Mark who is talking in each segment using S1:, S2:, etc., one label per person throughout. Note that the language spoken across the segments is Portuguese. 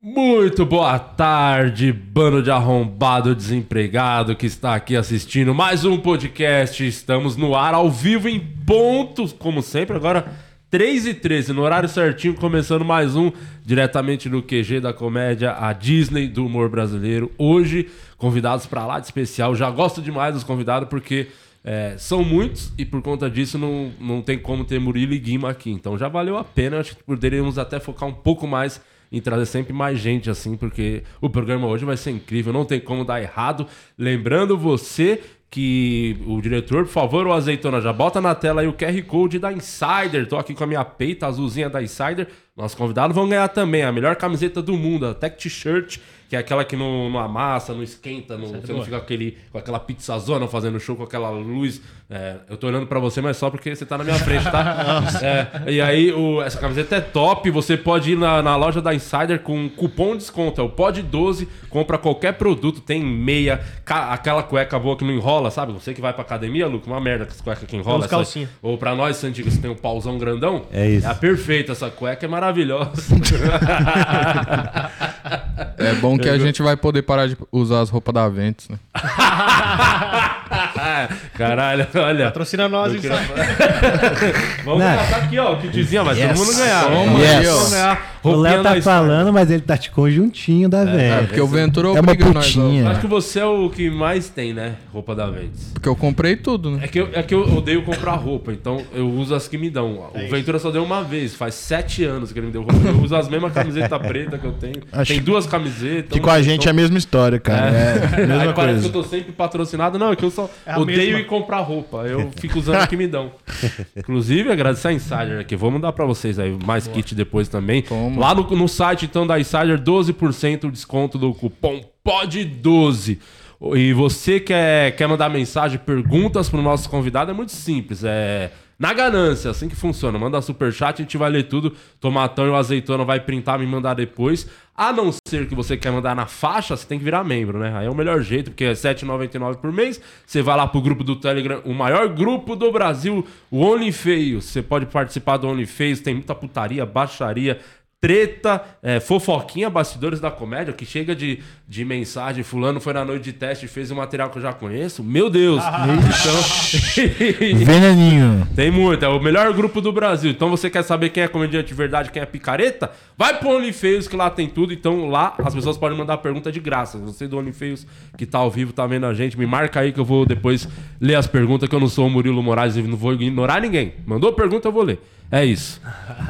S1: Muito boa tarde, bando de arrombado desempregado que está aqui assistindo mais um podcast. Estamos no ar ao vivo em pontos, como sempre, agora 3 e 13 no horário certinho, começando mais um diretamente no QG da comédia, a Disney do humor brasileiro. Hoje, convidados para lá de especial. Já gosto demais dos convidados porque é, são muitos e por conta disso não, não tem como ter Murilo e Guima aqui. Então já valeu a pena, acho que poderíamos até focar um pouco mais em trazer sempre mais gente assim, porque o programa hoje vai ser incrível, não tem como dar errado. Lembrando você que o diretor, por favor, o Azeitona, já bota na tela aí o QR Code da Insider. Tô aqui com a minha peita azulzinha da Insider. Nossos convidados vão ganhar também a melhor camiseta do mundo, a Tech T-shirt, que é aquela que não, não amassa, não esquenta, não, você não fica com, aquele, com aquela pizzazona fazendo show com aquela luz. É, eu tô olhando pra você, mas só porque você tá na minha frente, tá? É, e aí, o- essa camiseta é top. Você pode ir na, na loja da Insider com um cupom de desconto, é o POD12. Compra qualquer produto, tem meia, ca- aquela cueca boa que não enrola, sabe? Você que vai pra academia, Luco, uma merda com essa cueca que enrola.
S2: Uns
S1: essa-
S2: calcinha.
S1: Ou pra nós, Santigos, que tem um pauzão grandão.
S3: É isso.
S1: É a perfeita, essa cueca é maravilhosa.
S4: É bom que a gente vai poder parar de usar as roupas da Ventus, né?
S1: Caralho, olha.
S2: Patrocina nós, hein?
S1: Vamos
S3: Não.
S1: catar aqui, ó, o kitzinho, mas
S3: Yes.
S1: todo mundo ganhar.
S4: Vamos
S1: Yes.
S4: aí, ó.
S1: Vamos ganhar.
S3: O Léo
S1: Roupinha da
S3: tá
S1: Sky.
S3: falando, mas ele tá de conjuntinho da
S5: Ah,
S4: É,
S3: velha.
S4: porque o Ventura
S3: É uma
S4: obriga nós a
S3: putinha.
S4: usar.
S5: Tá
S1: Acho que você é o que mais tem, né? Roupa da Ventes.
S4: Porque eu comprei tudo, né?
S1: É que, eu, é que eu odeio comprar roupa, então eu uso as que me dão. O Ventura só deu uma vez, faz sete anos que ele me deu roupa. Eu uso as mesmas camisetas pretas que eu tenho.
S5: Acho
S1: Tem
S5: que-
S1: duas camisetas. então
S5: Que com a gente é a mesma história, cara. É, a
S1: Aí
S5: mesma
S1: parece que
S5: coisa.
S1: eu tô sempre patrocinado. Não, é que eu só
S2: a
S1: odeio
S2: mesma.
S1: ir comprar roupa. Eu fico usando o que me dão. Inclusive, agradecer a Insider aqui. Vou mandar pra vocês aí mais kit depois também.
S4: Toma.
S1: Lá no, no site, então, da Insider, 12% de desconto do cupom POD12. E você quer, quer mandar mensagem, perguntas pro nosso convidado, é muito simples. É... Na ganância, assim que funciona. Manda superchat, a gente vai ler tudo. Tomatão e o azeitona vai printar, me mandar depois. A não ser que você quer mandar na faixa, você tem que virar membro, né? Aí é o melhor jeito, porque é R$ 7,99 por mês. Você vai lá pro grupo do Telegram, o maior grupo do Brasil, o OnlyFeios. Você pode participar do OnlyFeios, tem muita putaria, baixaria, treta, é, fofoquinha, bastidores da comédia, que chega de, de mensagem, fulano foi na noite de teste e fez um material que eu já conheço. Meu Deus! então...
S5: É. Veneninho.
S1: Tem muito, é o melhor grupo do Brasil. Então você quer saber quem é comediante de verdade, quem é picareta? Vai pro OnlyFeios que lá tem tudo. Então lá as pessoas podem mandar pergunta de graça. Você do OnlyFeios que tá ao vivo, tá vendo a gente, me marca aí que eu vou depois ler as perguntas, que eu não sou o Murilo Moraes e não vou ignorar ninguém. Mandou pergunta, eu vou ler. É isso.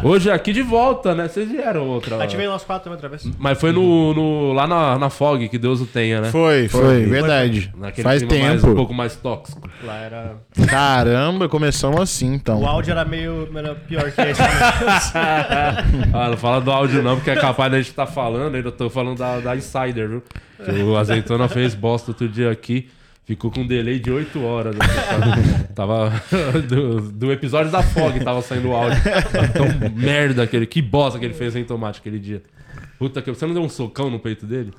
S1: Hoje é aqui de volta, né? Vocês vieram outra hora.
S2: Ativei nós quatro também outra vez.
S1: Mas foi no, no- lá na, na FOG, que Deus o tenha, né?
S5: Foi, foi, verdade.
S1: Naquele
S5: Faz
S1: clima mais- um
S5: tempo.
S1: pouco mais tóxico.
S2: Lá era.
S5: Caramba, começamos assim,
S2: O
S5: então.
S2: áudio era meio era pior que esse. né?
S1: Ah, não fala do áudio não, porque é capaz da gente tá falando, ainda tô falando da, da Insider, viu? Que o Azeitona fez bosta outro dia aqui, ficou com um delay de 8 horas. né? Tava do, do episódio da Fog tava saindo o áudio. Então, merda aquele, que bosta que ele fez em tomate aquele dia. Puta que você não deu um socão no peito dele?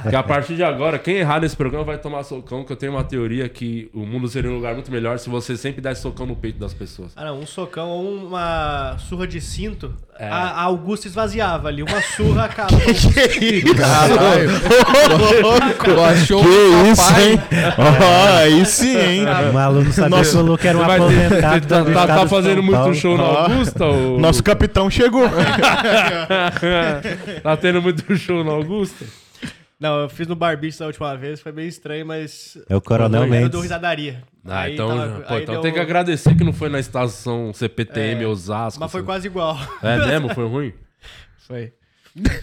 S1: Porque a partir de agora, quem errar nesse programa vai tomar socão, que eu tenho uma teoria que o mundo seria um lugar muito melhor se você sempre desse socão no peito das pessoas.
S2: Ah, não, um socão ou uma surra de cinto.
S1: É.
S2: A, a Augusta esvaziava ali. Uma surra acabou.
S5: Ah,
S4: Caralho. Tu achou um-
S5: Que
S4: o
S5: isso,
S4: papai?
S5: hein? Ó, aí sim, hein?
S3: O maluco Um sabia que falou que era um
S1: Você vai ter-
S3: aposentado
S1: você tá,
S3: da
S1: tá-
S3: Universidade
S1: tá
S3: de
S1: fazendo
S3: São
S1: muito
S3: Paulo.
S1: show na
S5: Ó,
S1: Augusta? ô-
S5: Nosso capitão chegou.
S1: tá tendo muito show na Augusta?
S2: não, eu fiz no Barbicho da última vez. Foi bem estranho, mas.
S3: É o Coronel
S2: eu, dou- eu dou
S3: Mendes.
S2: risadaria.
S1: Ah,
S2: Aí
S1: então,
S2: tava-
S1: pô,
S2: aí
S1: então
S2: deu-
S5: um-
S1: tem que agradecer que não foi na estação CPTM
S2: É,
S1: Osasco.
S2: Mas foi
S1: assim.
S2: quase igual.
S1: É mesmo? Foi ruim?
S2: Foi.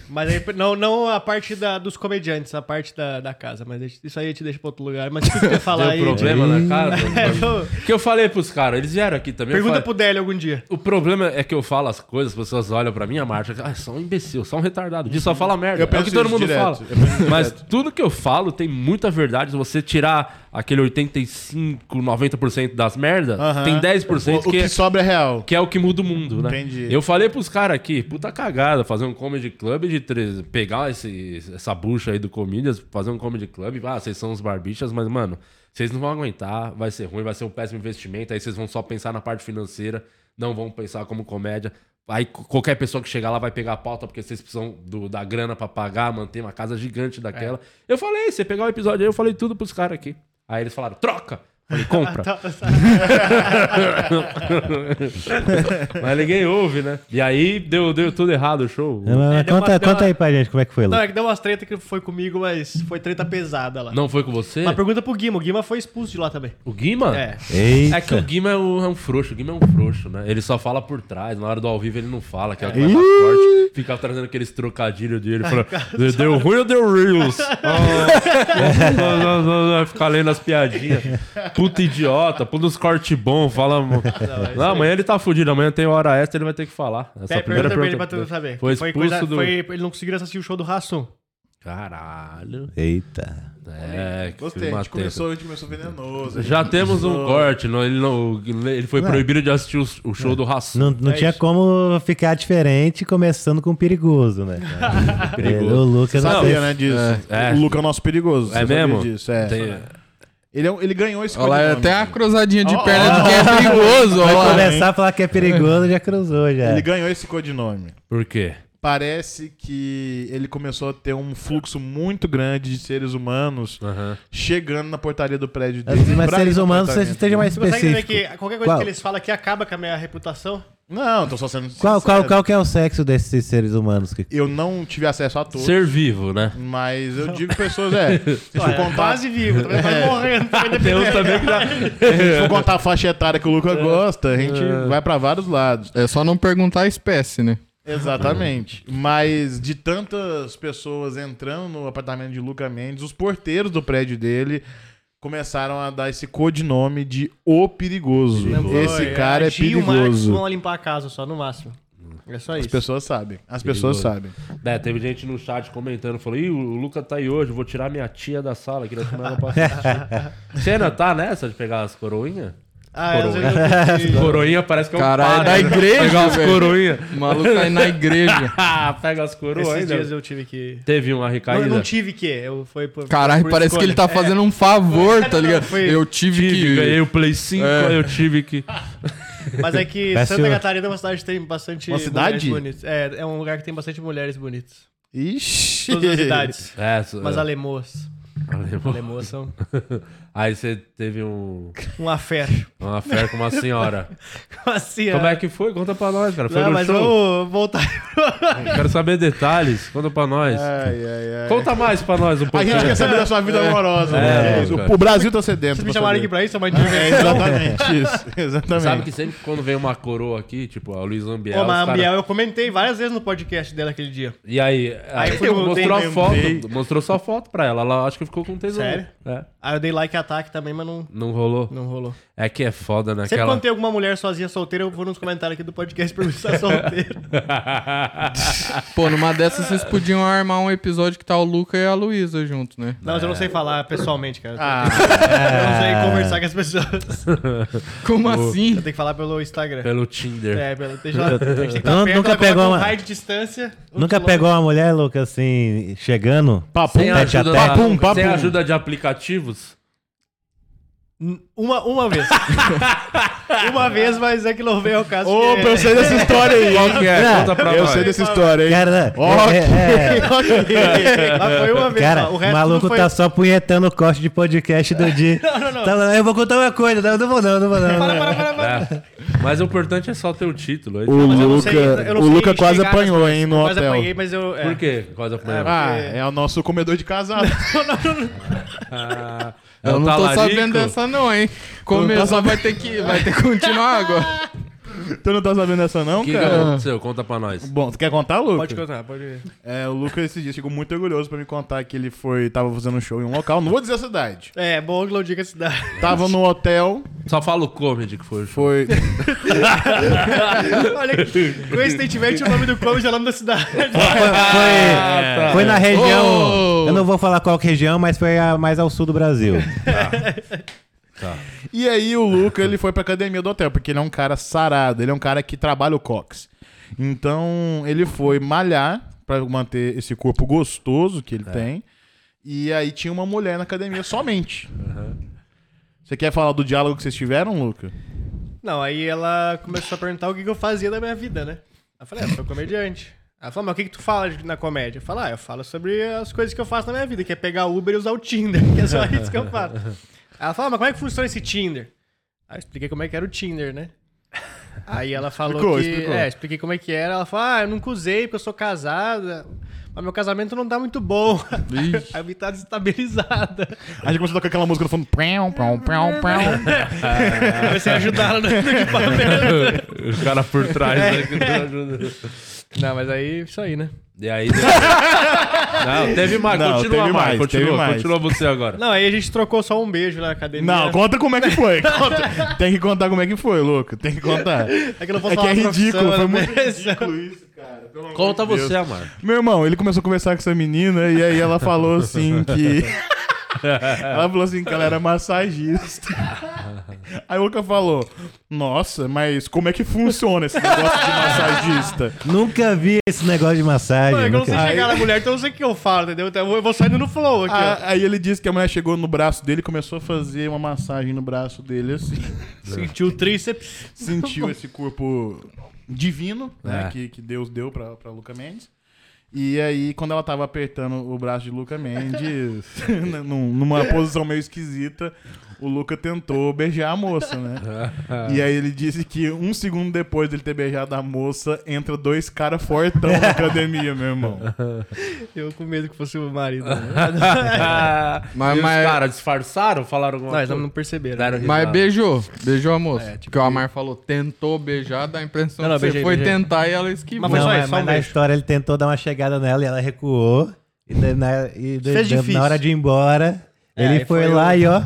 S2: Mas aí, não, não a parte da, dos comediantes, a parte da, da casa. Mas isso aí eu te deixo pra outro lugar. Mas se quiser falar aí.
S1: Deu problema na casa?
S2: É, eu-
S1: Porque eu falei pros caras, eles vieram aqui também. eu
S2: Pergunta
S1: falei-
S2: pro Délio algum dia.
S1: O problema é que eu falo as coisas, as pessoas olham pra minha marcha, ah, é só um imbecil, só um retardado, disso só fala merda. é
S5: Eu
S1: o
S5: penso
S1: que todo
S5: isso
S1: mundo
S5: direto,
S1: fala.
S5: eu penso isso
S1: Mas tudo que eu falo tem muita verdade. Se você tirar aquele 85, 90% das merdas,
S5: Aham.
S1: tem 10%
S5: O, o que sobra é real.
S1: Que é o que muda o mundo, né?
S5: Entendi.
S1: Eu falei pros caras aqui, puta cagada, fazer um comedy club de três, pegar esse, essa bucha aí do Comedians, fazer um comedy club, ah, vocês são os barbichas, mas, mano, vocês não vão aguentar, vai ser ruim, vai ser um péssimo investimento, aí vocês vão só pensar na parte financeira, não vão pensar como comédia. Vai- Aí qu- qualquer pessoa que chegar lá vai pegar a pauta, porque vocês precisam do- da grana pra pagar, manter uma casa gigante daquela. Eu falei, você pegar o episódio aí, eu falei tudo pros caras aqui. Aí eles falaram, troca! Eu Falei, compra. Mas ninguém ouve, né? E aí deu, deu tudo errado o show.
S2: É, deu uma-
S3: conta
S2: deu
S3: conta
S2: uma-
S3: aí pra gente como é que foi,
S2: Não,
S3: Lucas.
S2: é que deu umas treta que foi comigo, mas foi treta pesada lá.
S1: Não é. foi com você?
S2: Mas pergunta pro Guima, o Guima foi expulso de lá também.
S1: O Guima?
S2: É.
S3: Eita.
S1: É que o Guima é um, é um frouxo, o Guima é um frouxo, né? Ele só fala por trás, na hora do ao vivo ele não fala, que é o que vai dar corte, fica trazendo aqueles trocadilhos dele, falando, deu ruim ou deu reels? Ah, Ficar lendo as piadinhas. Puta idiota, puta uns corte bom, fala... Não, amanhã ele tá fudido, amanhã tem hora extra, ele vai ter que falar. Essa
S2: É,
S1: primeira
S2: pergunta pra
S1: pergunta
S2: ele pra tu saber.
S1: Foi
S2: Foi
S1: expulso
S2: coisa-
S1: do...
S2: foi- ele não conseguiu assistir o show do Rassum.
S1: Caralho.
S3: Eita.
S1: É, que
S5: Gostei, a
S1: uma
S5: gente
S1: treta.
S5: começou, a gente começou venenoso. a gente
S1: Já temos um
S5: começou-
S1: corte, não, ele, não- ele foi proibido de assistir o, o show do Rassum.
S3: Não, não
S2: É
S3: tinha
S2: isso.
S3: como ficar diferente começando com perigoso, né? cara?
S1: Perigoso.
S3: É, O Lucas não,
S5: Sabia,
S3: sei.
S5: né, disso.
S1: É.
S5: O Luca é o nosso perigoso.
S1: É
S5: você sabia
S1: mesmo?
S5: Disso, é.
S1: Tem-
S5: Ele, é um- ele ganhou esse
S4: Olha lá, é
S5: codinome.
S4: até a cruzadinha de perna de quem é perigoso. Olha lá.
S3: Começar a falar que é perigoso, já cruzou, já.
S5: Ele ganhou esse codinome.
S1: Por quê?
S5: Parece que ele começou a ter um fluxo muito grande de seres humanos
S1: É.
S5: chegando na portaria do prédio dele.
S3: Mas
S5: pra ir
S3: seres
S5: no
S3: humanos, você
S5: apartamento.
S3: esteja mais
S2: Você consegue entender
S3: específico.
S2: que qualquer coisa
S3: Qual?
S2: que eles falam aqui acaba com a minha reputação?
S5: Não, tô só sendo
S3: Qual, qual,
S5: sincero.
S3: qual que é o sexo desses seres humanos? que-
S5: Eu não tive acesso a todos,
S1: Ser vivo, né?
S5: mas eu digo pessoas, é. Se eu
S2: Olha,
S5: contar,
S2: quase vivo, também vai morrendo. Vai
S1: Tem
S2: depender.
S1: uns também que
S5: se for contar a faixa etária que o
S3: É.
S5: Luca gosta, a gente vai pra vários lados.
S4: É só não perguntar a espécie, né?
S5: Exatamente. Mas de tantas pessoas entrando no apartamento de Luca Mendes, os porteiros do prédio dele começaram a dar esse codinome de O Perigoso. Esse
S2: Foi,
S5: cara é
S2: Gil e o Marcos
S5: perigoso.
S2: vão limpar a casa só, no máximo. É só
S5: As
S2: isso.
S5: pessoas sabem. As pessoas
S1: Perigoso.
S5: sabem.
S1: É, teve gente no chat comentando, falou, ih, o Luca tá aí hoje, vou tirar minha tia da sala, queria chamar ela pra assistir." Você ainda tá nessa de pegar as coroinhas?
S2: Ah, às vezes eu fico de-
S1: Coroinha parece que é um
S4: Caralho, é da
S1: padre, né? Pegar
S4: igreja,
S1: as
S4: velho.
S1: coroinhas.
S4: O maluco tá aí na igreja.
S1: Ah, pega as coroas
S2: Esses
S1: ainda.
S2: dias eu tive que.
S1: Teve uma
S2: Não,
S1: recaída.
S2: eu não tive que. Eu foi por,
S4: Caralho,
S2: por
S4: parece que ele tá
S2: escolha.
S4: fazendo um favor, tá ligado?
S2: Foi-
S4: Eu tive,
S1: Tive,
S4: que.
S1: ganhei o Play 5,
S4: É.
S1: aí eu tive que...
S2: É, Mas é que
S3: Parece
S2: Santa
S3: o-
S2: Catarina é uma cidade que tem bastante
S5: Uma cidade?
S2: mulheres bonitas. É, é um lugar que tem bastante mulheres bonitas.
S5: Ixi.
S2: Todas as idades.
S1: É,
S2: Mas
S1: é.
S2: alemoas. Alemoas são
S1: Aí você teve um,
S2: uma fé.
S1: uma fé com uma senhora.
S2: assim,
S1: Como é que foi? Conta pra nós, cara. Foi
S2: Não,
S1: no
S2: mas
S1: show?
S2: vamos voltar.
S1: Quero saber detalhes. Conta pra nós.
S2: É.
S5: Ai, ai, ai.
S1: Conta mais pra nós um
S5: A
S1: pouquinho.
S5: gente quer saber da sua vida amorosa. né?
S1: É,
S5: Isso.
S1: cara.
S5: o Brasil tá sedento.
S2: Vocês me
S5: pra
S2: chamaram aqui
S5: saber.
S2: pra isso, é uma
S5: É,
S2: diversão.
S5: exatamente isso. Exatamente.
S1: Sabe que sempre quando vem uma coroa aqui, tipo a Luiz Ambiel,
S2: Ô,
S1: os
S2: mas a
S1: cara-
S2: Biel, eu comentei várias vezes no podcast dela aquele dia.
S1: E aí, aí
S2: eu fui, eu
S1: mostrou
S2: dei,
S1: a foto,
S5: dei.
S1: mostrou só a foto pra ela. Ela acho que ficou com tesão.
S2: Sério?
S1: É.
S2: Aí eu dei like e ataque também, mas não,
S1: Não rolou.
S2: não rolou.
S1: É que é foda, né?
S2: Sempre
S1: Aquela...
S2: quando tem alguma mulher sozinha solteira, eu vou nos comentários aqui do podcast perguntar se tá solteiro.
S4: Pô, numa dessas vocês podiam armar um episódio que tá o Luca e a Luísa junto, né?
S2: Não,
S1: É.
S2: mas eu não sei falar pessoalmente, cara.
S5: Ah,
S2: Eu não sei conversar com as pessoas.
S4: Como assim?
S2: Eu tenho que falar pelo Instagram.
S1: Pelo Tinder.
S2: É, pelo. Deixa eu... A gente tem que estar
S3: Não,
S2: perto,
S3: nunca
S2: ela coloca
S3: pegou
S2: um
S3: uma-
S2: raio de distância.
S3: Nunca
S2: um
S3: pegou uma mulher, Lucas, assim, chegando?
S5: papo.
S1: Sem,
S3: Tete a
S1: ajuda
S3: tete.
S1: da-
S5: Papum, papum.
S1: sem ajuda de aplicativos?
S2: quilômetro. Uma, uma vez. uma vez, mas é que não veio ao caso.
S5: Opa,
S2: porque-
S5: eu sei dessa história aí. Qual que
S1: é? Conta pra
S5: Eu
S1: nós.
S5: sei dessa história, hein?
S3: Cara,
S5: Ok.
S3: é- é-
S2: Mas foi uma vez,
S3: cara,
S2: só.
S3: o
S2: resto
S3: maluco
S2: tudo foi-
S3: tá só punhetando o corte de podcast do dia. não, não, não. eu vou contar uma coisa, não, não vou não, não vou não.
S2: Para, para, para, para.
S1: É. Mas o importante é só ter o título. aí-
S5: O
S2: Mas eu não
S5: Luca,
S2: sei- eu não
S5: o
S2: sei
S5: Luca quase
S2: chegar nas
S5: apanhou, hein, no
S2: Quase
S5: hotel.
S2: apanhei, mas eu. é.
S1: Por quê? Quase apanhou.
S5: Ah, é o nosso comedor de casado.
S1: Ah, é
S4: Eu
S1: o
S4: não tô
S1: talarico?
S4: sabendo dessa não, hein? Começou, vai ter que, vai ter que continuar agora.
S5: tu não tá sabendo dessa não,
S1: O que que
S5: cara?
S1: aconteceu? Conta pra nós.
S5: Bom, tu quer contar, Luca?
S2: Pode contar, pode.
S5: É, o Luca esse dia chegou muito orgulhoso pra me contar que ele foi, tava fazendo um show em um local, não vou dizer a cidade.
S2: É, bom que não diga a cidade.
S5: Tava no hotel,
S1: Só fala o comedy que foi o show.
S5: foi
S2: Olha, coincidentemente o nome do comedy é o nome da cidade.
S3: Foi,
S2: Ah,
S3: foi
S2: tá.
S3: na região.
S4: Oh!
S3: Eu não vou falar qual que região, mas foi a- mais ao sul do Brasil.
S5: E aí o Luca, ele foi pra academia do hotel, porque ele é um cara sarado, ele é um cara que trabalha o cox. Então, ele foi malhar pra manter esse corpo gostoso que ele
S1: É.
S5: tem. E aí tinha uma mulher na academia somente. Você quer falar do diálogo que vocês tiveram, Luca?
S2: Não, aí ela começou a perguntar o que, que eu fazia da minha vida, né? Ela falou, é, eu sou comediante. Ela falou, mas o que, que tu fala de- na comédia? Eu falo, ah, eu falo sobre as coisas que eu faço na minha vida, que é pegar Uber e usar o Tinder, que é só isso que eu faço. Ela falou, mas como é que funciona esse Tinder? Aí eu expliquei como é que era o Tinder, né? Aí ela falou
S5: Explicou,
S2: que...
S5: explicou.
S2: É, expliquei como é que era. Ela falou, ah, eu nunca usei porque eu sou casada, mas meu casamento não tá muito bom. A vida tá desestabilizada.
S5: A gente começou a tocar aquela música do fundo. Prão, prão, prão, prão.
S2: Eu comecei a ajudar ela no no que papel.
S1: O cara por trás, né? que tá ajudando.
S2: Não, mas aí, isso aí, né?
S1: E aí. Não, teve mais.
S5: Não,
S1: continua
S5: teve
S1: mais.
S5: mais,
S1: continua,
S5: teve mais.
S1: continua você agora.
S2: Não, aí a gente trocou só um beijo na academia.
S5: Não, conta como é que foi. Conta. Tem que contar como é que foi, louco. Tem que contar.
S2: É que, eu não
S5: É que é ridículo, foi muito
S2: ridículo.
S1: né? Conta você, Amaro.
S5: Meu irmão, ele começou a conversar com essa menina e aí ela falou assim que. ela falou assim que ela era massagista. Aí o Luca falou: Nossa, mas como é que funciona esse negócio de massagista?
S3: Nunca vi esse negócio de massagem.
S2: Mano, é que eu não
S3: nunca-
S2: sei
S5: né?
S2: chegar na mulher, então eu sei o que eu falo, entendeu? Então eu vou- eu vou saindo no flow aqui, ó.
S5: A- Ah, aí ele disse que a mulher chegou no braço dele e começou a fazer uma massagem no braço dele, assim.
S2: Sentiu o tríceps.
S5: Sentiu esse corpo divino, né?
S1: É.
S5: Que, que Deus deu pra, pra Luca Mendes. E aí, quando ela tava apertando o braço de Luca Mendes, num- numa posição meio esquisita, o Luca tentou beijar a moça, né? E aí ele disse que um segundo depois dele ter beijado a moça, entra dois caras fortão na academia, meu irmão.
S2: Eu com medo que fosse o marido. Né?
S1: mas,
S4: Mas-
S1: os
S4: mas-
S1: caras disfarçaram? Falaram alguma
S2: Não, eles
S1: coisa?
S2: não né? não perceberam.
S1: Daram
S4: Mas
S1: risada.
S4: beijou, beijou a moça.
S2: É, tipo
S4: Porque o Amar falou, tentou beijar, dá a impressão
S2: Não, não,
S4: que
S2: beijei,
S4: você foi
S2: beijei.
S4: tentar e ela esquivou.
S2: Mas foi
S3: Não,
S2: só
S3: mas,
S2: isso, só um
S3: mas na
S2: beijo.
S3: história ele tentou dar uma chegada nela e ela recuou. E daí na, e daí-
S2: Fez
S3: na-
S2: é difícil.
S3: na hora de ir embora,
S2: É,
S3: ele
S2: aí
S3: foi,
S2: foi
S3: lá
S2: o-
S3: e ó.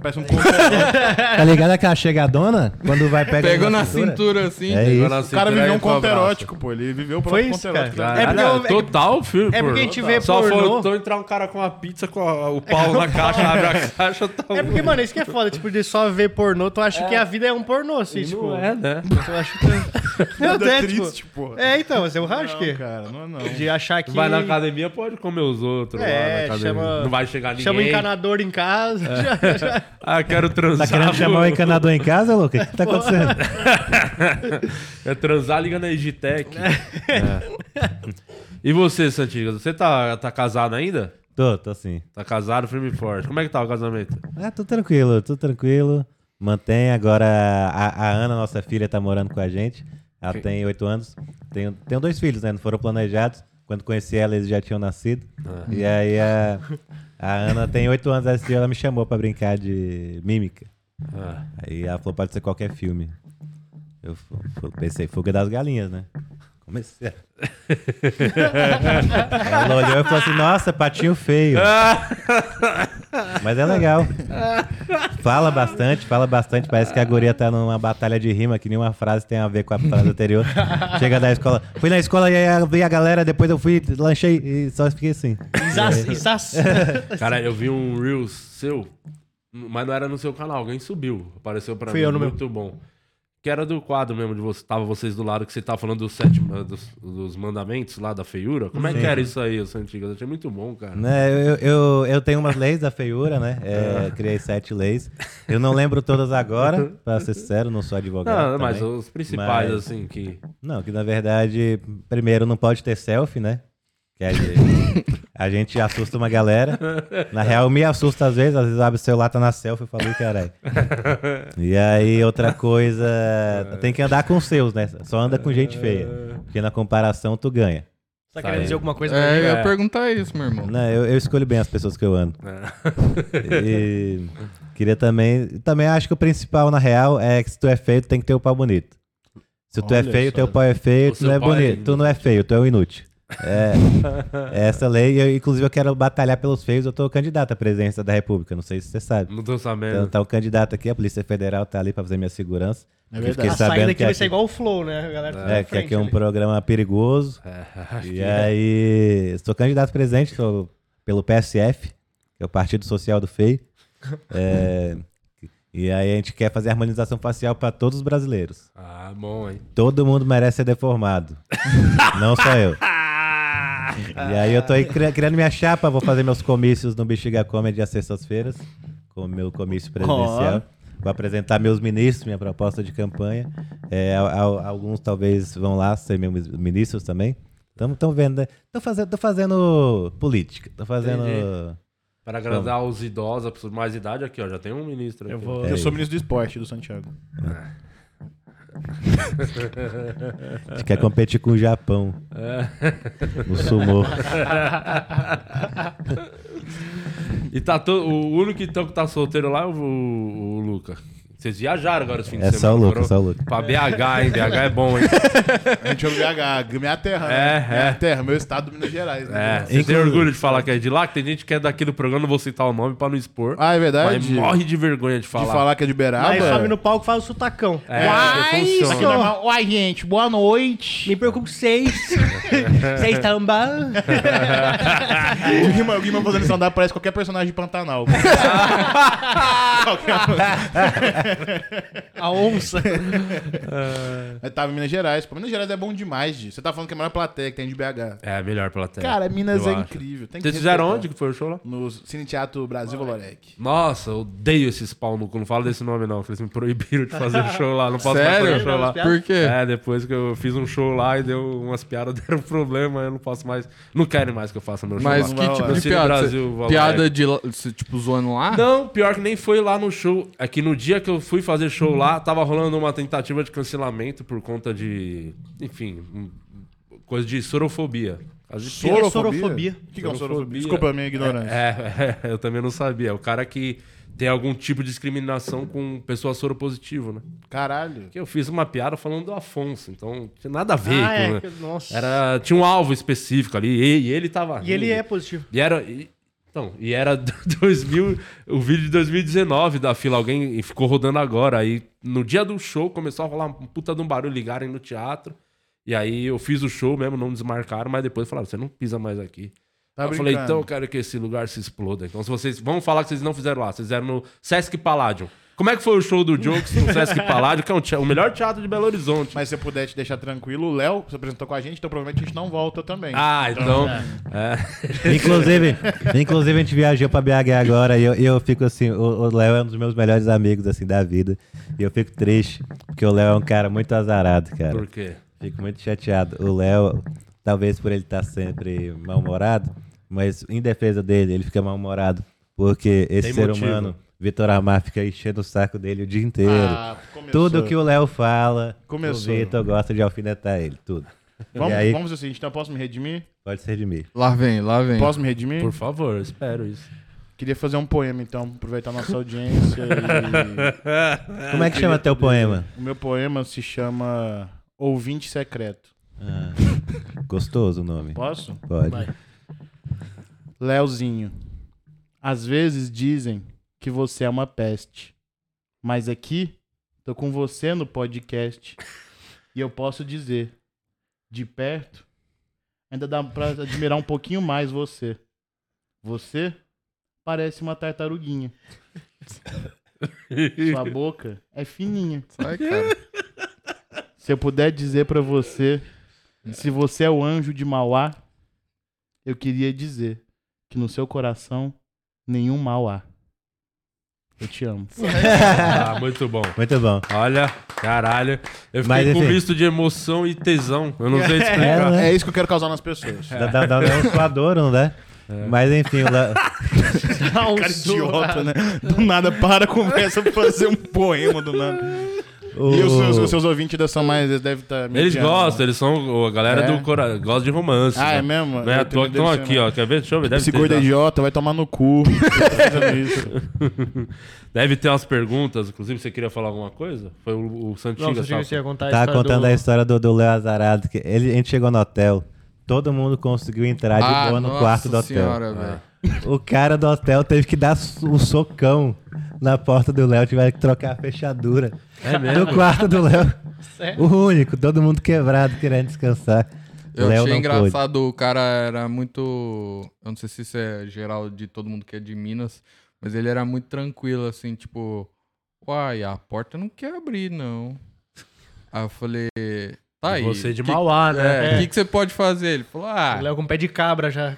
S5: Parece um conto-
S3: Tá ligado aquela chegadona? Quando vai pegar.
S4: Pegou na cintura assim.
S3: né? É
S1: Pegou
S3: isso.
S1: na
S5: O cara
S1: cintura e
S5: viveu um
S1: foi
S5: conto
S1: abraço.
S5: erótico, pô. Ele viveu o
S2: Foi
S5: próprio
S2: isso,
S5: conto erótico.
S2: cara.
S1: Caralho,
S2: É porque eu- é que-
S1: total, filho.
S2: é porque a gente vê
S1: Só
S2: pornô-
S1: faltou entrar um cara com uma pizza com a- o pau na caixa, abre a caixa, tá
S2: É porque, mano, isso que é foda, tipo, de só ver pornô, tu acha que a vida é um pornô, assim, tipo.
S1: Não é, né?
S2: Eu acho que. Não,
S5: Nada
S2: é, tipo-
S5: triste, pô.
S2: É, então, mas eu acho que.
S5: Não, cara, não é não.
S2: De achar que.
S1: Vai na academia, pode comer os outros lá na
S2: É,
S1: academia.
S2: chama-
S1: Não vai chegar ninguém.
S2: Chama o encanador em casa. Já- já-
S1: Ah, quero transar.
S3: Tá querendo chamar o encanador em casa, Luca? O que que tá acontecendo?
S1: É transar, liga na Egitec. É. E você, Santigas? Você tá, tá casado ainda?
S3: tô, tô sim.
S1: Tá casado, firme e forte. Como é que tá o casamento?
S3: Ah, tô tranquilo, tô tranquilo. Mantém. Agora a, a Ana, nossa filha, tá morando com a gente. Ela tem oito anos. Tenho, tenho dois filhos, né? Não foram planejados. Quando conheci ela, eles já tinham nascido. E aí a, a Ana tem oito anos. Esse dia ela me chamou pra brincar de mímica.
S1: Ah.
S3: Aí ela falou, pode ser qualquer filme. Eu fu- fu- pensei, Fuga das Galinhas, né? Comecei. a- ela olhou e falou assim, nossa, patinho feio. Mas é legal. Fala bastante, fala bastante. Parece que a guria tá numa batalha de rima, que nenhuma frase tem a ver com a frase anterior. Chega da escola. Fui na escola e aí vi a galera, depois eu fui, lanchei e só fiquei assim.
S2: Isas- Isas-
S1: Cara, eu vi um Reels seu, mas não era no seu canal, alguém subiu. Apareceu pra
S2: Fui
S1: mim.
S2: eu no meu.
S1: muito bom. Que era do quadro mesmo, de você, tava vocês do lado, que você tava falando dos sete ma- dos, dos mandamentos lá da feiura. Como é que era isso aí, Santigas? Eu achei muito bom, cara.
S3: Né, eu, eu, eu tenho umas leis da feiura, né? É,
S1: Ah.
S3: criei sete leis. Eu não lembro todas agora, pra ser sincero, não sou advogado.
S1: Não, mas
S3: também.
S1: os principais,
S3: Mas-
S1: assim, que.
S3: Não, que na verdade, primeiro, não pode ter selfie, né? Que a gente, a gente assusta uma galera. Na real, me assusta às vezes, às vezes abre o celular, tá na selfie, eu falo, "Ih, caralho. E aí, outra coisa, tem que andar com os seus, né? Só anda com gente feia. Porque na comparação, tu ganha.
S2: Tá querendo dizer alguma coisa pra
S4: É,
S2: mim? né?
S4: eu
S1: É.
S4: ia perguntar isso, meu irmão.
S3: Não, Né, eu, eu escolho bem as pessoas que eu ando.
S2: É.
S3: E queria também. Também acho que o principal, na real, é que se tu é feio, tu tem que ter o pau bonito. Se tu é
S5: Olha
S3: feio,
S5: só.
S3: teu pau é
S1: O
S3: feio, tu
S1: seu
S3: não é
S1: pau é
S3: bonito.
S1: lindo.
S3: tu não é feio, tu é um inútil. É, é essa lei. Eu, inclusive, eu quero batalhar pelos feios. Eu tô candidato à presidência da República. Não sei se você sabe.
S1: Não tô
S2: É.
S3: Então,
S1: sabendo.
S3: tá o candidato aqui, a Polícia Federal tá ali pra fazer minha segurança.
S5: É
S3: Eu
S5: verdade.
S3: fiquei
S2: A saída
S3: sabendo
S2: daqui
S3: que
S2: vai ser
S3: aqui,
S2: igual o flow, né? A galera que tá na
S3: é, que aqui
S2: frente
S3: é um
S2: ali.
S3: programa perigoso.
S1: É,
S3: E aí, sou candidato presente sou pelo PSF, que é o Partido Social do Feio. É, e aí a gente quer fazer harmonização facial para todos os brasileiros.
S1: Ah, bom, hein?
S3: Todo mundo merece ser deformado. Não só eu. E aí eu tô aí cri- criando minha chapa, vou fazer meus comícios no Bexiga Comedy às sextas-feiras, com o meu comício presidencial. Vou apresentar meus ministros, minha proposta de campanha. É, al- al- alguns talvez vão lá ser meus ministros também. Estão vendo, né? Tô fazendo, tô fazendo política. Tô fazendo.
S1: Entendi. Para agradar os idosos, as pessoas de mais idade, aqui, ó, já tem um ministro aqui.
S2: Eu vou.
S5: Eu sou ministro do esporte do Santiago.
S3: A gente quer competir com o Japão. No sumô.
S1: E tá to... o único então que tá solteiro lá é o, o o Luca. Vocês viajaram agora os fins
S3: É
S1: de
S3: só o
S1: semana.
S3: Luca,
S1: foram
S3: só o Luca.
S1: Pra BH, hein? BH é bom, hein?
S5: A gente é o BH, minha terra.
S1: É,
S5: né? Minha
S1: é.
S5: terra, meu estado, Minas Gerais.
S1: É,
S5: Né?
S1: vocês têm
S3: Inclusive-
S1: orgulho de falar que é de lá, que tem gente que é daqui do programa, não vou citar o nome pra não expor.
S5: Ah, é
S1: mas
S5: verdade?
S1: morre de vergonha de falar.
S5: De falar que é de Uberaba?
S3: Ah,
S2: Aí sobe no palco e faz o sotacão.
S1: É, porque
S5: Aqui,
S1: funciona.
S5: normal. Uai, gente, boa noite.
S2: Me preocupo com vocês. Vocês estão bom?
S5: O Guima, o Guima fazendo stand-up parece qualquer personagem de Pantanal.
S2: A onça.
S5: Eu tava em É, tá, Minas Gerais. Pô, Minas Gerais é bom demais, Gi. Você tá falando que é a maior plateia que tem de BH.
S1: É, melhor plateia.
S5: Cara, Minas
S1: eu
S5: é
S1: acho.
S5: incrível. Tem que
S1: Vocês fizeram
S5: respeitar.
S1: onde que foi o show lá?
S5: No Cine Teatro Brasil Valorec.
S1: Nossa, eu odeio esses pau no cu. Não fala desse nome, não. que Eles me proibiram de fazer show lá. Não posso mais
S4: Sério?
S1: fazer show lá.
S4: Por quê?
S1: É, depois que eu fiz um show lá e deu umas piadas, deram um problema, eu não posso mais. Não querem mais que eu faça meu show
S4: Mas
S1: lá.
S5: vai
S4: que
S5: rolar.
S4: tipo de
S1: Cine
S4: piada?
S1: Brasil,
S4: Cê-
S1: vai rolar.
S4: piada de, lá- cê, tipo, zoando lá?
S1: Não, pior que nem foi lá no show. É que no dia que eu fui fazer show lá,
S2: Uhum.
S1: tava rolando uma tentativa de cancelamento por conta de. Enfim, um- coisa de sorofobia. As de
S2: é sorofobia?
S5: O que, que é um sorofobia?
S1: Sorofobia.
S5: Desculpa a minha ignorância.
S1: É, eu também não sabia. O cara que tem algum tipo de discriminação com pessoa soropositivo, né?
S5: é. Caralho.
S1: Que eu fiz uma piada falando do Afonso, então tinha nada a ver.
S2: Ah, é.
S1: com-
S2: que- Nossa.
S1: Era, tinha um alvo específico ali e, e ele tava.
S2: E ele
S1: rindo.
S2: é positivo.
S1: E era. e- então, e era 2000, o vídeo de 2019 da fila. Alguém e ficou rodando agora. Aí no dia do show começou a rolar um puta de um barulho, ligarem no teatro. E aí eu fiz o show mesmo, não desmarcaram, mas depois falaram: você não pisa mais aqui.
S5: Tá
S1: eu falei,
S5: brincando.
S1: então eu quero que esse lugar se exploda. Então, se vocês. Vão falar que vocês não fizeram lá, vocês fizeram no Sesc Palladium. Como é que foi o show do Jokes no Sesc Palladium, que é um te- o melhor teatro de Belo Horizonte?
S5: Mas se eu puder te deixar tranquilo, o Léo se apresentou com a gente, então provavelmente a gente não volta também.
S1: Ah, então. é.
S3: Inclusive, inclusive, a gente viajou pra BH agora e eu, e eu fico assim, o o Léo é um dos meus melhores amigos assim da vida. E eu fico triste, porque o Léo é um cara muito azarado, cara.
S1: Por quê?
S3: Fico muito chateado. O Léo, talvez por ele estar sempre mal-humorado, mas em defesa dele, ele fica mal-humorado. Porque esse
S1: Tem
S3: ser
S1: motivo.
S3: humano, Vitor Amar, fica enchendo o saco dele o dia inteiro.
S5: Ah, começou.
S3: tudo que o Léo fala,
S5: Começou.
S3: o Vitor gosta de alfinetar ele, tudo.
S5: Vamos,
S3: e aí,
S5: vamos fazer o seguinte, então posso me redimir?
S3: pode ser de mim.
S4: Lá vem, lá vem.
S5: Posso me redimir?
S1: Por favor, eu espero isso.
S5: Queria fazer um poema, então, aproveitar nossa audiência. e-
S3: Como é que chama teu poema?
S5: O meu poema se chama Ouvinte Secreto.
S3: Ah. Gostoso o nome.
S5: Posso?
S3: Pode.
S5: Leozinho, às vezes dizem que você é uma peste, mas aqui tô com você no podcast e eu posso dizer, de perto, ainda dá pra admirar um pouquinho mais você. Você parece uma tartaruguinha. Sua boca é fininha.
S4: Sai, cara.
S5: Se eu puder dizer pra você, se você é o anjo de Mauá, eu queria dizer que no seu coração nenhum mal há. Eu te amo.
S1: Ah, muito bom.
S3: Muito bom.
S1: Olha, caralho. Eu fiquei
S3: Mas,
S1: com um
S3: enfim.
S1: misto de emoção e tesão. Eu não sei
S3: É,
S1: explicar.
S3: né?
S5: isso que eu quero causar nas pessoas.
S1: É.
S3: Dá, dá, dá um suadouro, não dá? Mas enfim, o Léo...
S1: um
S5: Cara idiota, né? Do nada para a conversa pra fazer um poema do nada.
S3: o-
S5: E os seus, os seus ouvintes da São Mais, eles devem tá estar.
S1: Eles gostam, eles são a galera
S5: É?
S1: do coração. Gosta de romance.
S5: Ah,
S1: né?
S5: é mesmo?
S1: Não é
S5: Eu
S1: à toa que
S5: tenho-
S1: estão
S5: deve ser,
S1: aqui,
S5: né?
S1: ó. Quer ver? Deixa eu ver. Deve
S5: Esse
S1: ter,
S5: gordo é
S1: tá?
S5: idiota vai tomar no cu. tá Fazendo isso.
S1: Deve ter umas perguntas. Inclusive, você queria falar alguma coisa? Foi o, o Santiga.
S2: Não, você
S1: sabe?
S2: tinha que contar a
S3: Tava
S2: história
S3: tá contando
S2: do...
S3: a história do, do Léo Azarado, que ele, a gente chegou no hotel, todo mundo conseguiu entrar É de
S4: Ah,
S3: boa no
S4: nossa
S3: quarto do hotel.
S4: senhora, velho.
S3: O cara do hotel teve que dar su- o socão na porta do Léo, tiveram que trocar a fechadura
S1: É mesmo?
S3: do quarto do Léo.
S2: É,
S3: O único, todo mundo quebrado, querendo descansar.
S4: Eu
S3: Léo
S4: achei
S3: não
S4: engraçado, o cara era muito. Eu não sei se isso é geral de todo mundo que é de Minas, mas ele era muito tranquilo, assim, tipo, uai, a porta não quer abrir, não. Aí eu falei, tá aí.
S1: Você de
S4: que-
S1: Mauá, né? é
S4: É, o que, que você pode fazer? Ele falou, ah,
S2: Léo com pé de cabra já.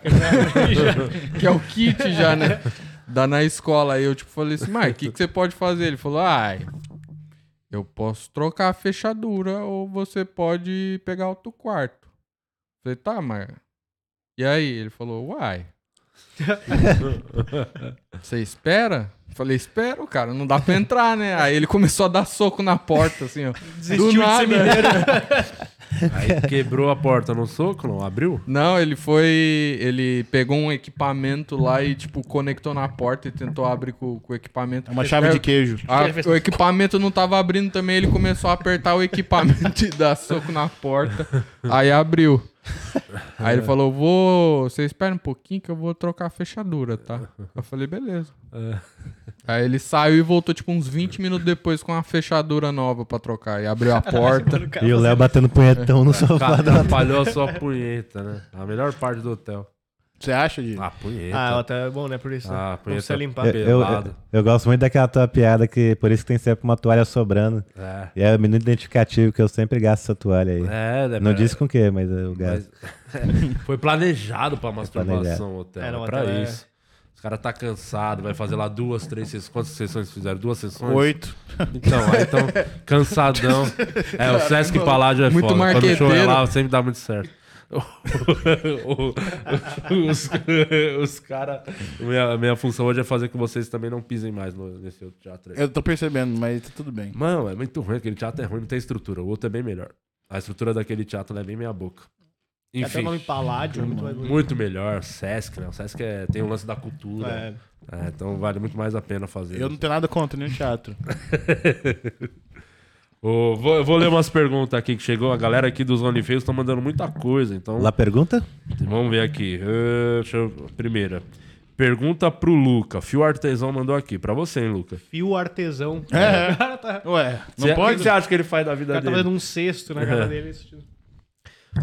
S4: que é o kit já, né? Dá na escola. Aí eu tipo falei assim, mas o que, que você pode fazer? Ele falou, ai, eu posso trocar a fechadura ou você pode pegar outro quarto. Eu falei, tá, mas... E aí? Ele falou, uai. Você espera? Eu Falei, espero, cara, não dá pra entrar, né? Aí ele começou a dar soco na porta, assim, ó.
S2: Desistiu
S4: Do
S2: de
S4: nada.
S2: ser mineiro.
S1: Aí quebrou a porta no soco, não? Abriu?
S4: Não, ele foi. Ele pegou um equipamento lá e, tipo, conectou na porta e tentou abrir com, com o equipamento.
S5: É uma chave de
S4: que.
S5: queijo.
S4: Ah, o equipamento não tava abrindo também, ele começou a apertar o equipamento e dar soco na porta. Aí abriu. Aí ele falou: vou. Você espera um pouquinho que eu vou trocar a fechadura, tá? Eu falei, beleza. Aí ele saiu e voltou, tipo, uns 20 minutos depois com uma fechadura nova pra trocar. E abriu a porta.
S3: E o Léo batendo punhetão no sofá.
S1: Cara, atrapalhou a sua punheta, né? A melhor parte do hotel.
S5: Você acha de.
S1: Ah, punheta.
S2: Ah, ela tá bom, né? Por isso.
S1: Ah,
S2: Ah,
S1: punheta.
S2: não precisa limpar.
S3: É, Eu, eu, eu, eu gosto muito daquela tua piada que por isso que tem sempre uma toalha sobrando.
S1: É.
S3: E é o minuto identificativo que eu sempre gasto essa toalha aí.
S1: É, né,
S3: Não
S1: mas-
S3: disse com o que, mas eu gasto.
S1: mas- É. Foi planejado pra
S3: planejado.
S1: masturbação o hotel.
S2: É,
S1: É,
S2: não,
S1: pra
S2: hotel é-
S1: isso. Os caras tá cansado, vai fazer lá duas, três sessões. Quantas sessões fizeram? Duas sessões?
S5: Oito.
S1: Então, aí tão cansadão. É, o Sesc Paládio é
S4: Muito
S1: foda. Quando o show é
S4: marqueteiro.
S1: lá, sempre dá muito certo. os os caras. Minha, minha função hoje é fazer com que vocês também não pisem mais no- nesse outro teatro. aí.
S5: Eu tô percebendo, mas tá tudo bem.
S1: Mano, é muito ruim. Aquele teatro é ruim, não tem estrutura. O outro é bem melhor. A estrutura daquele teatro ela é bem meia-boca.
S2: Enfim. Até
S1: Enfim.
S2: o nome
S3: Hum.
S2: Paládio, muito mais bonito.
S1: Muito melhor, Sesc, né? O Sesc é- tem o lance da cultura.
S2: É.
S1: É, então vale muito mais a pena fazer.
S5: Eu não tenho nada contra nenhum teatro.
S1: Ô, vou, eu vou ler umas perguntas aqui que chegou. A galera aqui dos OnlyFans estão mandando muita coisa, então
S3: Lá pergunta?
S1: vamos ver aqui. Ah, deixa eu- Primeira. Pergunta pro Luca. Fio Artesão mandou aqui. Pra você, hein, Luca?
S2: Fio artesão.
S5: É.
S2: O cara tá,
S5: Ué, não
S1: Cê- é- O que
S5: pode?
S1: você acha que ele faz da vida
S2: o cara tá
S1: dele?
S2: fazendo um cesto na
S3: É.
S2: cara dele. esse tipo.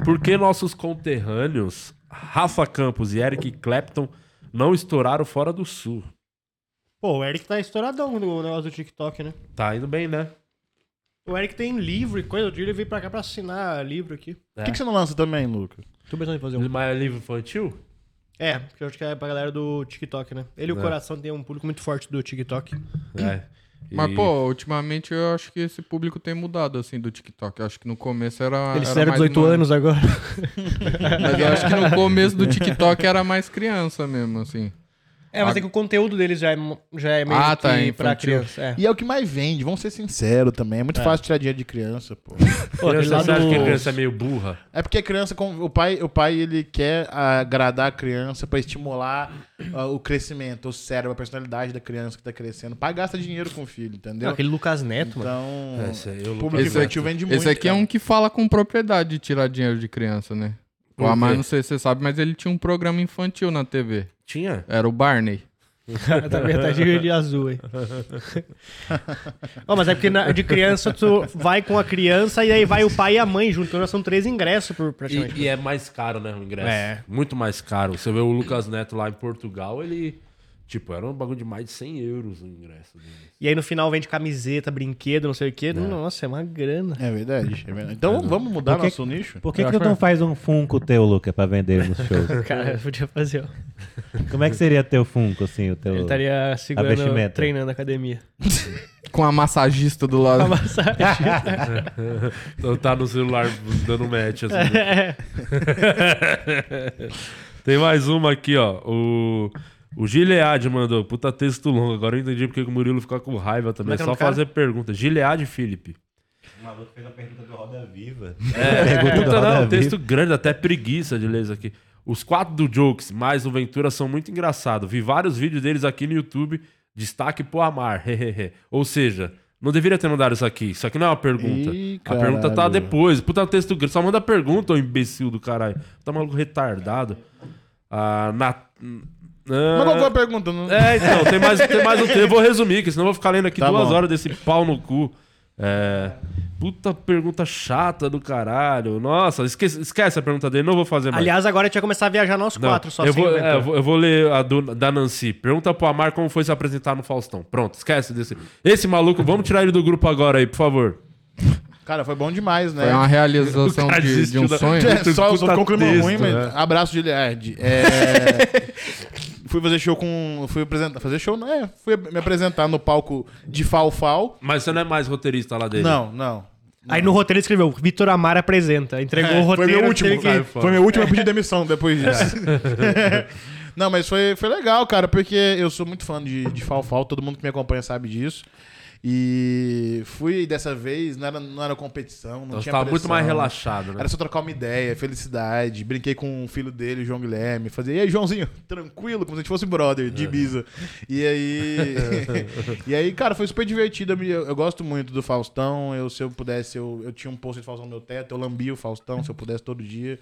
S1: Por que nossos conterrâneos, Rafa Campos e Eric Clapton, não estouraram fora do sul?
S2: Pô, o Eric tá estouradão no negócio do TikTok, né?
S1: Tá indo bem, né?
S2: O Eric tem livro e coisa. O dia ele veio pra cá pra assinar livro aqui.
S5: Por que, que você não lança também, Luca?
S2: Tô pensando em fazer um.
S1: Mas é livro infantil?
S2: É, porque eu acho que é pra galera do TikTok, né? Ele e
S3: É.
S2: o coração tem um público muito forte do TikTok.
S1: É.
S4: Mas,
S1: E-
S4: pô, ultimamente eu acho que esse público tem mudado, assim, do TikTok. Eu acho que no começo era.
S2: Eles
S4: Ah,
S2: fizeram
S4: era mais
S2: 18
S4: uma-
S2: anos agora.
S4: Mas eu acho que no começo do TikTok era mais criança mesmo, assim.
S2: É, mas é que o conteúdo deles já é, mo- já é meio
S4: Ah,
S2: que
S4: tá,
S2: pra
S4: infantil.
S2: criança. É.
S5: E é o que mais vende, vamos ser sinceros também. É muito fácil tirar dinheiro de criança, pô.
S2: Pô, aquele
S1: Criança,
S2: lá
S1: você acha
S2: do-
S1: que a criança é meio burra?
S5: É porque a criança, com- o pai, o pai ele quer agradar a criança pra estimular ah, o crescimento, o cérebro, a personalidade da criança que tá crescendo. O pai gasta dinheiro com o filho, entendeu?
S2: Aquele Lucas Neto, mano.
S5: Então,
S1: Esse tipo- aí, eu,
S5: o
S1: Lucas
S5: público
S4: Esse
S5: infantil vende muito.
S4: Esse aqui é
S5: cara.
S4: um que fala com propriedade de tirar dinheiro de criança, né? O
S1: Por
S4: Amar,
S1: quê?
S4: não sei se você sabe, mas ele tinha um programa infantil na TV.
S1: Tinha?
S4: Era o Barney.
S2: tá verdade de azul aí. Ó, mas é porque na- de criança tu vai com a criança e aí vai o pai e a mãe junto. Então são três ingressos por, praticamente.
S1: E, e é mais caro, né, o ingresso?
S2: É.
S1: Muito mais caro. Você vê o Lucas Neto lá em Portugal, ele... Tipo, era um bagulho de mais de 100 euros o ingresso dele.
S2: E aí no final vende camiseta, brinquedo, não sei o quê. Nossa, é uma grana.
S5: É verdade, é verdade. Então vamos mudar
S3: Por que-
S5: nosso nicho?
S3: Por que,
S4: Eu
S3: que tu
S4: acho
S3: não faz um Funko teu, Luca, pra vender nos shows?
S2: Cara, podia fazer, ó.
S3: Como é que seria teu Funko, assim, o teu...
S2: Ele estaria segurando,
S3: Abastimento.
S2: treinando a academia.
S4: Com a massagista do lado.
S1: Então tá no celular dando match, assim. né?
S2: É.
S1: Tem mais uma aqui, ó. O... O Gilead mandou, puta texto longo. Agora eu entendi porque que o Murilo fica com raiva também. É
S2: Como é que é
S1: só
S2: o nome do cara?
S1: fazer pergunta. Gilead Felipe.
S3: O maluco fez a pergunta do Roda Viva.
S1: Puta,
S3: do Roda
S1: É, então, não, um
S3: Viva.
S1: texto grande, até preguiça de ler isso aqui. Os quatro do Jokes, mais o Ventura, são muito engraçados. Vi vários vídeos deles aqui no YouTube. Destaque pro Amar. hehehe. Ou seja, não deveria ter mandado isso aqui. Isso aqui não é uma pergunta.
S5: Ih,
S1: a pergunta tá
S5: caralho.
S1: depois. Puta, texto grande. Só manda pergunta, ô imbecil do caralho. Tá maluco retardado. Ah, na...
S5: Mas
S1: Ah,
S5: qual foi a pergunta? Não...
S1: é, então, tem mais, tem mais um tempo. Eu vou resumir, que senão eu vou ficar lendo aqui
S5: Tá
S1: duas
S5: bom.
S1: horas desse pau no cu. É. Puta pergunta chata do caralho. Nossa, esquece, esquece a pergunta dele, não vou fazer mais.
S2: Aliás, agora a gente vai começar a viajar nós
S1: não,
S2: quatro só
S1: eu
S2: sem
S1: vou,
S2: inventar.
S1: é, eu vou- eu vou ler a do- da Nancy. Pergunta pro Amar como foi se apresentar no Faustão. Pronto, esquece desse. Esse maluco, vamos tirar ele do grupo agora aí, por favor.
S5: Cara, foi bom demais, né?
S4: Foi uma realização
S1: O cara
S4: de, de
S1: desistiu
S4: um
S1: da-
S4: sonho.
S5: É,
S1: Puta
S5: só
S1: né?
S5: só concluímos
S1: texto,
S5: ruim, mas
S1: né?
S5: abraço, Giliard. É... Fui fazer show com. Fui apresentar. Fazer show, não é? Fui me apresentar no palco de Falfal.
S1: Mas você não é mais roteirista lá dele.
S5: Não, não. É,
S2: Aí no roteiro ele escreveu, Vitor Amar apresenta. Entregou o roteiro.
S5: Foi meu último,
S2: teve que-
S1: cara.
S5: Foi meu último pedido de demissão depois disso. Não, mas foi, foi legal, cara, porque eu sou muito fã de, de Falfal, todo mundo que me acompanha sabe disso. E fui dessa vez, não era, não era competição, não
S1: Então você
S5: tinha
S1: tava
S5: pressão.
S1: muito mais relaxado, né?
S5: Era só trocar uma ideia, felicidade. Brinquei com o filho dele, o João Guilherme. Fazia, e aí, Joãozinho, tranquilo, como se a gente fosse brother,
S1: É.
S5: de Ibiza. E aí. e aí, cara, foi super divertido. Eu, me- eu gosto muito do Faustão. Eu, se eu pudesse, eu, eu tinha um posto de Faustão no meu teto, eu lambia o Faustão se eu pudesse todo dia.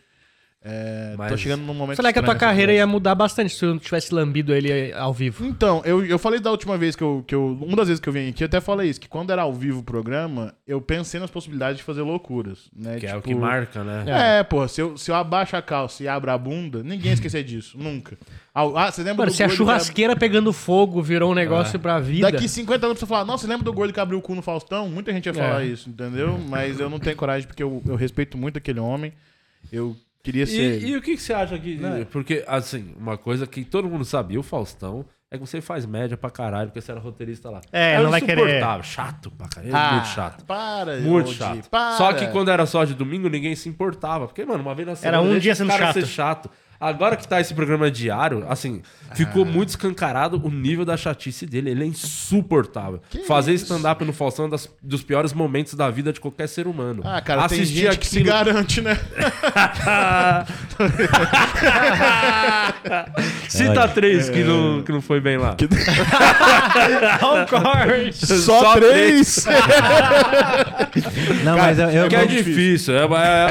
S5: É, Tô
S1: Mas-
S5: chegando num momento.
S2: Será que a tua
S5: estranho nessa
S2: carreira ia mudar bastante se tu não tivesse lambido ele eh, ao vivo?
S5: então, eu, eu falei da última vez que eu, que eu. Uma das vezes que eu vim aqui, eu até falei isso, que quando era ao vivo o programa, eu pensei nas possibilidades de fazer loucuras. Né?
S1: Que é o
S5: Tipo,
S1: que marca, né?
S5: É, porra, se eu, se eu abaixo a calça e abro a bunda, ninguém ia esquecer disso, nunca. Ah, ah, você lembra
S2: Mano,
S5: do
S2: se a
S5: gordo que ab-
S2: churrasqueira pegando fogo virou um negócio pra vida.
S5: É. Daqui 50 anos você falar, nossa, você lembra do gordo que abriu o cu no Faustão? Muita gente ia falar
S2: É.
S5: isso, entendeu? Mas eu não tenho coragem porque eu, eu respeito muito aquele homem. Eu queria ser.
S1: E, e o que, que você acha que. Porque, assim, uma coisa que todo mundo sabia, o Faustão, é que você faz média pra caralho, porque você era roteirista lá.
S2: É,
S1: Era um
S2: não vai querer.
S1: insuportável, Chato pra caralho.
S5: Ah,
S1: muito chato.
S5: Para,
S1: Muito
S5: Odi,
S1: chato.
S5: Para.
S1: Só que quando era só de domingo, ninguém se importava. Porque, mano, uma vez na semana.
S2: Era um
S1: deixa
S2: dia
S1: esse
S2: sendo
S1: cara
S2: chato.
S1: Ser chato. Agora que tá esse programa diário, assim, ficou muito escancarado o nível da chatice dele. Ele é insuportável. Fazer stand-up no Faustão é um das- dos piores momentos da vida de qualquer ser humano.
S5: Ah, cara, tem gente que se
S1: aquilo-
S5: garante, né?
S1: Cita tá três que
S5: É.
S1: não, que não foi bem lá.
S5: Só, três.
S3: Não, mas eu. eu
S1: que é difícil. É,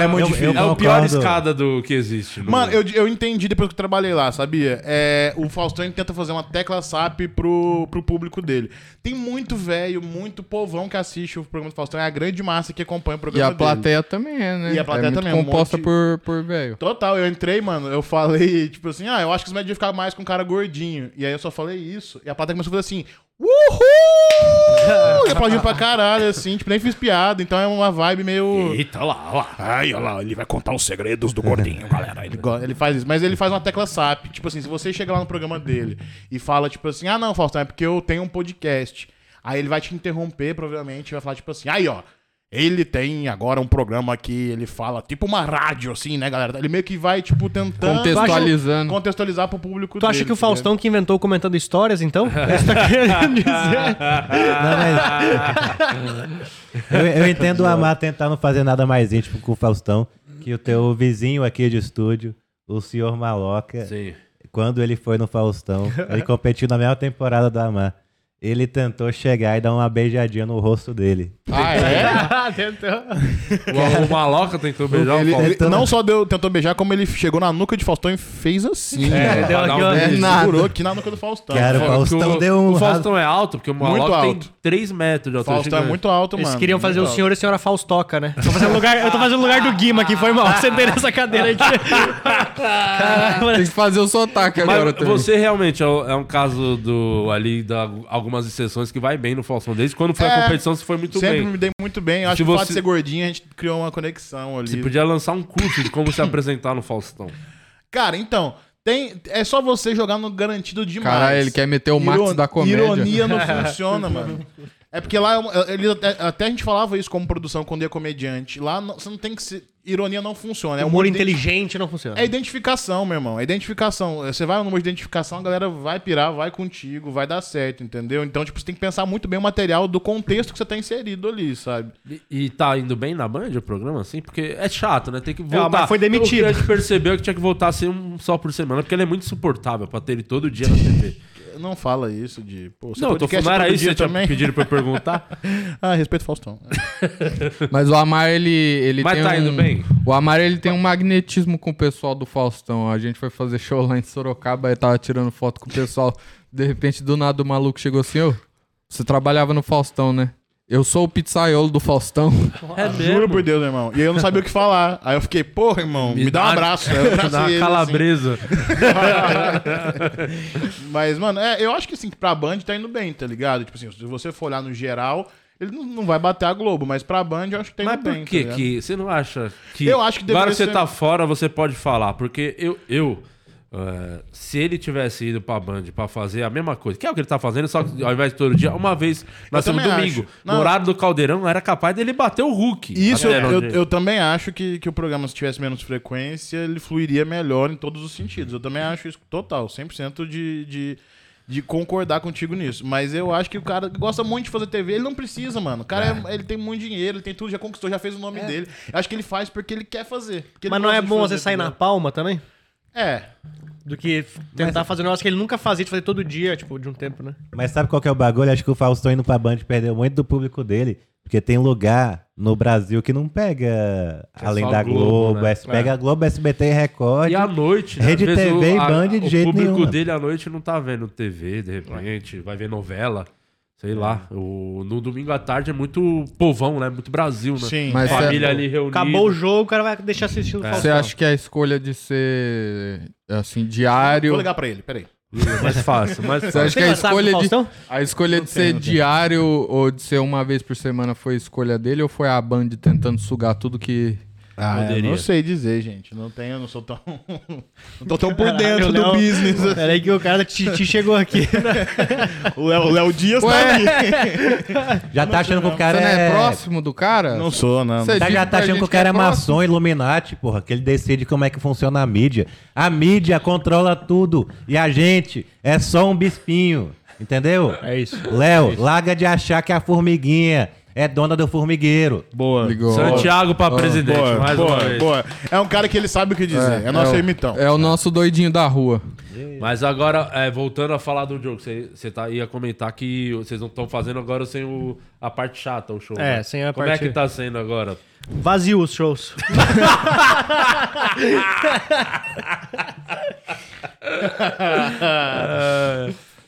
S1: é-
S5: É muito
S1: eu-
S5: difícil.
S1: É o
S3: Eu
S1: pior
S3: concordo.
S1: escada do que existe. no-
S5: Mano, eu, eu entendi depois que eu trabalhei lá, sabia? É, o Faustão ele tenta fazer uma tecla SAP pro, pro público dele. Tem muito velho, muito povão que assiste o programa do Faustão. É a grande massa que acompanha
S4: E
S5: o programa
S4: a
S5: dele.
S4: plateia também é, né?
S5: E a plateia
S4: é muito
S5: também é um
S4: composta
S5: monte-
S4: por, por velho.
S5: Total, eu entrei, mano, eu falei, tipo assim, ah, eu acho que os médicos iam ficar mais com um cara gordinho. E aí eu só falei isso. E a plateia começou a fazer assim, uhul! E aplaudindo pra caralho, assim, tipo, nem fiz piada. Então é uma vibe meio...
S1: Eita, lá, lá.
S6: Ai, olha lá, ele vai contar os segredos do gordinho, galera. Ele
S5: Ele go- Ele faz isso, mas ele faz uma tecla SAP. Tipo assim, se você chega lá no programa dele e fala, tipo assim, ah, não, Faustão, é porque eu tenho um podcast. Aí ele vai te interromper, provavelmente, e vai falar, tipo assim, aí, ó. Ele tem agora um programa que ele fala, tipo uma rádio, assim, né, galera? Ele meio que vai, tipo, tentando
S4: Contextualizando.
S5: contextualizar pro público
S2: Tu acha
S5: dele,
S2: que o
S5: tá ligado?
S2: Faustão que inventou o comentando histórias, então? Isso tá querendo
S5: Ah,
S2: dizer.
S3: Não, mas... eu, eu entendo o Amar tentar não fazer nada mais íntimo com o Faustão, que o teu vizinho aqui de estúdio, o senhor Maloca,
S1: Sim.
S3: quando ele foi no Faustão, ele competiu na mesma temporada do Amar. Ele tentou chegar e dar uma beijadinha no rosto dele.
S5: Ah, é?
S1: O, o Maloca tentou beijar
S5: ele,
S1: o Faustão.
S5: ele não só deu, tentou beijar, como ele chegou na nuca de Faustão e fez assim.
S1: É,
S5: É,
S2: Deu
S1: vai dar
S2: aqui,
S1: um
S2: ó.
S1: beijo.
S5: ele
S4: nada.
S5: segurou aqui na nuca do Faustão.
S3: Cara, o
S5: Fa-
S3: Faustão
S1: Porque o-
S3: deu um
S1: O
S3: raso-
S1: Faustão é alto, porque o Maloca
S5: alto.
S1: tem 3 metros de altura.
S5: Faustão é
S1: gigante.
S5: muito alto, mano.
S2: Eles queriam fazer o
S5: Muito alto.
S2: senhor e a senhora Faustoca, né? Tô fazendo lugar, eu tô fazendo lugar do Guima aqui, foi mal. Sentei nessa cadeira aqui.
S4: Tem que fazer o sotaque
S1: Mas
S4: agora também.
S1: você realmente é um é um caso do ali da algumas exceções que vai bem no Faustão. Desde quando foi
S5: É,
S1: a competição, você foi muito
S5: Sempre
S1: bem.
S5: me dei muito bem. Eu acho
S1: Se
S5: que o fato
S1: você-
S5: de ser gordinho, a gente criou uma conexão ali.
S1: Você podia lançar um curso de como se apresentar no Faustão.
S5: Cara, então, tem... é só você jogar no garantido demais.
S4: Caralho, ele quer meter o Max
S5: Iro-
S4: da comédia.
S5: é Ironia não funciona, mano. É porque lá, é uma- ele, até, até a gente falava isso como produção quando ia comediante. Lá não- você não tem que ser. Ironia não funciona. É
S2: Humor
S5: uma identi-
S2: inteligente não funciona.
S5: É identificação, meu irmão. É identificação. Você vai numa identificação, a galera vai pirar, vai contigo, vai dar certo, entendeu? Então, tipo, você tem que pensar muito bem o material do contexto que você tá inserido ali, sabe?
S1: E, e tá indo bem na Band o programa, assim? Porque é chato, né? Tem que voltar.
S2: Ah, mas foi demitido.
S1: O gente percebeu que tinha que voltar assim um só por semana, porque ele é muito insuportável pra ter ele todo dia na TV.
S5: Não fala isso de. Pô, seu
S1: não, eu tô
S5: podcast
S1: falando, era
S5: é todo
S1: isso
S5: dia
S1: que você tinha pedido pra eu perguntar.
S5: Ah, respeito Faustão.
S4: Mas o Amar, ele, ele
S1: Mas
S4: tem
S1: tá
S4: um...
S1: indo bem?
S4: O Amar, ele tem um magnetismo com o pessoal do Faustão. A gente foi fazer show lá em Sorocaba e tava tirando foto com o pessoal. De repente, do nada, o maluco chegou assim, ô, você trabalhava no Faustão, né? Eu sou o pizzaiolo do Faustão.
S1: É
S5: Juro por Deus, meu irmão. E eu não sabia o que falar. Aí eu fiquei, porra, irmão, me, dá um abraço. Aí eu abracei
S1: Dá uma
S5: ele,
S1: calabresa.
S5: assim. Mas, mano, é, eu acho que assim, que pra Band tá indo bem, tá ligado? Tipo assim, se você for olhar no geral, ele não, não vai bater a Globo, mas pra Band eu acho que tá indo
S1: Mas por
S5: bem.
S1: que
S5: tá ligado?
S1: que... Você não acha que...
S5: Eu acho que
S1: Agora
S5: deveria
S1: que você
S5: ser-
S1: tá fora, você pode falar. Porque eu... eu eh, se ele tivesse ido pra Band pra fazer a mesma coisa, que é o que ele tá fazendo, só que ao invés de todo dia, uma vez na
S5: Eu
S1: semana
S5: também
S1: domingo,
S5: acho.
S1: no
S5: Não.
S1: horário do Caldeirão, era capaz dele bater o Hulk.
S5: Isso eu,
S1: Até
S5: eu,
S1: onde-
S5: eu também acho que, que o programa, se tivesse menos frequência, ele fluiria melhor em todos os sentidos. Eu também acho isso total, 100% de, de, de concordar contigo nisso. Mas eu acho que o cara gosta muito de fazer TV, ele não precisa, mano. O cara, é- ele tem muito dinheiro, ele tem tudo, já conquistou, já fez o nome dele. Eu acho que ele faz porque ele quer fazer. porque ele
S2: É. Mas não é
S5: gosta de
S2: bom
S5: fazer,
S2: você sair na
S5: entendeu?
S2: palma também?
S5: É.
S2: Do que tentar fazer um negócio que ele nunca fazia, de fazer todo dia, tipo, de um tempo, né?
S3: Mas sabe qual que é o bagulho? Acho que o Faustão indo pra Band perdeu muito do público dele. Porque tem lugar no Brasil que não pega
S1: é
S3: além
S1: só
S3: da
S1: Globo,
S3: Globo.
S1: né?
S3: S- Pega a Globo, SBT e Record.
S1: E à noite, né,
S3: Rede
S1: Às vezes
S3: TV e
S1: a-
S3: Band de
S1: o
S3: jeito
S1: público
S3: nenhum, né?
S1: dele à noite não tá vendo TV, de repente, vai ver novela, sei
S5: É.
S1: lá. O, no domingo à tarde é muito povão, né? Muito Brasil, né?
S5: Sim. é
S4: Mas
S1: Família ali reunida.
S2: Acabou o jogo, o cara vai deixar assistindo
S1: É,
S2: o
S4: É. Você
S2: Faustão.
S4: acha que a escolha de ser, assim,
S5: Vou
S4: diário...
S5: ligar pra ele, peraí.
S1: Mais fácil, mais
S4: Você acha
S1: fácil.
S4: que a
S2: Tem WhatsApp do
S4: escolha, de,
S2: Faustão?
S4: a escolha de ser diário ou de ser uma vez por semana foi escolha dele ou foi a Band tentando sugar tudo que...
S5: Ah, eu
S1: Poderia.
S5: não sei dizer, gente. Não tenho, não sou tão. não tô tão Então por dentro
S2: Caralho,
S5: do
S2: Léo.
S5: business.
S2: Peraí que o cara da Titi chegou aqui.
S5: O Léo, o Léo Dias tá
S4: Ué.
S5: aqui.
S3: já tá achando que o
S4: Você
S3: cara
S4: não é
S3: é.
S4: próximo do cara?
S5: Não sou, não.
S4: Você
S3: Tá,
S4: diz
S3: já tá
S4: pra
S3: achando
S4: gente
S3: que o cara é
S4: é próximo.
S3: maçom, Illuminati, porra, que ele decide como é que funciona a mídia. A mídia controla tudo e a gente é só um bispinho, entendeu?
S2: É isso.
S3: Léo, larga de achar que a formiguinha é dona do formigueiro.
S5: Boa.
S4: Ligou.
S1: Santiago pra presidente,
S5: Boa,
S1: mais
S5: boa,
S1: uma vez.
S5: boa. É um cara que ele sabe o que dizer. É, nosso
S4: o-
S5: ermitão.
S4: É o nosso doidinho da rua.
S1: Mas agora, é, voltando a falar do jogo, você você tá, ia comentar que vocês não estão fazendo agora sem o, a parte chata, o show.
S2: É, sem a
S1: Como
S2: parte-
S1: é que tá sendo agora?
S2: Vazio os shows.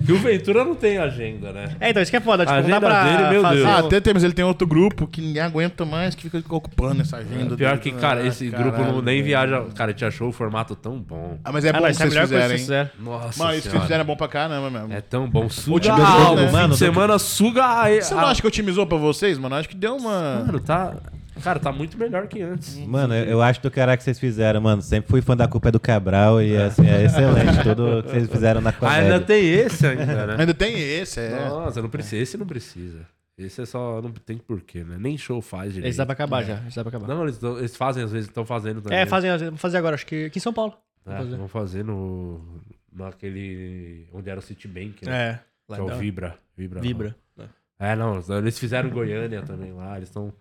S1: Que o Ventura não tem agenda, né?
S2: É, então, isso que é foda. Tipo, não
S1: Agenda
S2: dá pra
S1: dele, meu
S2: fazer...
S1: Deus.
S5: Ah, até tem, mas ele tem outro grupo que ninguém aguenta mais, que fica ocupando essa agenda.
S1: É, Pior
S5: dele.
S1: que, cara,
S5: Ah,
S1: esse
S5: caralho,
S1: grupo não, nem
S5: velho.
S1: viaja. Cara, a gente achou o formato tão bom.
S5: Ah, mas é
S2: Ah,
S5: bom
S2: não,
S5: que
S2: isso é a
S5: vocês
S2: melhor coisa que
S5: fizeram,
S2: vocês
S5: hein?
S2: fizeram.
S1: Nossa
S5: Mano, isso que vocês
S1: senhora.
S5: fizeram é bom pra caramba mesmo.
S1: É tão bom. Suga
S3: time do
S1: a
S3: jogo,
S1: alma.
S3: né?
S1: Fim
S3: Mano,
S1: de semana suga a...
S5: Você não
S1: a-
S5: acha que otimizou pra vocês, mano? Eu Acho que deu uma...
S1: Mano, tá... Cara, tá muito melhor que antes.
S3: Mano, eu, eu acho do caralho que vocês fizeram, mano. Sempre fui fã da culpa é do Cabral e assim, é excelente tudo que vocês fizeram na
S1: Ah, ainda
S3: comédia.
S1: tem esse ainda, né?
S5: Ainda tem esse, é.
S1: Nossa, não precisa. Esse não precisa. Esse é só... Não tem porquê, né? Nem show faz direito.
S2: Esse dá pra acabar já. Esse dá pra acabar.
S1: Não, eles, tão- eles fazem, às vezes estão fazendo também.
S2: É, fazem, vamos fazer agora, acho que aqui em São Paulo.
S1: É, vão fazer no... Naquele... Onde era o Citibank, né?
S2: É.
S1: que é o Vibra. Vibra.
S2: Vibra.
S1: É, não. Eles fizeram Goiânia também lá. Eles estão...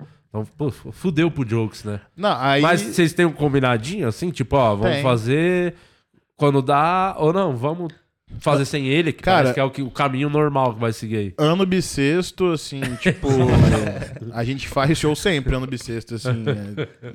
S1: Pô, fudeu pro Jokes, né?
S5: Não, aí...
S1: Mas vocês têm um combinadinho assim? Tipo, ó, vamos
S5: Tem.
S1: fazer quando dá, ou não, vamos fazer sem ele, que
S5: Cara-
S1: parece que é o, que- o caminho normal que vai seguir aí.
S5: Ano bissexto, assim, tipo... a gente faz show sempre, ano bissexto, assim.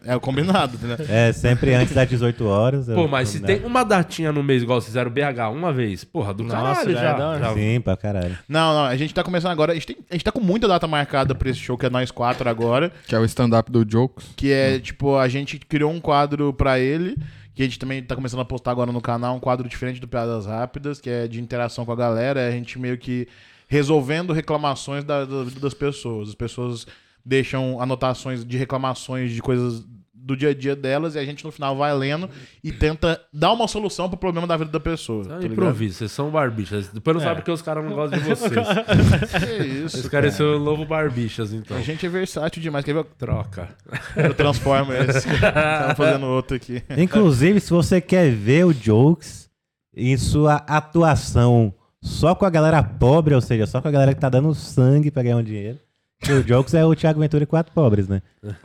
S5: É, é combinado, né?
S3: É, sempre antes das 18 horas. eu-
S1: Pô, mas se tem uma datinha no mês igual vocês fizeram o BH uma vez, porra, do
S2: Nossa,
S1: caralho
S2: já
S1: já. né?
S2: é da hora.
S1: já-
S3: Sim, pra caralho.
S5: Não, não, a gente tá começando agora. A gente, tem- a gente tá com muita data marcada pra esse show, que é nós quatro agora.
S4: Que é o stand-up do Jokes.
S5: Que é, tipo, a gente criou um quadro pra ele, que a gente também tá começando a postar agora no canal, um quadro diferente do Piadas Rápidas, que é de interação com a galera, é a gente meio que resolvendo reclamações da, da vida das pessoas. As pessoas deixam anotações de reclamações de coisas do dia a dia delas e a gente no final vai lendo e tenta dar uma solução pro problema da vida da pessoa.
S1: Tá
S5: Tá ligado? É.
S1: improviso, vocês são barbichas. Depois não sabe porque os caras não gostam de vocês.
S5: Que
S1: Vocês
S5: É isso,
S1: querem
S5: cara.
S1: ser o novo barbichas, então.
S5: A gente é versátil demais. Quer ver?
S1: Troca.
S5: Eu transformo esse. Tava fazendo outro aqui.
S3: Inclusive, se você quer ver o Jokes em sua atuação só com a galera pobre, ou seja, só com a galera que tá dando sangue pra ganhar um dinheiro. porque O Jokes é o Thiago Ventura e Quatro Pobres, né?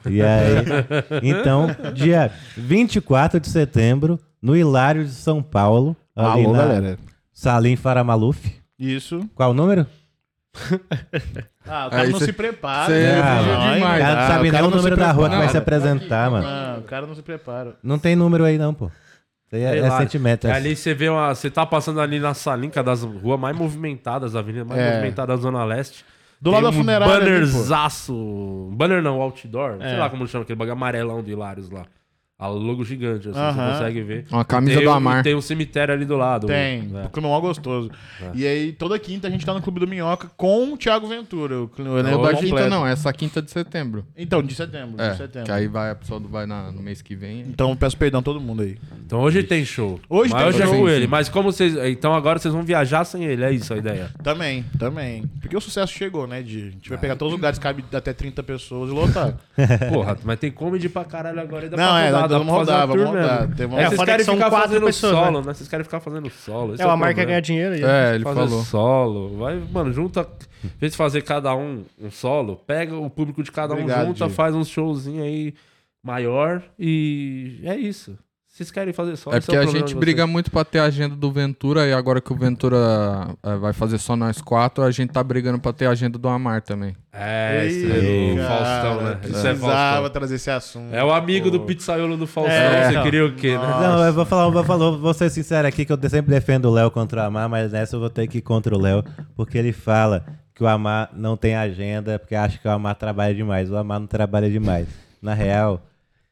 S3: E aí. Então, dia 24 de setembro, no Hilário de São Paulo. ali
S5: Alô,
S3: na
S5: galera.
S3: Salim Faramaluf.
S5: Isso.
S3: Qual o número?
S5: Ah, o
S4: cara Aí não cê- se
S5: prepara.
S4: cê
S3: né?
S4: fugiu
S3: Ah,
S4: demais.
S3: O cara não
S5: Ah,
S3: sabe
S5: o
S3: nem
S5: cara
S3: o
S5: não
S3: número
S5: se
S3: da rua que
S5: prepara.
S3: vai se apresentar, mano.
S5: Não, o cara não se prepara.
S3: Não tem número aí, não, pô. Isso aí é,
S1: Sei
S3: é
S1: lá.
S3: sentimento. é-
S1: Ali você vê uma. Você tá passando ali na salinca das ruas mais movimentadas, da avenida mais
S5: É.
S1: movimentada da Zona Leste.
S5: Do lado da
S1: um
S5: funerária ali, pô.
S1: Bannerzaço. um Banner não, outdoor.
S2: É.
S1: Sei lá como chama aquele bagulho amarelão do Hilários lá. a logo gigante, assim,
S5: Aham.
S1: você consegue ver.
S4: Uma camisa
S1: tem,
S4: do
S1: um-
S4: Amar.
S1: Tem um cemitério ali do lado.
S5: Tem,
S1: né?
S5: porque o maior gostoso.
S1: É.
S5: E aí, toda quinta a gente tá no Clube do Minhoca com o Thiago Ventura. O cl- o elenco
S4: Não,
S1: então
S4: da quinta
S5: completo.
S1: é.
S4: não, é essa quinta de setembro.
S5: Então, de setembro,
S4: É,
S5: de setembro.
S4: que aí vai, a pessoa do- vai na- no mês que vem.
S5: Então, eu peço perdão a todo mundo aí.
S1: Então hoje tem show.
S5: Hoje
S1: mas
S5: tem
S1: hoje
S5: show.
S1: é com
S5: Sim,
S1: ele.
S5: sim.
S1: Mas como vocês. Então agora vocês vão viajar sem ele, é isso a ideia.
S5: Também, também. Porque o sucesso chegou, né? De, a gente vai pegar todos os lugares que cabe até 30 pessoas e lotar.
S1: Porra, mas tem comedy pra caralho agora. ainda
S5: Não,
S1: pra
S5: é,
S1: rodar, dá
S5: nós vamos
S1: pra tá fazer uma
S5: rodar,
S1: tour
S5: vamos rodar.
S1: mesmo.
S5: Tem uma-
S1: É,
S5: É,
S1: vocês
S2: foda é que
S1: querem
S2: são
S1: ficar
S2: quatro
S1: fazendo
S2: pessoas,
S1: solo, né? Vocês querem ficar fazendo solo. esse
S2: É, o Amar quer
S1: problema.
S2: ganhar dinheiro aí.
S4: É, ele
S1: fazer
S4: falou.
S1: solo. Vai, mano, junta. Em vez de fazer cada um um solo, pega o público de cada
S5: Obrigado,
S1: um, junta,
S5: Diego.
S1: faz um showzinho aí maior e é isso. Vocês querem fazer solo?
S4: É
S1: esse
S4: porque
S1: o
S4: a
S1: problema
S4: gente
S1: de
S4: briga
S1: vocês.
S4: muito pra ter a agenda do Ventura e agora que o Ventura é, vai fazer só nós quatro, a gente tá brigando pra ter a agenda do Amar também.
S1: É, isso é
S5: Ih,
S1: do
S5: cara,
S1: Faustão, né? Isso é
S5: Precisava
S1: Faustão.
S5: trazer esse assunto.
S1: É o amigo do pizzaiolo do Faustão.
S2: É,
S1: Você
S2: então.
S1: queria o quê, né?
S3: Não, eu vou falar, vou, falar, vou ser sincero aqui que eu sempre defendo o Léo contra o Amar, mas nessa eu vou ter que ir contra o Léo, porque ele fala que o Amar não tem agenda, porque acha que o Amar trabalha demais. O Amar não trabalha demais. Na real,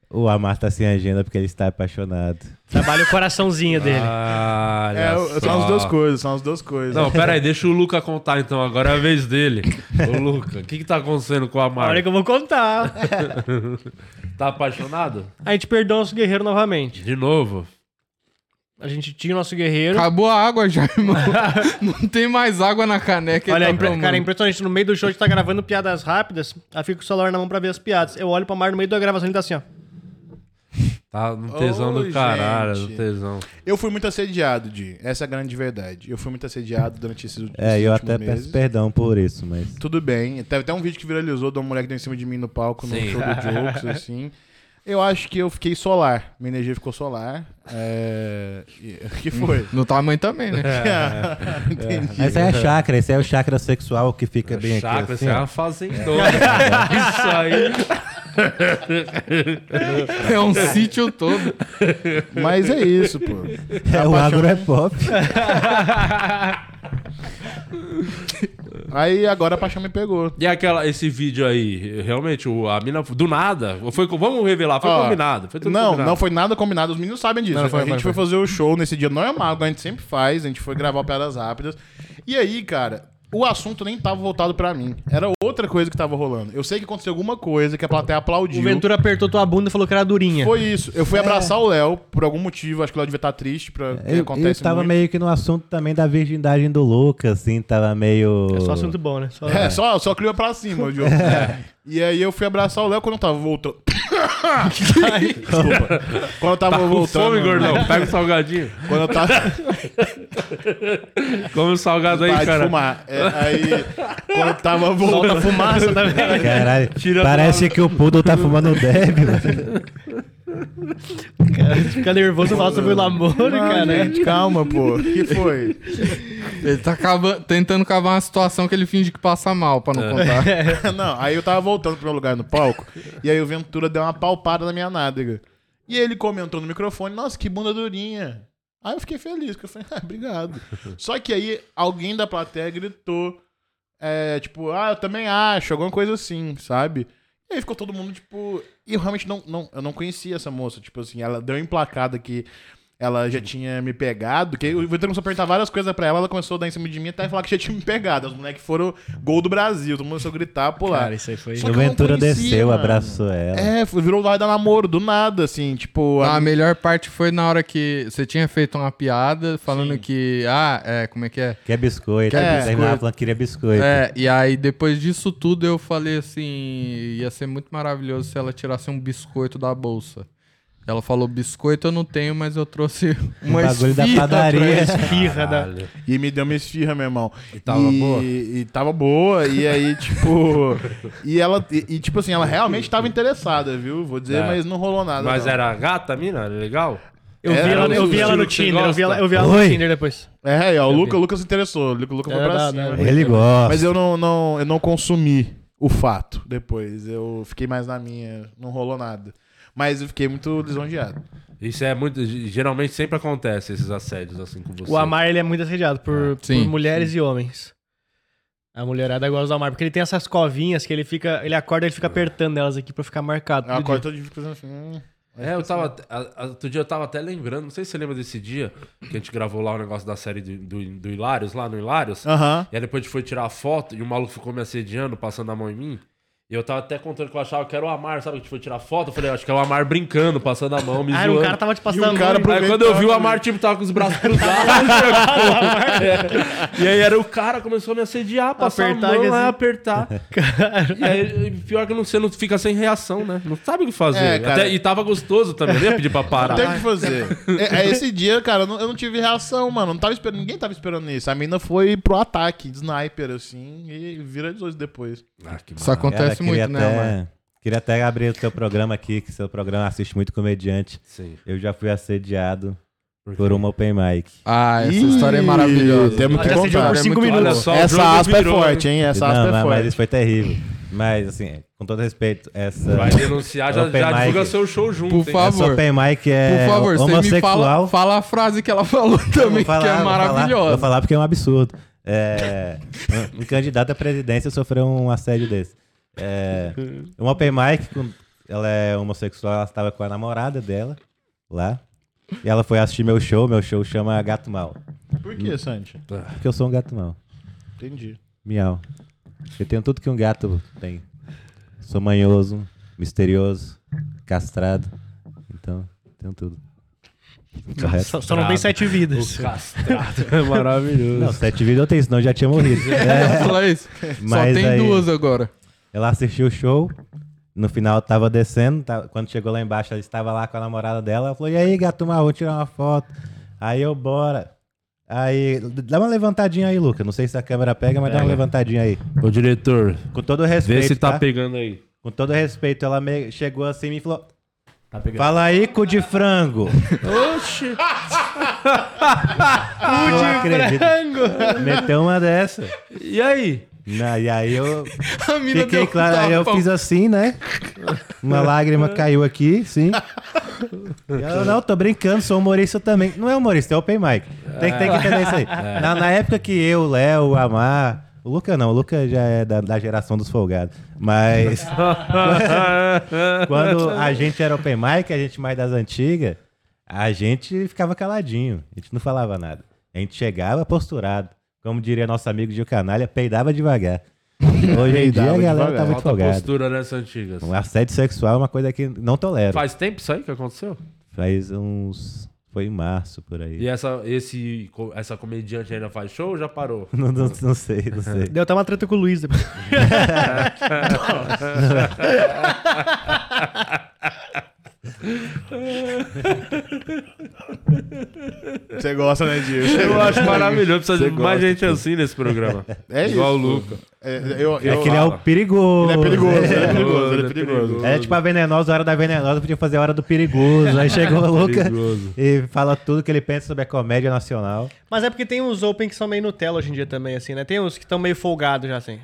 S3: o Amar tá sem agenda porque ele está apaixonado.
S2: Trabalha o coraçãozinho dele.
S1: Ah,
S5: É,
S1: olha
S5: o-
S1: só.
S5: são as duas coisas, são as duas coisas.
S1: Não, pera aí, deixa o Luca contar então. Agora é a vez dele. Ô, Luca, o que, que tá acontecendo com a
S2: A hora
S1: Mari?
S2: que eu vou contar.
S1: Tá apaixonado?
S2: A gente perdeu o nosso guerreiro novamente.
S1: De novo.
S2: A gente tinha o nosso guerreiro.
S4: Acabou a água já, irmão. Não tem mais água na caneca. ele
S2: Olha, é
S4: tá
S2: impre-
S4: tomando.
S2: cara, é impressionante. No meio do show a gente tá gravando piadas rápidas. Aí fica com o celular na mão pra ver as piadas. Eu olho pra Mar no meio da gravação e ele tá assim, ó.
S1: Tá no tesão
S5: Ô,
S1: do caralho,
S5: gente.
S1: no tesão.
S5: Eu fui muito assediado, Di. Essa é a grande verdade. Eu fui muito assediado durante esses,
S3: É,
S5: esses
S3: eu
S5: últimos
S3: até
S5: meses.
S3: peço perdão por isso, mas.
S5: Tudo bem. Teve até um vídeo que viralizou de uma mulher que deu em cima de mim no palco, no
S1: Sim.
S5: show do Jokes, assim. Eu acho que eu fiquei solar. Minha energia ficou solar. É... e- que foi?
S4: No tamanho também, né?
S5: Entendi.
S3: Esse aí é chakra, esse é o chakra sexual que fica bem
S1: Chakra,
S3: aqui.
S5: assim,
S3: assim.
S1: você é uma fazendona.
S5: É.
S1: Isso aí.
S4: É um sítio todo.
S5: Mas é isso, pô.
S3: assim. É, o agro é pop.
S5: Aí agora a paixão me pegou.
S1: E aquela, esse vídeo aí, realmente, o, a mina, do nada, foi, co- vamos revelar, foi
S5: Ó,
S1: combinado. Foi tudo
S5: não,
S1: combinado.
S5: não foi nada combinado. Os meninos sabem disso.
S4: Não, foi,
S5: a gente
S4: foi,
S5: foi, fazer o show nesse dia normal, que a gente sempre faz. A gente foi gravar piadas rápidas. E aí, cara, o assunto nem tava voltado pra mim. Era outra coisa que tava rolando. Eu sei que aconteceu alguma coisa que a plateia aplaudiu.
S2: O Ventura apertou tua bunda e falou que era durinha.
S5: Foi isso. Eu fui abraçar o Léo por algum motivo. Acho que o Léo devia estar triste pra que
S3: É. Eu, eu
S5: acontece
S3: tava
S5: muito.
S3: meio que no assunto também da virgindade do Lucas, assim, tava meio.
S2: É só assunto bom, né? Só-
S5: É, só, só clima pra cima, Diogo.
S3: É.
S5: E aí eu fui abraçar o Léo quando eu tava voltando. Desculpa. Quando eu tava
S1: Tá com
S5: voltando.
S1: fome,
S5: né?
S1: gordão. Pega o salgadinho.
S5: Quando eu tava.
S1: Come o salgado aí,
S5: Para de
S1: cara.
S5: fumar. É, aí. Quando eu tava voltando.
S2: Solta fumaça também.
S3: Caralho,
S1: Tira
S3: parece que o Poodle tá fumando o Deb, mano.
S2: Fica nervoso, fala sobre o namoro, cara. né?
S5: Não, gente, calma, pô. O que foi?
S4: Ele tá cava- tentando cavar uma situação que ele finge que passa mal, pra não contar.
S5: É. Não, aí eu tava voltando pro meu lugar no palco. E aí o Ventura deu uma palpada na minha nádega. E ele comentou no microfone: Nossa, que bunda durinha. Aí eu fiquei feliz, porque eu falei: Ah, obrigado. Só que aí alguém da plateia gritou: é, Tipo, ah, eu também acho, alguma coisa assim, sabe? E aí ficou todo mundo, tipo. E eu realmente não, não, eu não conhecia essa moça. Tipo assim, ela deu emplacada que ela já tinha me pegado. Que o Vitor começou a perguntar várias coisas pra ela, ela começou a dar em cima de mim até falar que já tinha me pegado. Os moleques foram gol do Brasil, todo mundo começou a gritar, pular.
S2: Cara, isso aí foi.
S5: Só
S3: O
S5: que eu não
S3: Ventura
S5: conhecia,
S3: desceu,
S5: mano.
S3: abraçou ela.
S5: É, foi- virou vai dar namoro, do nada, assim, tipo.
S4: A
S1: Ah.
S5: a-
S4: melhor parte foi na hora que você tinha feito uma piada falando que. Ah, é, como é que é?
S3: Quer biscoito,
S5: Quer
S3: quer
S5: biscoito.
S3: biscoito. queria biscoito.
S4: É, e aí depois disso tudo eu falei assim: ia ser muito maravilhoso se ela tirasse um biscoito da bolsa. Ela falou: biscoito eu não tenho, mas eu trouxe uma
S3: Um bagulho da
S4: esfirra pra
S3: padaria."
S4: ele."
S2: Firra da.
S1: Caralho.
S5: E me deu uma esfirra, meu irmão. E
S1: tava boa?
S5: E tava boa, e aí, tipo. e ela. E, e, tipo assim, ela realmente tava interessada, viu? Vou dizer,
S1: É.
S5: mas não rolou nada.
S1: Mas
S5: não.
S1: era gata, mina? Era Legal?
S2: Eu vi
S5: Era
S2: ela, eu
S5: o
S2: vi ela no
S1: estilo que você
S2: Tinder. Eu vi ela, eu vi ela
S3: gosta.
S2: no
S3: Oi.
S2: Tinder depois.
S5: É, aí, ó, o Luca, o Lucas se interessou. O Luca, o Luca foi
S2: É,
S5: pra
S2: dá,
S5: cima.
S4: né?
S2: dá.
S3: Ele gosta.
S5: Mas eu
S1: assim.
S5: não, não, eu não consumi o fato depois. Eu fiquei mais na minha. Não rolou nada. Mas eu fiquei muito lisonjeado.
S1: Isso é muito. Geralmente sempre acontece esses assédios assim com você.
S2: O Amar, ele é muito assediado por, por
S4: Sim,
S2: mulheres e homens. A mulherada gosta do Amar, porque ele tem essas covinhas que ele fica. Ele acorda e ele fica apertando elas aqui pra ficar marcado.
S5: Eu
S2: todo dia.
S5: acordo todo dia e fico fazendo assim. hum.
S1: É, eu tava. a- a- Outro dia eu tava até lembrando, não sei se você lembra desse dia que a gente gravou lá o negócio da série do, do, do Hilários, lá no Hilários.
S5: Aham.
S1: E aí depois a gente foi tirar a foto e o maluco ficou me assediando, passando a mão em mim. E eu tava até contando que eu achava que era o Amar, sabe? Que a gente foi tirar foto. Eu falei, acho que é o Amar brincando, passando a mão, me
S2: Ah,
S1: zoando.
S2: o cara tava te
S5: E
S2: passando.
S5: o cara
S1: Aí quando
S5: aproveitou.
S1: eu vi o Amar, tipo, tava com os braços cruzados. É. E aí era o cara, começou a me assediar, passar
S2: Apertar,
S1: a mão,
S2: que assim-
S1: aí apertar. E aí, pior que não, você não fica sem reação, né? Não sabe o que fazer.
S5: É, cara.
S1: Até- e tava gostoso também, não ia pedir pra parar.
S5: Tem o que fazer. É, é esse dia, cara, eu não, eu não tive reação, mano. Não tava esperando, ninguém tava esperando isso. A mina foi pro ataque, de sniper, assim, e vira 18 depois.
S1: Ah, que
S4: Isso acontece
S3: Cara, queria
S4: muito, né,
S3: até-
S4: mano?
S3: Queria até abrir o seu programa aqui, que seu programa assiste muito comediante.
S1: Sim.
S3: Eu já fui assediado
S1: Por
S3: por uma open mic.
S4: Ah, essa
S5: Ih,
S4: história é maravilhosa.
S5: temos que
S4: Essa
S5: contar.
S4: história
S2: Por
S4: é
S2: cinco
S4: muito
S2: minutos.
S4: boa.
S1: Só o jogo
S5: Essa aspa é
S1: virou, né?
S5: forte, hein? Essa
S3: não,
S5: aspa é
S3: mas, mas
S5: forte.
S3: isso foi terrível. Mas, assim, com todo respeito, essa,
S1: Vai denunciar, já,
S3: Open
S1: já divulga
S3: mic.
S1: seu show junto.
S4: Por
S1: hein?
S4: favor.
S3: essa open mic é
S4: Por favor, você me fala,
S3: homossexual.
S4: fala a frase que ela falou também,
S3: Vou falar,
S4: que é
S3: vou falar, Vou
S4: maravilhosa.
S3: falar porque é um absurdo. É, um, um candidato à presidência sofreu um assédio desse. É, uma open mic, com- ela é homossexual, ela estava com a namorada dela lá. E ela foi assistir meu show, meu show chama Gato Mal.
S5: Por que, Santi?
S3: Porque eu sou um gato mal.
S5: Entendi.
S3: Miau. Eu tenho tudo que um gato tem. Sou manhoso, misterioso, castrado. Então, tenho tudo. Correto?
S2: Só, só não tem sete vidas.
S1: O castrado é maravilhoso.
S3: Não, sete vidas eu tenho, senão eu já tinha morrido. É,
S4: Ela fala isso. Só
S3: mas
S4: tem
S3: aí,
S4: duas agora.
S3: Ela assistiu o show, no final tava descendo, tá- quando chegou lá embaixo, ela estava lá com a namorada dela, ela falou, e aí, gato mal, vou tirar uma foto. Aí eu, bora. Aí, dá uma levantadinha aí, Luca. Não sei se a câmera pega, mas dá uma levantadinha aí.
S1: Ô, diretor,
S3: Com todo o respeito,
S1: vê se tá
S3: tá?
S1: pegando aí.
S3: Com todo respeito, ela me- chegou assim e me falou. Fala aí, cu de frango.
S1: Oxi!
S3: Cu de frango. Meteu uma dessa.
S1: E aí?
S3: Na- e aí eu
S4: A mina
S3: fiquei
S4: um
S3: claro, aí eu
S4: tapão.
S3: fiz assim, né? Uma lágrima caiu aqui, sim. E ela, não, tô brincando, sou humorista também. Não é humorista, é open mic. Tem, que- tem que entender isso aí. Na, na época que eu, o Léo, o Amar... O Luca não, o Luca já é da, da geração dos folgados. Mas... Quando a gente era open mic, a gente mais das antigas, a gente ficava caladinho. A gente não falava nada. A gente chegava posturado. Como diria nosso amigo Gil Canalha, peidava devagar. Hoje em dia a
S5: Peidava
S3: galera tá
S5: devagar.
S3: muito
S1: Falta
S3: folgada.
S1: postura nessa antigas.
S3: Um assédio sexual é uma coisa que não tolero. Faz,
S1: Faz tempo isso aí que aconteceu?
S3: uns... Foi em março, por aí.
S1: E essa, esse, co- essa comediante ainda faz show ou já parou?
S3: Não, não- não sei, não sei.
S2: Deu até uma treta com o Luiz depois.
S5: Você gosta, né, Diego?
S1: Eu acho maravilhoso. Precisa
S5: Você
S1: de mais
S5: gosta,
S1: gente assim nesse programa.
S5: É
S1: Igual
S5: isso.
S1: o Luca.
S5: É, eu,
S3: É
S5: eu-
S3: que ele é o perigoso.
S5: Ele é perigoso, ele
S1: É
S5: é perigoso, ele
S1: perigoso,
S5: é
S1: é
S5: perigoso.
S3: Era tipo a venenosa, a hora da venenosa, podia fazer a hora do perigoso. Aí chegou o Luca
S1: Perigoso.
S3: e fala tudo que ele pensa sobre a comédia nacional.
S2: Mas é porque tem uns open que são meio Nutella hoje em dia também, assim, né? Tem uns que estão meio folgados já, assim.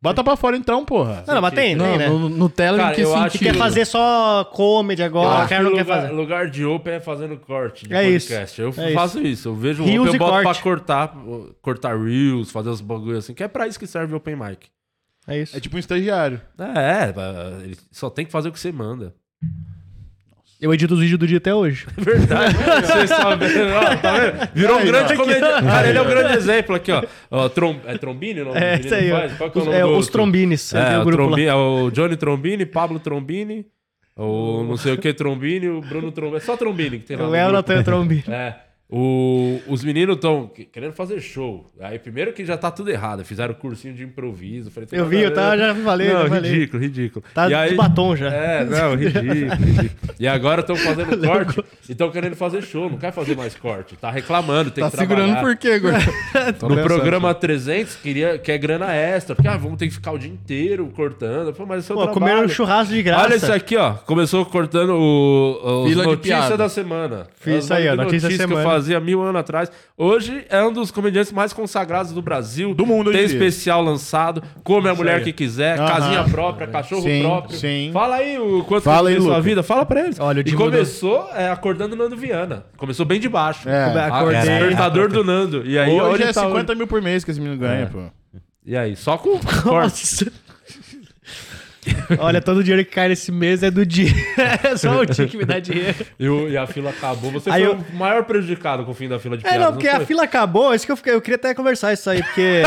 S5: Bota pra fora então, porra.
S2: Não, não, mas tem,
S4: Não,
S2: tem, né?
S4: no, no Tela
S1: Cara,
S4: em que
S1: eu acho
S4: sentido?
S2: Que quer fazer só comedy agora, o
S1: Acho que
S2: cara não quer
S1: lugar,
S2: fazer.
S1: lugar de open é fazendo corte de
S2: É isso.
S1: podcast. Eu
S2: É
S1: faço isso. Eu vejo um
S2: Reels
S1: open, eu
S2: e
S1: boto
S2: corte.
S1: pra cortar, uh, cortar reels, fazer os bagulho assim, que é pra isso que serve o open mic.
S2: É isso.
S5: É tipo um estagiário.
S1: É, é, uh, ele só tem que fazer o que você manda.
S2: Eu edito os vídeos do dia até hoje.
S1: É verdade. Vocês sabem. ó, tá vendo? Virou um
S5: Aí,
S1: grande
S5: ó.
S1: comediante. Cara, ele é um grande exemplo aqui, ó. Ó, Trom- É Trombini o nome
S2: É,
S1: do menino
S2: isso
S1: que
S2: aí. ó.
S1: faz? Qual que é o
S2: Os-
S1: nome
S2: é,
S1: do
S2: os
S1: outro?
S2: Trombines. tem
S1: É,
S2: o
S1: o,
S2: grupo
S1: Trombi-
S2: lá.
S1: é o Johnny Trombini, Pablo Trombini, o não sei o que Trombini, o Bruno Trombini. É só Trombini que tem lá.
S2: O
S1: no
S2: Léo
S1: grupo.
S2: Natan Trombini.
S1: É. o- os meninos estão querendo fazer show. Aí, primeiro que já tá tudo errado. Fizeram cursinho de improviso. Falei,
S2: Eu vi, eu tava, já falei,
S1: Não, é
S2: já falei.
S1: ridículo, ridículo.
S2: Tá
S1: E
S2: de batom já.
S1: É, não, ridículo, ridículo. E agora estão fazendo corte e estão querendo fazer show. Não quer fazer mais corte. Tá reclamando, tem
S4: Tá
S1: que trabalhar.
S4: segurando por quê, gordo?
S5: Tô
S1: No
S5: pensando.
S1: programa 300, queria, quer grana extra. Porque, ah, vamos ter que ficar o dia inteiro cortando. Pô, mas isso é o
S2: Pô,
S1: trabalho.
S2: comeram churrasco de graça.
S1: Olha isso aqui, ó. Começou cortando o, o
S4: Fila de
S1: notícia
S4: piada.
S1: da semana.
S2: Fiz isso aí, ó,
S1: de
S2: notícia da
S1: que eu
S2: semana.
S1: fazia mil anos atrás. Hoje é um dos comediantes mais consagrados do Brasil.
S5: Do mundo, eu
S1: Tem
S5: diria.
S1: especial lançado. Come a mulher que quiser.
S5: Aham.
S1: Casinha própria, cachorro
S5: Sim,
S1: próprio.
S5: sim.
S1: Fala aí o quanto que
S5: Fala aí,
S1: tem sua
S5: Luca.
S1: vida. Fala pra eles.
S2: Olha, o
S1: e
S2: Dinho
S1: começou é, acordando Nando Viana. Começou bem de baixo.
S5: É.
S1: A-
S2: Acordei.
S1: Despertador do Nando. E aí,
S5: Hoje
S1: olha
S5: é
S1: tá
S5: 50 mil por mês que esse menino ganha, pô.
S1: E aí, só com corte.
S2: Olha, todo o dinheiro que cai nesse mês é do dia. É só o dia que me
S1: né,
S2: dá dinheiro.
S1: E, o- e a fila acabou. Você
S2: Aí
S1: foi
S2: eu-
S1: o maior prejudicado com o fim da fila de
S2: É,
S1: piadas.
S2: não, porque a
S1: foi?
S2: fila acabou, é isso que eu, fiquei, eu queria até conversar isso aí, porque.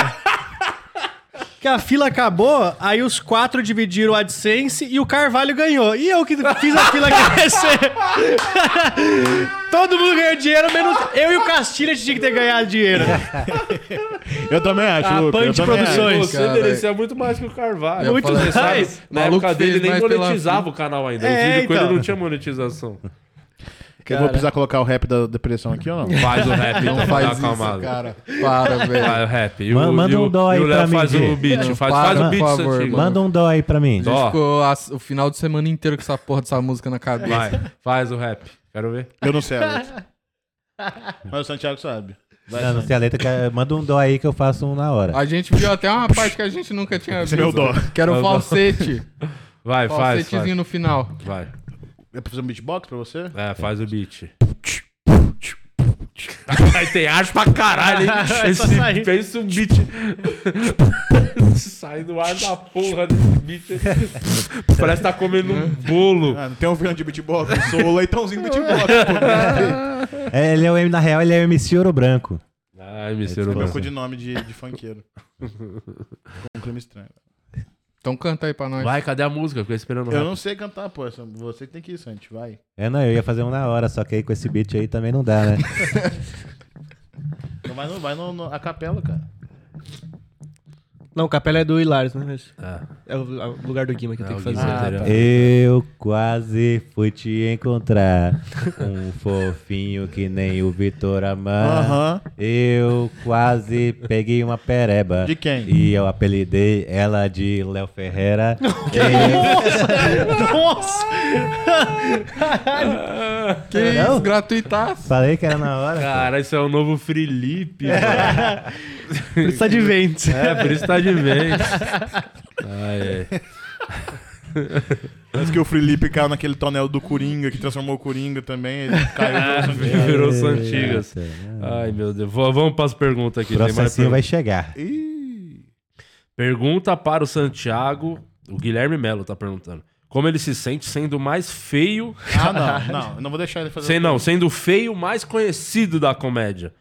S2: que a fila acabou, aí os quatro dividiram o AdSense e o Carvalho ganhou. E eu que fiz a fila crescer. Todo mundo ganhou dinheiro, menos eu e o Castilho a gente tinha que ter ganhado dinheiro. né?
S5: Eu também acho,
S2: A
S5: Luca,
S2: Pan de
S5: eu
S1: É,
S3: tipo,
S5: também acho.
S2: Produções.
S1: Você
S4: Cara,
S3: é
S1: merecia muito mais que o Carvalho.
S2: Muito
S1: Você sabe,
S2: mais.
S1: Na
S4: Maluco
S1: época dele
S4: fez
S1: nem
S4: mais pela
S1: monetizava o canal ainda. o
S2: É,
S1: vídeo dele
S2: então.
S1: não tinha monetização.
S5: Eu vou precisar colocar o rap da depressão aqui ou não?
S1: Faz o rap, então, pra
S4: Não
S1: dar
S4: faz
S1: uma
S4: isso,
S1: acalmada.
S4: cara. Para, velho.
S1: Faz o rap. E o,
S3: Manda- manda
S1: e o-
S3: um dó aí
S1: e o
S3: pra
S1: Léo
S3: mim,
S1: faz
S3: Gê.
S1: o beat.
S4: Não,
S1: faz,
S4: para,
S1: faz o
S4: por
S1: beat
S4: favor,
S1: Santinho.
S4: mano.
S3: Manda um dó aí pra mim.
S1: Dó. Ó.
S4: Ficou a- o final de semana inteiro com essa porra dessa música na cabeça.
S1: Vai, faz o rap. Quero ver.
S5: Eu não sei a letra. Mas o Santiago sabe. Vai,
S3: Não, não sei a letra, que- manda um dó aí que eu faço um na hora.
S4: A gente viu até uma parte que a gente nunca tinha visto.
S5: Meu dó.
S4: Que era o
S1: Meu dó.
S4: falsete.
S1: Vai, faz.
S4: Falsetezinho
S1: faz.
S4: no final.
S1: Vai.
S5: É pra fazer um beatbox pra você?
S1: É, faz o beat. Aí tem ar pra caralho, hein?
S2: É só
S1: Esse,
S2: sair.
S1: pensa um beat. Sai do ar da porra desse beat. Parece que tá comendo um bolo.
S5: Ah, não tem um vilão de beatbox? Eu sou o leitãozinho do beatbox. pô.
S3: É, ele é o, M- na real, ele é o MC Ouro Branco.
S1: Ai, me
S3: É
S5: Meu
S1: serou.
S5: cu de nome de, de funkeiro. Ficou um clima estranho.
S4: Então canta aí pra nós.
S1: Vai, cadê a música? Fiquei esperando o
S5: Eu
S1: rap.
S5: não é sei cantar, pô. essa- Você que tem que ir, Santi. Vai.
S3: É, não, eu ia fazer um na hora, só que aí com esse beat aí também não dá, né?
S5: Então vai, no, vai no, no- a capela, cara.
S2: Não, o Capela é do Hilários, né?
S1: Ah,
S2: É o, é o lugar do Guima que eu tenho que
S1: alguém
S2: fazer. Ah, tá.
S1: entendeu.
S3: Eu quase fui te encontrar. Um fofinho que nem o Vitor Amar.
S5: Aham.
S3: Eu quase peguei uma pereba.
S5: De quem?
S3: E eu apelidei ela de Léo Ferreira.
S2: Nossa!
S4: Que isso,
S3: Não?
S4: gratuitaço.
S3: Falei que era na hora.
S1: Cara, isso é o novo Frilipe, mano.
S2: Precisa de vento.
S1: É, por isso tá de vez. Ai, ai.
S5: Parece que o Felipe caiu naquele tonel do Coringa, que transformou o Coringa também. Ele
S1: Ah,
S5: caiu. pelo Santiago.
S1: virou
S3: Eita,
S1: Santigas.
S3: né?
S1: Ai, meu Deus. Vou- Vamos pras perguntas aqui.
S3: O
S1: tem mais
S3: processinho
S1: perguntas.
S3: vai chegar.
S1: Pergunta para o Santiago. O Guilherme Melo tá perguntando. Como ele se sente sendo mais feio.
S5: Ah, não. Não, eu não vou deixar ele fazer.
S1: Sem não, sendo o feio mais conhecido da comédia.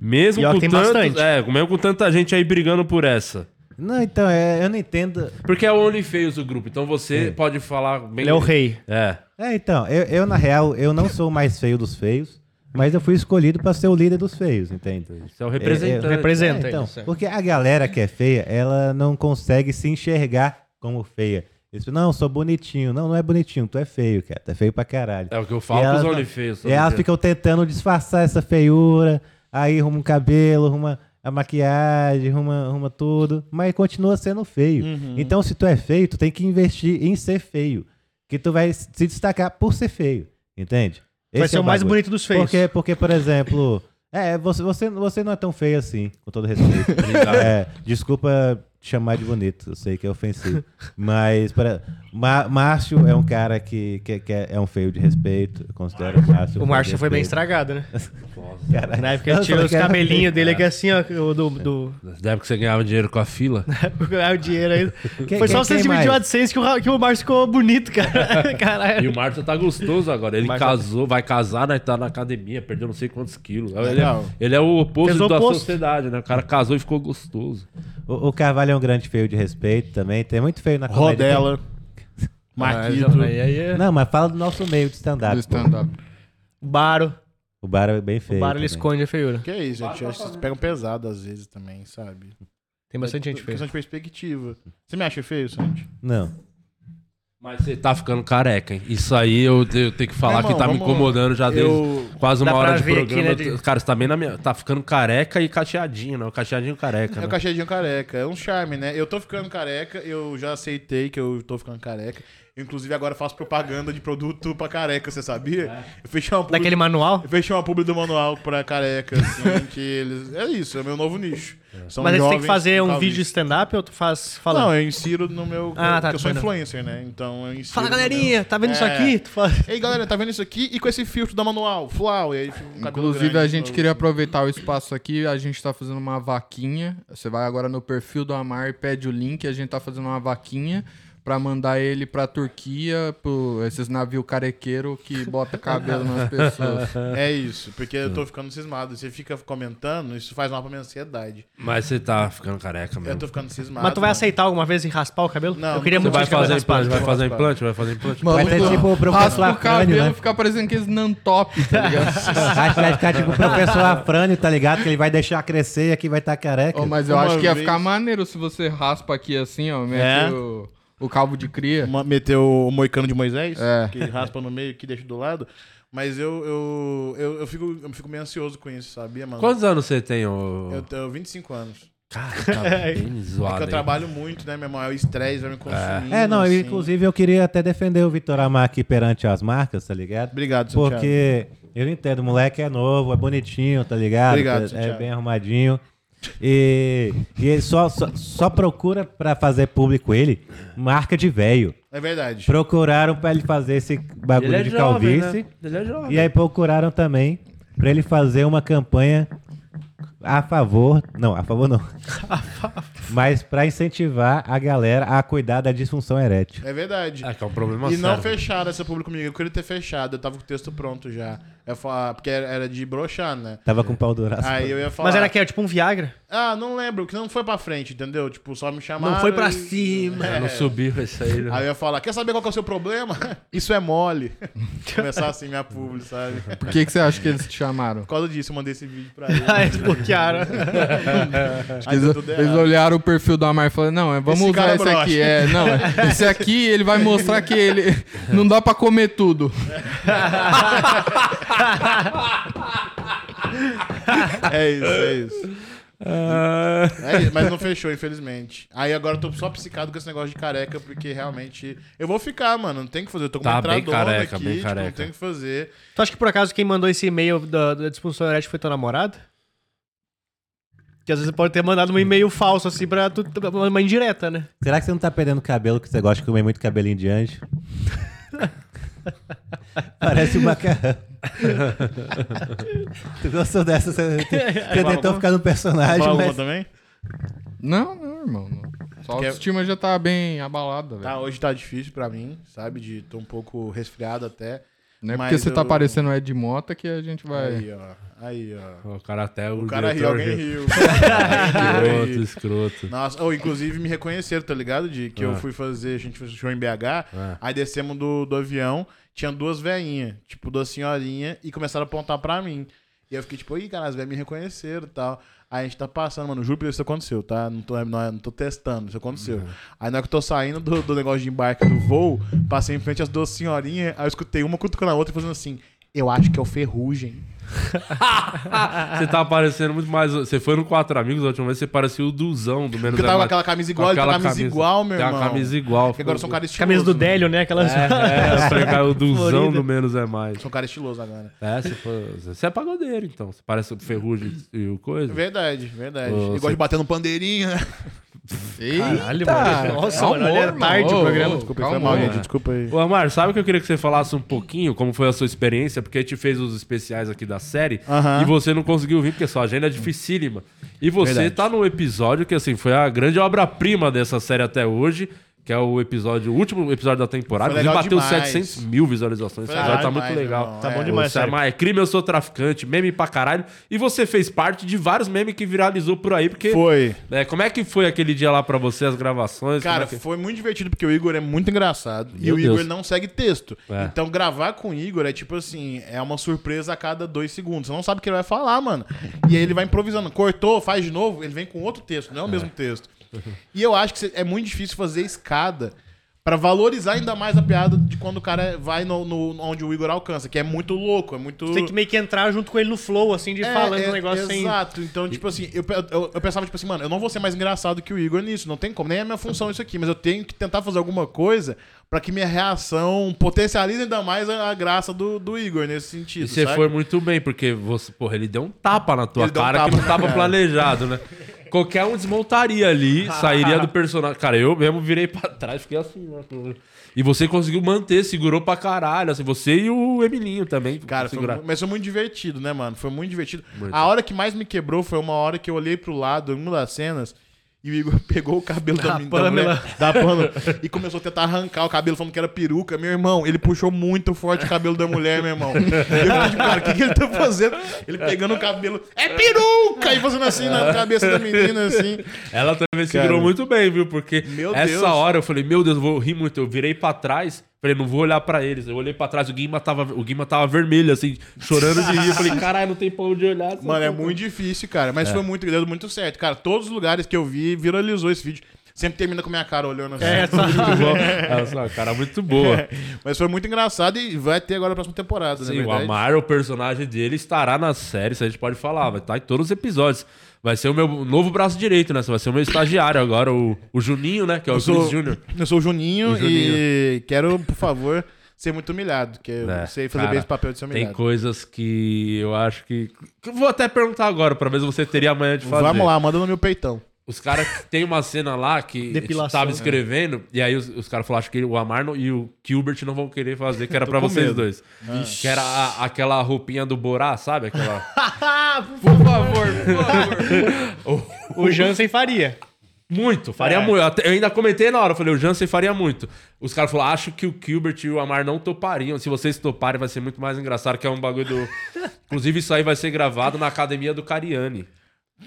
S1: Mesmo
S2: E ó,
S1: com
S2: tem
S1: tantos-
S2: bastante.
S1: É, mesmo com tanta gente aí brigando por essa.
S3: Não, então, é, eu não entendo.
S1: Porque é o Only Feios do grupo, então você pode falar bem.
S2: Ele é o rei.
S1: É.
S3: É, então, eu, eu, na real, eu não sou o mais feio dos feios, mas eu fui escolhido pra ser o líder dos feios, entende?
S1: Você é o representante.
S3: É,
S2: Representa
S3: É, então,
S2: isso.
S3: porque a galera que é feia, ela não consegue se enxergar como feia. Eles falam, não, sou bonitinho. Não, não é bonitinho, tu é feio, cara. Tu é feio pra caralho.
S1: É o que eu
S3: E
S1: falo com
S3: elas
S1: os né?
S3: não-
S1: Only Feios.
S2: é
S3: E É, elas
S1: todo dia.
S3: ficam tentando disfarçar essa feiura. Aí arruma um cabelo, arruma a maquiagem, arruma, arruma tudo. Mas continua sendo feio.
S2: Uhum.
S3: Então, se tu é feio, tu tem que investir em ser feio. Que tu vai se destacar por ser feio. Entende?
S2: Vai
S3: Esse
S2: ser
S3: é
S2: o mais
S3: bagulho.
S2: bonito dos feios.
S3: Porque, porque por exemplo. É, você, você, você não é tão feio assim, com todo respeito. É, desculpa te chamar de bonito, eu sei que é ofensivo. Mas, para, Ma- Márcio é um cara que, que, que é é um feio de respeito, eu considero o Márcio. um
S2: O Márcio foi bem
S3: estranho.
S2: estragado, né?
S3: Caralho.
S2: Na época ele
S3: Eu
S2: tirou
S3: falei
S2: os
S3: que era
S2: cabelinhos dele aqui assim, ó, o do, do...
S1: Da época que você ganhava dinheiro com a fila.
S2: Ah, o dinheiro aí.
S3: Quem-
S2: Foi só um
S3: quem-
S2: vocês
S3: quem
S2: dividirem o
S3: mais?
S2: AdSense que o, Ra- que o Márcio ficou bonito, cara.
S1: E
S2: Caralho.
S1: o Márcio tá gostoso agora. Ele
S2: Márcio-
S1: casou, vai casar, né? Tá na academia, perdeu não sei quantos quilos. Ele é,
S5: Legal.
S1: ele é o oposto
S2: Fez o
S1: da
S2: oposto.
S1: sociedade, né? O cara casou e ficou gostoso.
S3: O, o Carvalho é um grande feio de respeito também. Tem muito feio na comédia.
S5: Rodela. então. Marquito.
S2: Aí, aí, é-
S3: Não, mas fala do nosso meio de stand-up.
S4: Do
S3: pô.
S4: stand-up.
S2: Baro.
S3: O bar é bem feio.
S2: o Baro ele
S3: também.
S2: esconde a feiura.
S5: Que é isso, gente. Eu acho que Vocês pegam pesado às vezes também, sabe?
S2: Tem bastante gente feia.
S5: Questão de perspectiva. Você me acha feio, Santi?
S3: Não.
S1: Mas você tá ficando careca, hein? Isso aí eu, eu tenho que falar
S5: Irmão,
S1: que tá me
S5: vamos-
S1: incomodando já desde
S5: Eu-
S1: quase
S2: Dá
S1: uma
S2: pra
S1: hora de
S2: ver aqui,
S1: programa.
S2: né, de-
S1: Cara, você tá bem na minha. Tá ficando careca e cacheadinho, né? O cacheadinho
S2: Tá
S1: careca.
S5: É o
S1: Né?
S5: cacheadinho careca. É um charme, né? Eu tô ficando careca, eu já aceitei que eu tô ficando careca. Eu, Inclusive, agora faço propaganda de produto pra careca, você sabia? Eu fechei uma publi,
S2: É. Daquele manual?
S5: eu fechei uma publi do manual pra careca, assim, que eles... É isso, é o meu novo nicho. São
S2: Mas aí você tem que
S5: jovens
S2: fazer
S5: com
S2: um
S5: calvície.
S2: vídeo stand-up ou tu faz
S5: Não,
S2: falando?
S5: eu insiro no meu...
S2: Ah, tá,
S5: porque eu sou
S2: tô vendo.
S5: influencer, né? Então eu insiro...
S2: Fala,
S5: no meu-
S2: galerinha, tá vendo isso
S5: É.
S2: aqui? Tu fala...
S5: Ei, galera, tá vendo isso aqui? E com esse filtro da manual, flau. E aí fica um cabelo
S4: Inclusive,
S5: grande
S4: a
S5: de
S4: gente
S5: novo.
S4: queria aproveitar o espaço aqui. A gente tá fazendo uma vaquinha. Você vai agora no perfil do Amar e pede o link. A gente tá fazendo uma vaquinha pra mandar ele pra Turquia, pro esses navios carequeiro que bota cabelo nas pessoas.
S5: É isso, porque eu
S4: Tá.
S5: tô ficando cismado. Você fica comentando, isso faz mal pra minha ansiedade.
S1: Mas você tá ficando careca mesmo.
S5: Eu tô ficando cismado. né?
S2: Mas tu vai aceitar alguma vez em raspar o cabelo?
S5: Não,
S2: Eu queria
S5: você
S1: Você
S2: muito
S1: vai
S2: de cabelo
S1: fazer
S2: raspado.
S1: implante, vai
S5: raspado.
S1: fazer implante, vai fazer implante.
S3: Vai ser tipo o professor
S4: Raspa o
S3: Afrânio,
S4: cabelo
S3: né?
S4: fica parecendo aqueles non-top, tá ligado?
S3: Vai vai ficar tipo o professor Afrânio, tá ligado? Que ele vai deixar crescer e aqui vai estar careca.
S4: Ô, mas eu
S5: Uma
S4: acho que ia
S5: vez-
S4: ficar maneiro se você raspa aqui assim, ó, mete
S5: É?
S4: o, o calvo de cria.
S5: Uma- meteu o moicano de Moisés,
S4: É.
S5: que raspa no meio, que deixa do lado. Mas eu, eu, eu, eu fico, eu fico meio ansioso com isso, sabia, mano?
S1: Quantos anos você tem, ô?
S5: Eu tenho 25 anos.
S1: Cara, tá bem
S5: Porque
S1: zoado.
S5: eu
S1: hein?
S5: trabalho muito, né, meu irmão? É o estresse, vai me consumindo.
S3: É, não, eu,
S5: assim.
S3: inclusive eu queria até defender o Vitor Amar aqui perante as marcas, tá ligado?
S5: Obrigado, Santiago.
S3: Porque eu entendo, o moleque é novo, é bonitinho, tá ligado?
S5: Obrigado,
S3: é,
S5: Santiago.
S3: bem arrumadinho. E, e ele só, só, só procura pra fazer público ele marca de velho.
S5: É verdade.
S3: Procuraram pra ele fazer esse bagulho
S1: Ele é
S3: de
S1: jovem,
S3: calvície.
S1: né? Ele é jovem.
S3: E aí procuraram também pra ele fazer uma campanha a favor, não, a favor não. Mas pra incentivar a galera a cuidar da disfunção erétil.
S5: É verdade.
S1: É que é um problema
S5: E não
S1: sério.
S5: fecharam essa pública comigo. Eu queria ter fechado. Eu tava com o texto pronto já. Eu falava, porque era era de broxar, né?
S3: Tava com o pau dourado.
S5: Aí eu ia falar.
S2: Mas era que era tipo um Viagra?
S5: Ah, não lembro, que não foi pra frente, entendeu? Tipo, só me chamaram.
S2: Não foi pra
S5: e- É.
S2: cima.
S1: é, Não subiu isso aí. né?
S5: Aí eu ia falar, quer saber qual que é o seu problema? Isso é mole. Começar assim minha publi, sabe?
S4: Por que, que você acha que eles te chamaram?
S5: Por causa disso, eu mandei esse vídeo pra ele. né?
S2: Ah, eles bloquearam.
S5: Aí deu
S4: Eles,
S5: tudo
S4: eles
S5: errado.
S4: olharam o perfil do Amar e falaram, não, é, vamos
S5: Esse
S4: usar
S5: cara é
S4: esse
S5: broxa.
S4: aqui. É, não, esse aqui ele vai mostrar que ele não dá pra comer tudo.
S5: É isso, é isso.
S1: Ah,
S5: É isso, mas não fechou, infelizmente. Aí agora eu tô só psicado com esse negócio de careca, porque realmente. Eu vou ficar, mano. Não tem o que fazer. Eu tô com
S1: Tá
S5: uma
S1: bem
S5: entradona
S1: careca,
S5: aqui,
S1: bem
S5: tipo, não
S1: careca.
S5: tem o que fazer.
S2: tu acha que por acaso quem mandou esse e-mail da, da disfunção erétil foi teu namorado? Que às vezes pode ter mandado um e-mail falso, assim, pra tu, pra- uma indireta, né?
S3: Será que você não tá perdendo cabelo que você gosta de comer muito cabelinho de anjo? Parece um macarrão. tu gostou dessa? Você, você tentou ficar no personagem,
S5: Fala uma
S3: mas...
S5: também?
S4: Não, não, irmão. Não. Só a
S5: Quer-
S4: autoestima já tá bem abalada, velho.
S5: Tá, hoje tá difícil pra mim, sabe? De tô um pouco resfriado até.
S4: Não é porque
S5: mas
S4: você tá
S5: eu-
S4: parecendo o Ed Mota que a gente vai...
S5: Aí, ó. Aí, ó.
S1: o cara até o,
S5: O cara riu,
S1: diretor
S5: alguém
S1: Escroto,
S5: riu.
S1: escroto.
S5: Nossa, ou inclusive me reconheceram, tá ligado? De que eu fui fazer, a gente fez um show em BH, aí descemos do, do avião, tinha duas veinhas, tipo, duas senhorinhas, e começaram a apontar pra mim. E eu fiquei tipo, ih, cara, as velhas me reconheceram e tal. Aí a gente tá passando, mano, juro por Deus, isso aconteceu, tá? Não tô, não, é- não tô testando, isso aconteceu. Aí na hora que eu tô saindo do, do negócio de embarque do voo, passei em frente às duas senhorinhas, aí eu escutei uma cutucando a outra e fazendo assim, eu acho que é o ferrugem.
S1: Você tá parecendo muito mais. Você foi no Quatro Amigos a última vez, você parecia o Duzão do menos.
S5: Porque eu tava com
S1: é Mais.
S5: aquela camisa igual, ele tem
S1: aquela
S5: uma camisa igual, meu
S1: tem
S5: irmão.
S1: uma camisa igual.
S5: Porque agora eu sou um cara estiloso.
S2: Camisa do
S5: né?
S2: Délio, né? Aquelas...
S1: É, eu falei, cara, o Duzão
S2: Florida.
S1: do menos é mais.
S5: Sou um cara estiloso agora.
S1: É, você, foi- você é pagodeiro, então. Você parece o Ferrugem e o coisa.
S5: Verdade, verdade.
S1: Ô,
S5: Ele
S1: você-
S5: gosta de bater no pandeirinho, né?
S4: Eita!
S2: Caralho, mano. Nossa, mano, olha, era tarde o programa.
S4: Desculpa,
S5: é. Foi mal, gente. Desculpa aí.
S1: Ô, Amar, sabe o que eu queria que você falasse um pouquinho? Como foi a sua experiência? Porque a gente fez os especiais aqui da série
S5: Aham.
S1: e você não conseguiu vir, porque sua agenda é dificílima. E você tá num episódio que, assim, foi a grande obra-prima dessa série até hoje, que é o episódio, o último episódio da temporada.
S5: Foi
S1: Ele
S5: legal
S1: bateu
S5: demais.
S1: 700 mil visualizações. Esse
S5: Foi
S1: episódio tá
S5: legal
S1: muito
S5: demais,
S1: legal.
S5: irmão. Tá bom
S1: É,
S2: demais,
S1: Você é
S2: sério.
S1: mais crime, eu sou traficante, meme pra caralho. E você fez parte de vários memes que viralizou por aí, porque...
S5: Foi.
S1: né, como é que foi aquele dia lá pra você, as gravações? Como
S5: Cara,
S1: é que-
S5: foi muito divertido porque o Igor é muito engraçado e
S1: Meu
S5: o Igor
S1: Deus.
S5: não segue texto.
S1: É.
S5: Então gravar com o Igor é tipo assim, é uma surpresa a cada dois segundos. Você não sabe o que ele vai falar, mano. E aí ele vai improvisando. Cortou, faz de novo, ele vem com outro texto, não é o mesmo texto. E eu acho que é muito difícil fazer escada pra valorizar ainda mais a piada de quando o cara vai no, no- onde o Igor alcança, que é muito louco, é muito...
S2: Tem que meio que entrar junto com ele no flow, assim,
S1: É,
S2: de falando um negócio sem...
S5: É, Exato. Então, tipo assim, eu, pe- eu, eu pensava, tipo assim, mano, eu não vou ser mais engraçado que o Igor nisso. Não tem como, nem é minha função isso aqui, mas eu tenho que tentar fazer alguma coisa pra que minha reação potencialize ainda mais a, a graça do, do Igor nesse sentido.
S1: E você
S5: sabe?
S1: foi muito bem, porque você, porra, ele deu um tapa na tua
S5: Ele deu um
S1: cara
S5: tapa
S1: que não
S5: na
S1: tava
S5: cara.
S1: planejado, né? Qualquer um desmontaria ali, sairia do personagem. Cara, eu mesmo virei pra trás, fiquei assim, né? E você conseguiu manter, segurou pra caralho. Assim, você e o Emilinho também.
S5: Cara, foi,
S1: seguraram.
S5: mu- mas foi muito divertido, né, mano? Foi muito divertido.
S1: Muito.
S5: A hora que mais me quebrou foi uma hora que eu olhei pro lado, em uma das cenas, E o Igor pegou o cabelo da, men- da
S2: Pamela.
S5: mulher- da Pamela e começou a tentar arrancar o cabelo, falando que era peruca. Meu irmão, ele puxou muito forte o cabelo da mulher, meu irmão. Eu falei, tipo, cara, o que, que ele tá fazendo? Ele pegando o cabelo, é peruca! E fazendo assim na cabeça da menina, assim.
S1: Ela também se
S5: Cara.
S1: virou muito bem, viu? Porque
S5: Meu
S1: essa
S5: Deus.
S1: hora eu falei, meu Deus, eu vou rir muito. Eu virei pra trás, falei, não vou olhar pra eles. Eu olhei pra trás, o Guima tava, o Guima tava vermelho, assim, chorando de rir. Eu falei, caralho, não tem pra onde olhar. essa
S5: Mano, é
S1: porra."
S5: muito difícil, cara. Mas foi muito, deu muito certo. Cara, todos os lugares que eu vi, viralizou esse vídeo. Sempre termina com a minha cara olhando assim.
S1: Muito bom. Ela só, cara, muito boa.
S5: Mas foi muito engraçado e vai ter agora a próxima temporada, né?
S1: Sim, o Amaro, o personagem dele, estará na série, isso a gente pode falar, vai estar em todos os episódios. Vai ser o meu novo braço direito, né? Vai ser o meu estagiário agora, o, o Juninho, né? Que é o
S5: Eu sou,
S1: Chris Júnior.
S5: eu sou o Juninho,
S1: O Juninho.
S5: e quero, por favor, ser muito humilhado, que eu
S1: É,
S5: sei fazer
S1: cara,
S5: bem esse papel de ser
S1: Tem
S5: humilhado.
S1: coisas que eu acho que. que eu Vou até perguntar agora, pra ver se você teria amanhã de fazer.
S5: Vamos lá, manda no meu peitão.
S1: Os caras que- tem uma cena lá que
S2: Depilação,
S1: tava
S2: né?
S1: escrevendo, e aí os, os caras falaram acho que o Amarno e o Gilbert não vão querer fazer, que era pra
S5: com
S1: vocês
S5: medo. Ah.
S1: dois. Que era a- aquela roupinha do Borá, sabe? Aquela.
S4: Por favor, por favor.
S2: O Jansen faria.
S1: Muito, faria muito. Eu até- eu ainda comentei na hora, eu falei, o Jansen faria muito. Os caras falaram, acho que o Gilbert e o Amar não topariam. Se vocês toparem, vai ser muito mais engraçado, que é um bagulho do. Inclusive, isso aí vai ser gravado na academia do Cariani.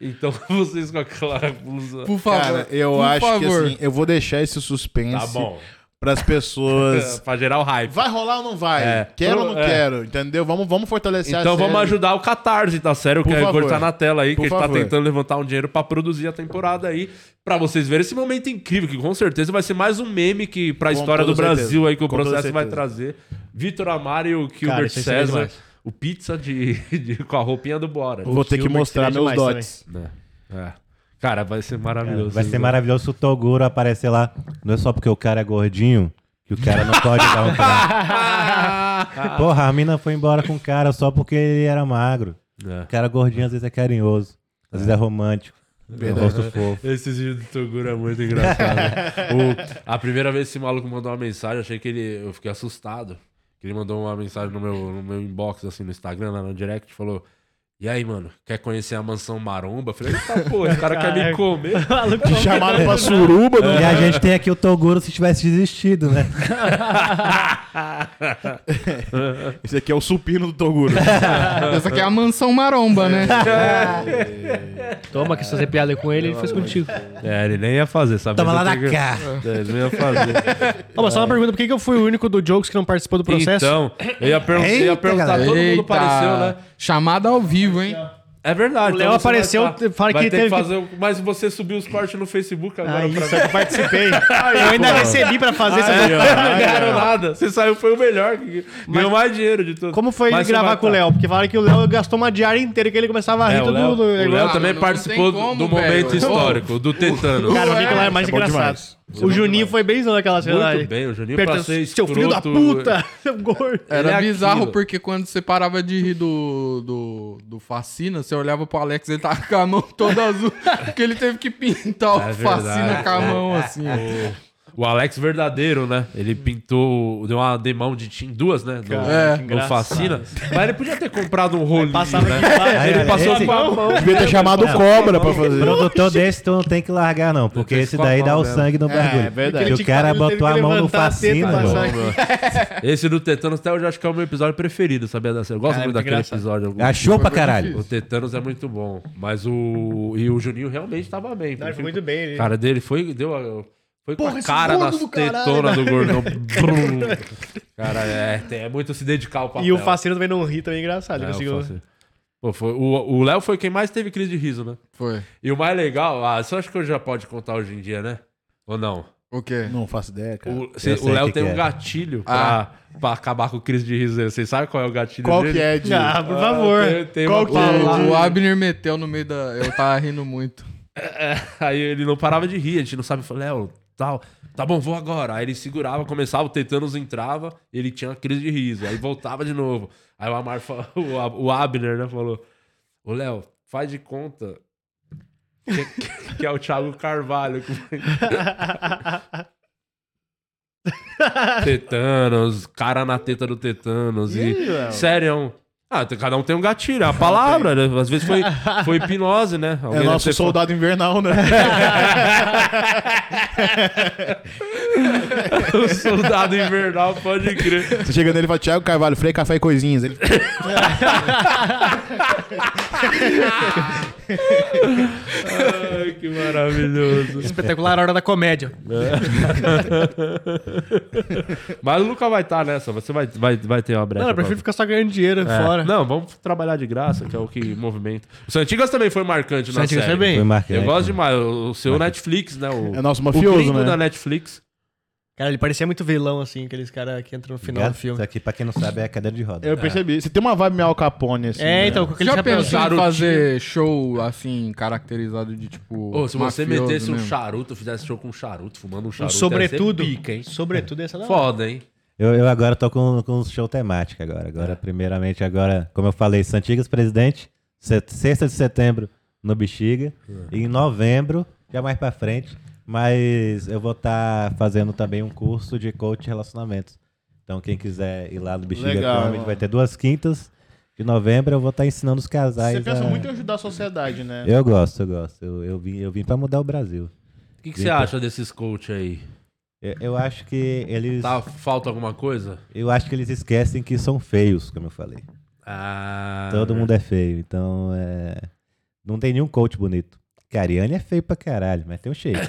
S1: Então, vocês com aquela blusa.
S4: Por favor.
S5: Cara, eu
S4: por
S5: acho
S4: favor.
S5: que assim, eu vou deixar esse
S1: Tá
S5: suspense
S1: bom.
S5: pras pessoas.
S1: Pra gerar o hype.
S5: Vai rolar ou não vai?
S1: É.
S5: Quero ou não
S1: É.
S5: quero? Entendeu? Vamos, vamos fortalecer a
S1: Então vamos
S5: série.
S1: ajudar o Catarse, tá sério?
S5: Por
S1: Que
S5: favor.
S1: favor. tá na tela aí,
S5: Por
S1: que a gente
S5: favor.
S1: tá tentando levantar um dinheiro pra produzir a temporada aí, pra vocês verem esse momento incrível, que com certeza vai ser mais um meme que pra
S5: Com
S1: história do
S5: toda
S1: Brasil
S5: certeza.
S1: aí que o
S5: Com toda
S1: processo vai
S5: certeza.
S1: trazer. Vitor Amaro e o
S2: Cara,
S1: Gilbert
S2: isso aí seria
S1: César,
S2: demais.
S1: o pizza de, de- com a roupinha do Bora.
S5: Vou ter que
S2: Gilbert
S5: mostrar
S2: seria
S5: meus
S2: demais
S5: dotes.
S1: Né? É. Cara, vai ser
S2: É,
S1: maravilhoso. né?
S3: Vai ser maravilhoso se o Toguro aparecer lá. Não é só porque o cara é gordinho que o cara não pode dar um prato. Porra, a mina foi embora com o cara só porque ele era magro.
S1: É.
S3: O cara gordinho às vezes é carinhoso, às vezes é romântico. Tem um rosto fofo.
S1: Esse vídeo do Toguro é muito engraçado. O- a primeira vez que esse maluco mandou uma mensagem, eu achei que ele. Eu fiquei assustado. Que ele mandou uma mensagem no meu, no meu inbox, assim, no Instagram, lá no direct, falou. E aí, mano, quer conhecer a mansão maromba? Eu falei, eita porra, o cara quer me
S2: Caraca.
S1: comer.
S5: Me chamaram pra suruba. não-
S3: E a gente tem aqui o Toguro se tivesse desistido, né?
S5: Esse aqui é o supino do Toguro.
S4: Essa aqui é a mansão maromba, né?
S2: Toma, que se fazer piada com ele, ele fez contigo.
S1: É, ele nem ia fazer, sabe?
S3: Toma lá na
S1: Ele-
S3: cara.
S1: É, Ele nem ia fazer.
S2: Ó, mas só uma pergunta, por que, que eu fui o único do Jokes que não participou do processo?
S1: É. Então, eu ia, pergun- eu ia
S3: Eita,
S1: perguntar,
S3: galera.
S1: todo mundo
S4: Eita.
S1: apareceu, né?
S4: Chamada ao vivo, hein?
S1: É verdade.
S2: O Léo
S1: então você vai
S2: apareceu,
S1: tá-
S2: fala
S1: vai
S2: que
S1: ter
S2: teve que-
S1: fazer, um- Mas você subiu os cortes no Facebook agora
S2: Ah,
S1: pra
S2: isso, eu participei. eu ainda recebi pra fazer essa
S1: É. Não ganharam nada. Tá Você saiu, foi o melhor. que- Ganhou mais dinheiro de tudo.
S2: Como foi
S1: Mas
S2: ele
S1: você
S2: gravar
S1: vai
S2: com o
S1: tá.
S2: Léo? Porque falaram que o Léo gastou uma diária inteira que ele começava a rir
S1: É, o
S2: todo
S1: Léo,
S2: mundo.
S1: o Léo
S4: Ah,
S1: também
S4: não
S1: participou
S4: tem como,
S1: do momento
S4: velho.
S1: histórico, do Tentano.
S2: Cara, o Nico lá é mais
S5: bom
S2: engraçado. O Juninho foi bem zoado naquela cena. lá.
S1: é Muito bem, o Juninho
S2: Aperta-
S1: pra ser
S2: Seu filho da
S1: escroto,
S2: puta! Seu gordo.
S1: ele
S4: Era
S1: é
S4: bizarro
S1: aquilo.
S4: porque quando você parava de rir do, do, do Facina, você olhava pro Alex, ele tava com a mão toda azul. porque ele teve que pintar o
S1: É
S4: Facina
S1: verdade.
S4: com a mão assim. ó.
S1: O Alex verdadeiro, né? Ele pintou, deu uma demão de Tim, duas, né? No,
S4: Cara,
S1: no
S2: que engraçado.
S1: Fascina. Mas ele podia ter comprado um rolinho,
S2: Passava
S1: né?
S2: aqui lá.
S1: Aí ele passou
S2: é
S1: a mão.
S5: Devia ter chamado cobra pra fazer.
S3: Produtor desse, tu não tem que largar, não, porque
S1: Tem que
S3: esse daí dá o
S1: escapar,
S3: sangue no
S5: É, é
S3: bagulho.
S5: verdade.
S3: Se o cara
S2: Ele teve
S3: botou a
S2: que
S3: mão no
S2: levantar a teta,
S3: fascina,
S2: passar
S3: mano.
S2: aqui.
S1: Esse do Tetanos até hoje eu acho que é o meu episódio preferido, sabia? Dessa? Eu gosto
S2: Cara, é
S1: muito
S2: muito
S1: daquele
S2: engraçado. É,
S1: episódio. Algum-
S3: Achou pra caralho.
S1: O Tetanos é muito bom. Mas o. E o Juninho realmente tava bem.
S2: Não, ele foi
S1: porque-
S2: muito bem. Ele...
S1: cara dele foi. Deu a- foi com
S2: Porra,
S1: a
S2: esse
S1: cara
S2: gordo
S1: nas
S2: do caralho, né?
S1: tetonas do gordão. Brum. cara, é, tem- é muito se dedicar ao papel.
S2: E o Facino também não ri, também é engraçado.
S1: É,
S2: ele
S1: o
S2: conseguiu-
S1: Facino. Pô, foi- o o Léo foi quem mais teve crise de riso, né?
S4: Foi.
S1: E o mais legal, ah, você acha que eu já pode contar hoje em dia, né? Ou não?
S4: O quê?
S5: Não faço ideia, cara.
S1: O cê-
S3: sei
S1: o Léo
S3: que
S1: tem
S3: que
S1: um
S3: é. Ah.
S1: gatilho pra, pra acabar com crise de riso dele. Vocês sabem qual é o gatilho
S5: Qual
S1: dele?
S5: que é, de...
S2: Ah, por favor. tá
S1: Tem, tem
S5: Qual
S1: uma
S5: que é?
S1: palavra-
S4: O Abner meteu no meio da. Eu tava rindo muito.
S1: Aí ele não parava de rir, a gente não sabe. Eu falei, Léo, tal, tá bom, vou agora. Aí ele segurava, começava, o Tetanos entrava, ele tinha uma crise de riso. Aí voltava de novo. Aí o Amar falou, o, Ab- o Abner, né, falou: Ô Léo, faz de conta. Que, que- que é o Thiago Carvalho. Tetanos, cara na teta do Tetanos. E,
S2: Ih, Léo.
S1: sério, Ah, tem- cada um tem um gatilho. A palavra, né? às vezes foi, foi hipnose, né?
S5: É
S1: Alguém deve
S5: nosso
S1: ter falado-
S5: soldado invernal, né?
S1: O soldado invernal, pode crer.
S5: Você chega nele e fala, Thiago Carvalho, freio, café e coisinhas. Ele...
S1: Ai, que maravilhoso.
S2: Espetacular Hora da
S3: É,
S2: Comédia.
S1: Mas o Luca vai estar nessa, você vai, vai, vai ter uma brecha.
S2: Não,
S3: tipo,
S2: eu prefiro ficar só ganhando dinheiro
S1: pra- É.
S2: fora.
S1: Não, vamos trabalhar de graça, que é o que movimenta. O Santigas também foi marcante na
S2: Santigas
S1: série.
S2: também.
S3: Foi marcante.
S4: É,
S1: Eu gosto demais. O seu Netflix, né? O,
S5: É nosso
S1: o
S5: mafioso,
S1: gringo
S5: né?
S1: da Netflix.
S2: Cara, ele parecia muito vilão, assim, aqueles caras que entram no final
S3: Gato,
S2: do filme.
S3: Isso aqui, pra quem não sabe, é a cadeira de roda.
S5: Eu percebi. Você tem uma vibe meio Al Capone, assim.
S2: É,
S5: né?
S2: então, com aquele
S4: Já
S2: chapéu.
S4: pensaram em
S1: charutinho.
S4: fazer show, assim, caracterizado de tipo.
S1: Ô, se você
S4: mafioso
S1: metesse um
S4: mesmo?
S1: charuto, fizesse show com um charuto, fumando um
S2: Um
S1: charuto,
S2: sobretudo.
S1: ia ser pica, hein?
S2: Sobretudo essa é da hora.
S1: Foda, hein?
S3: Eu, eu agora tô com, com um show temático agora. Agora, primeiramente, agora, como eu falei, Santigas Presidente, se- sexta de setembro no Bexiga.
S5: É.
S3: E em novembro, já mais pra frente, mas eu vou estar fazendo também um curso de coach de relacionamentos. Então, quem quiser ir lá no Bexiga
S5: Legal,
S3: Comedy,
S5: mano.
S3: vai ter duas quintas de novembro. Eu vou estar ensinando os casais.
S5: Você pensa
S3: a-
S5: muito em ajudar a sociedade, né?
S3: Eu gosto, eu gosto. Eu, eu vim, eu vim pra mudar o Brasil.
S1: O que, que você acha desses coach aí?
S3: Eu, eu acho que eles.
S1: Tá, falta alguma coisa?
S3: Eu acho que eles esquecem que são feios, como eu falei.
S1: Ah.
S3: Todo mundo é feio, então é... não tem nenhum coach bonito. Cariani é feio pra caralho, mas tem um shape.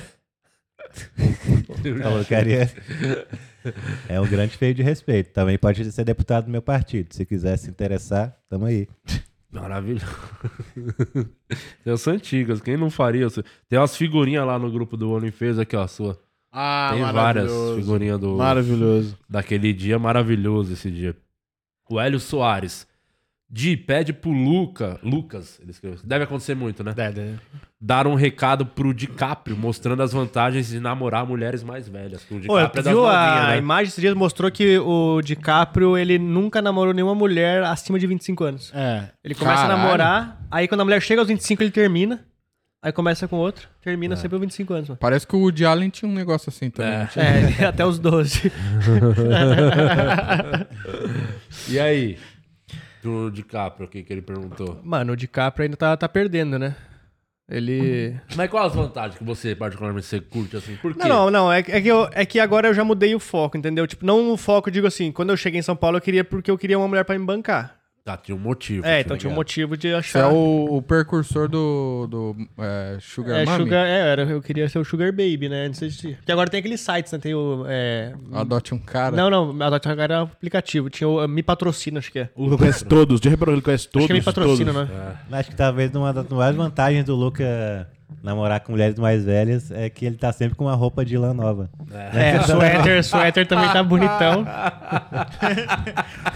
S3: Então, o Cariani é um grande feio de respeito. Também pode ser deputado do meu partido. Se quiser se interessar, tamo aí.
S1: Maravilhoso. Tem as antigas, quem não faria? Tem umas figurinhas lá no grupo do OnlyFans, aqui, ó, a sua.
S5: Ah,
S1: Tem várias figurinhas do,
S5: Maravilhoso.
S1: daquele dia, maravilhoso esse dia. O Hélio Soares. Di, pede pro Luca, Lucas, ele escreveu. isso. Deve acontecer muito, né? Dar um recado pro DiCaprio, mostrando as vantagens de namorar mulheres mais velhas. O
S2: Pô,
S1: DiCaprio é
S2: tu
S1: das
S2: viu a
S1: novinhas, né?
S2: imagem esses dias mostrou que o DiCaprio, ele nunca namorou nenhuma mulher acima de 25 anos.
S5: É.
S2: Ele começa
S4: Caralho.
S2: a namorar, aí quando a mulher chega aos 25, ele termina. Aí começa com outro, termina sempre aos 25 anos, mano.
S4: Parece que o Woody Allen tinha um negócio assim também.
S1: É.
S2: É, até os 12.
S1: E aí? Do DiCaprio, o que, que ele perguntou?
S2: Mano, o DiCaprio ainda tá, tá perdendo, né? Ele.
S1: Mas qual as vantagens que você, particularmente, você curte assim? Por quê?
S2: Não, não, não. É, que- é que eu- é que agora eu já mudei o foco, entendeu? Tipo, não o foco, eu digo assim, quando eu cheguei em São Paulo, eu queria porque eu queria uma mulher pra me bancar.
S1: Tá, tinha um motivo.
S2: É,
S1: tá
S2: então tinha um
S1: ligado?
S2: motivo de
S4: Você é
S2: achar.
S4: o, o precursor do, do é, Sugar
S2: É,
S4: Mami.
S2: sugar, é, era, eu queria ser o Sugar Baby, né? Antes de... Porque agora tem aqueles sites, né? Tem o. É...
S4: Adote um cara.
S2: Não, não, mas agora era o aplicativo. Tinha o eh, Me Patrocina, acho que é.
S5: Ele conhece todos. De repente ele conhece todos.
S2: acho que é Me Patrocina,
S5: todos.
S2: né?
S3: Acho que talvez uma das maiores vantagens do Luca namorar com mulheres mais velhas é que ele tá sempre com uma roupa de lã nova. Né? Então,
S2: É, suéter, suéter também tá bonitão.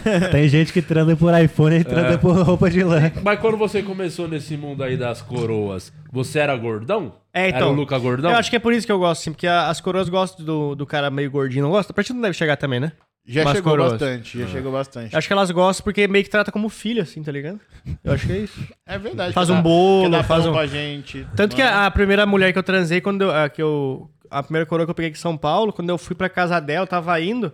S2: é.
S3: Tem gente que transa por iPhone e transa por roupa de lã.
S1: Mas quando você começou nesse mundo aí das coroas, você era gordão?
S2: É, então.
S1: Era o Luca gordão?
S2: Eu acho que é por isso que eu gosto, assim, porque a- as coroas gostam do, do cara meio gordinho, não gosta? Pra ti não deve chegar também, né?
S5: Já
S2: Mas
S5: chegou
S2: coroas. É.
S5: bastante. Já chegou bastante.
S2: Eu acho que elas gostam porque meio que trata como filho, assim, tá ligado? Eu acho que é isso.
S5: É verdade.
S2: Faz
S5: que
S2: um
S5: dá-
S2: bolo,
S5: que dá
S2: faz
S5: pão
S2: um-
S5: pra gente.
S2: Tanto que a, a primeira mulher que eu transei, quando eu, a, que eu. A primeira coroa que eu peguei aqui em São Paulo, quando eu fui pra casa dela, eu tava indo.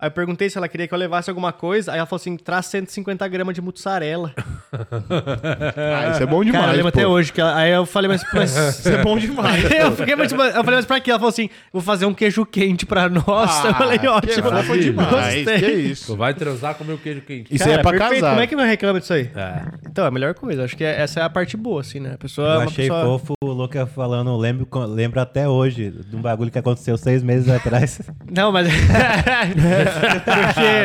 S2: Aí eu perguntei se ela queria que eu levasse alguma coisa. Aí ela falou assim: traz 150 gramas de mussarela.
S5: Ah, isso é bom demais.
S2: Cara, eu lembro
S5: pô.
S2: até hoje. Que ela- aí eu falei, mas. mas-
S5: Isso é bom demais.
S2: eu, fiquei, mas, mas- eu falei, mas pra quê? Ela falou assim: vou fazer um queijo quente pra nós. eu falei,
S5: Ah, que
S2: ótimo.
S5: fofo demais.
S2: Gostei.
S5: Que é
S1: Pô,
S5: isso.
S1: vai transar com meu queijo quente.
S5: Isso
S2: Cara,
S5: aí é pra
S2: perfeito.
S5: casar.
S2: Como é que não reclama disso aí?
S1: É.
S2: Então, é a melhor coisa. Acho que é- essa é a parte boa, assim, né? A pessoa. é
S3: Eu
S2: uma
S3: achei
S2: pessoa...
S3: fofo o Luca falando, lembro, co- lembro até hoje de um bagulho que aconteceu seis meses atrás.
S2: Não, mas.
S1: Foi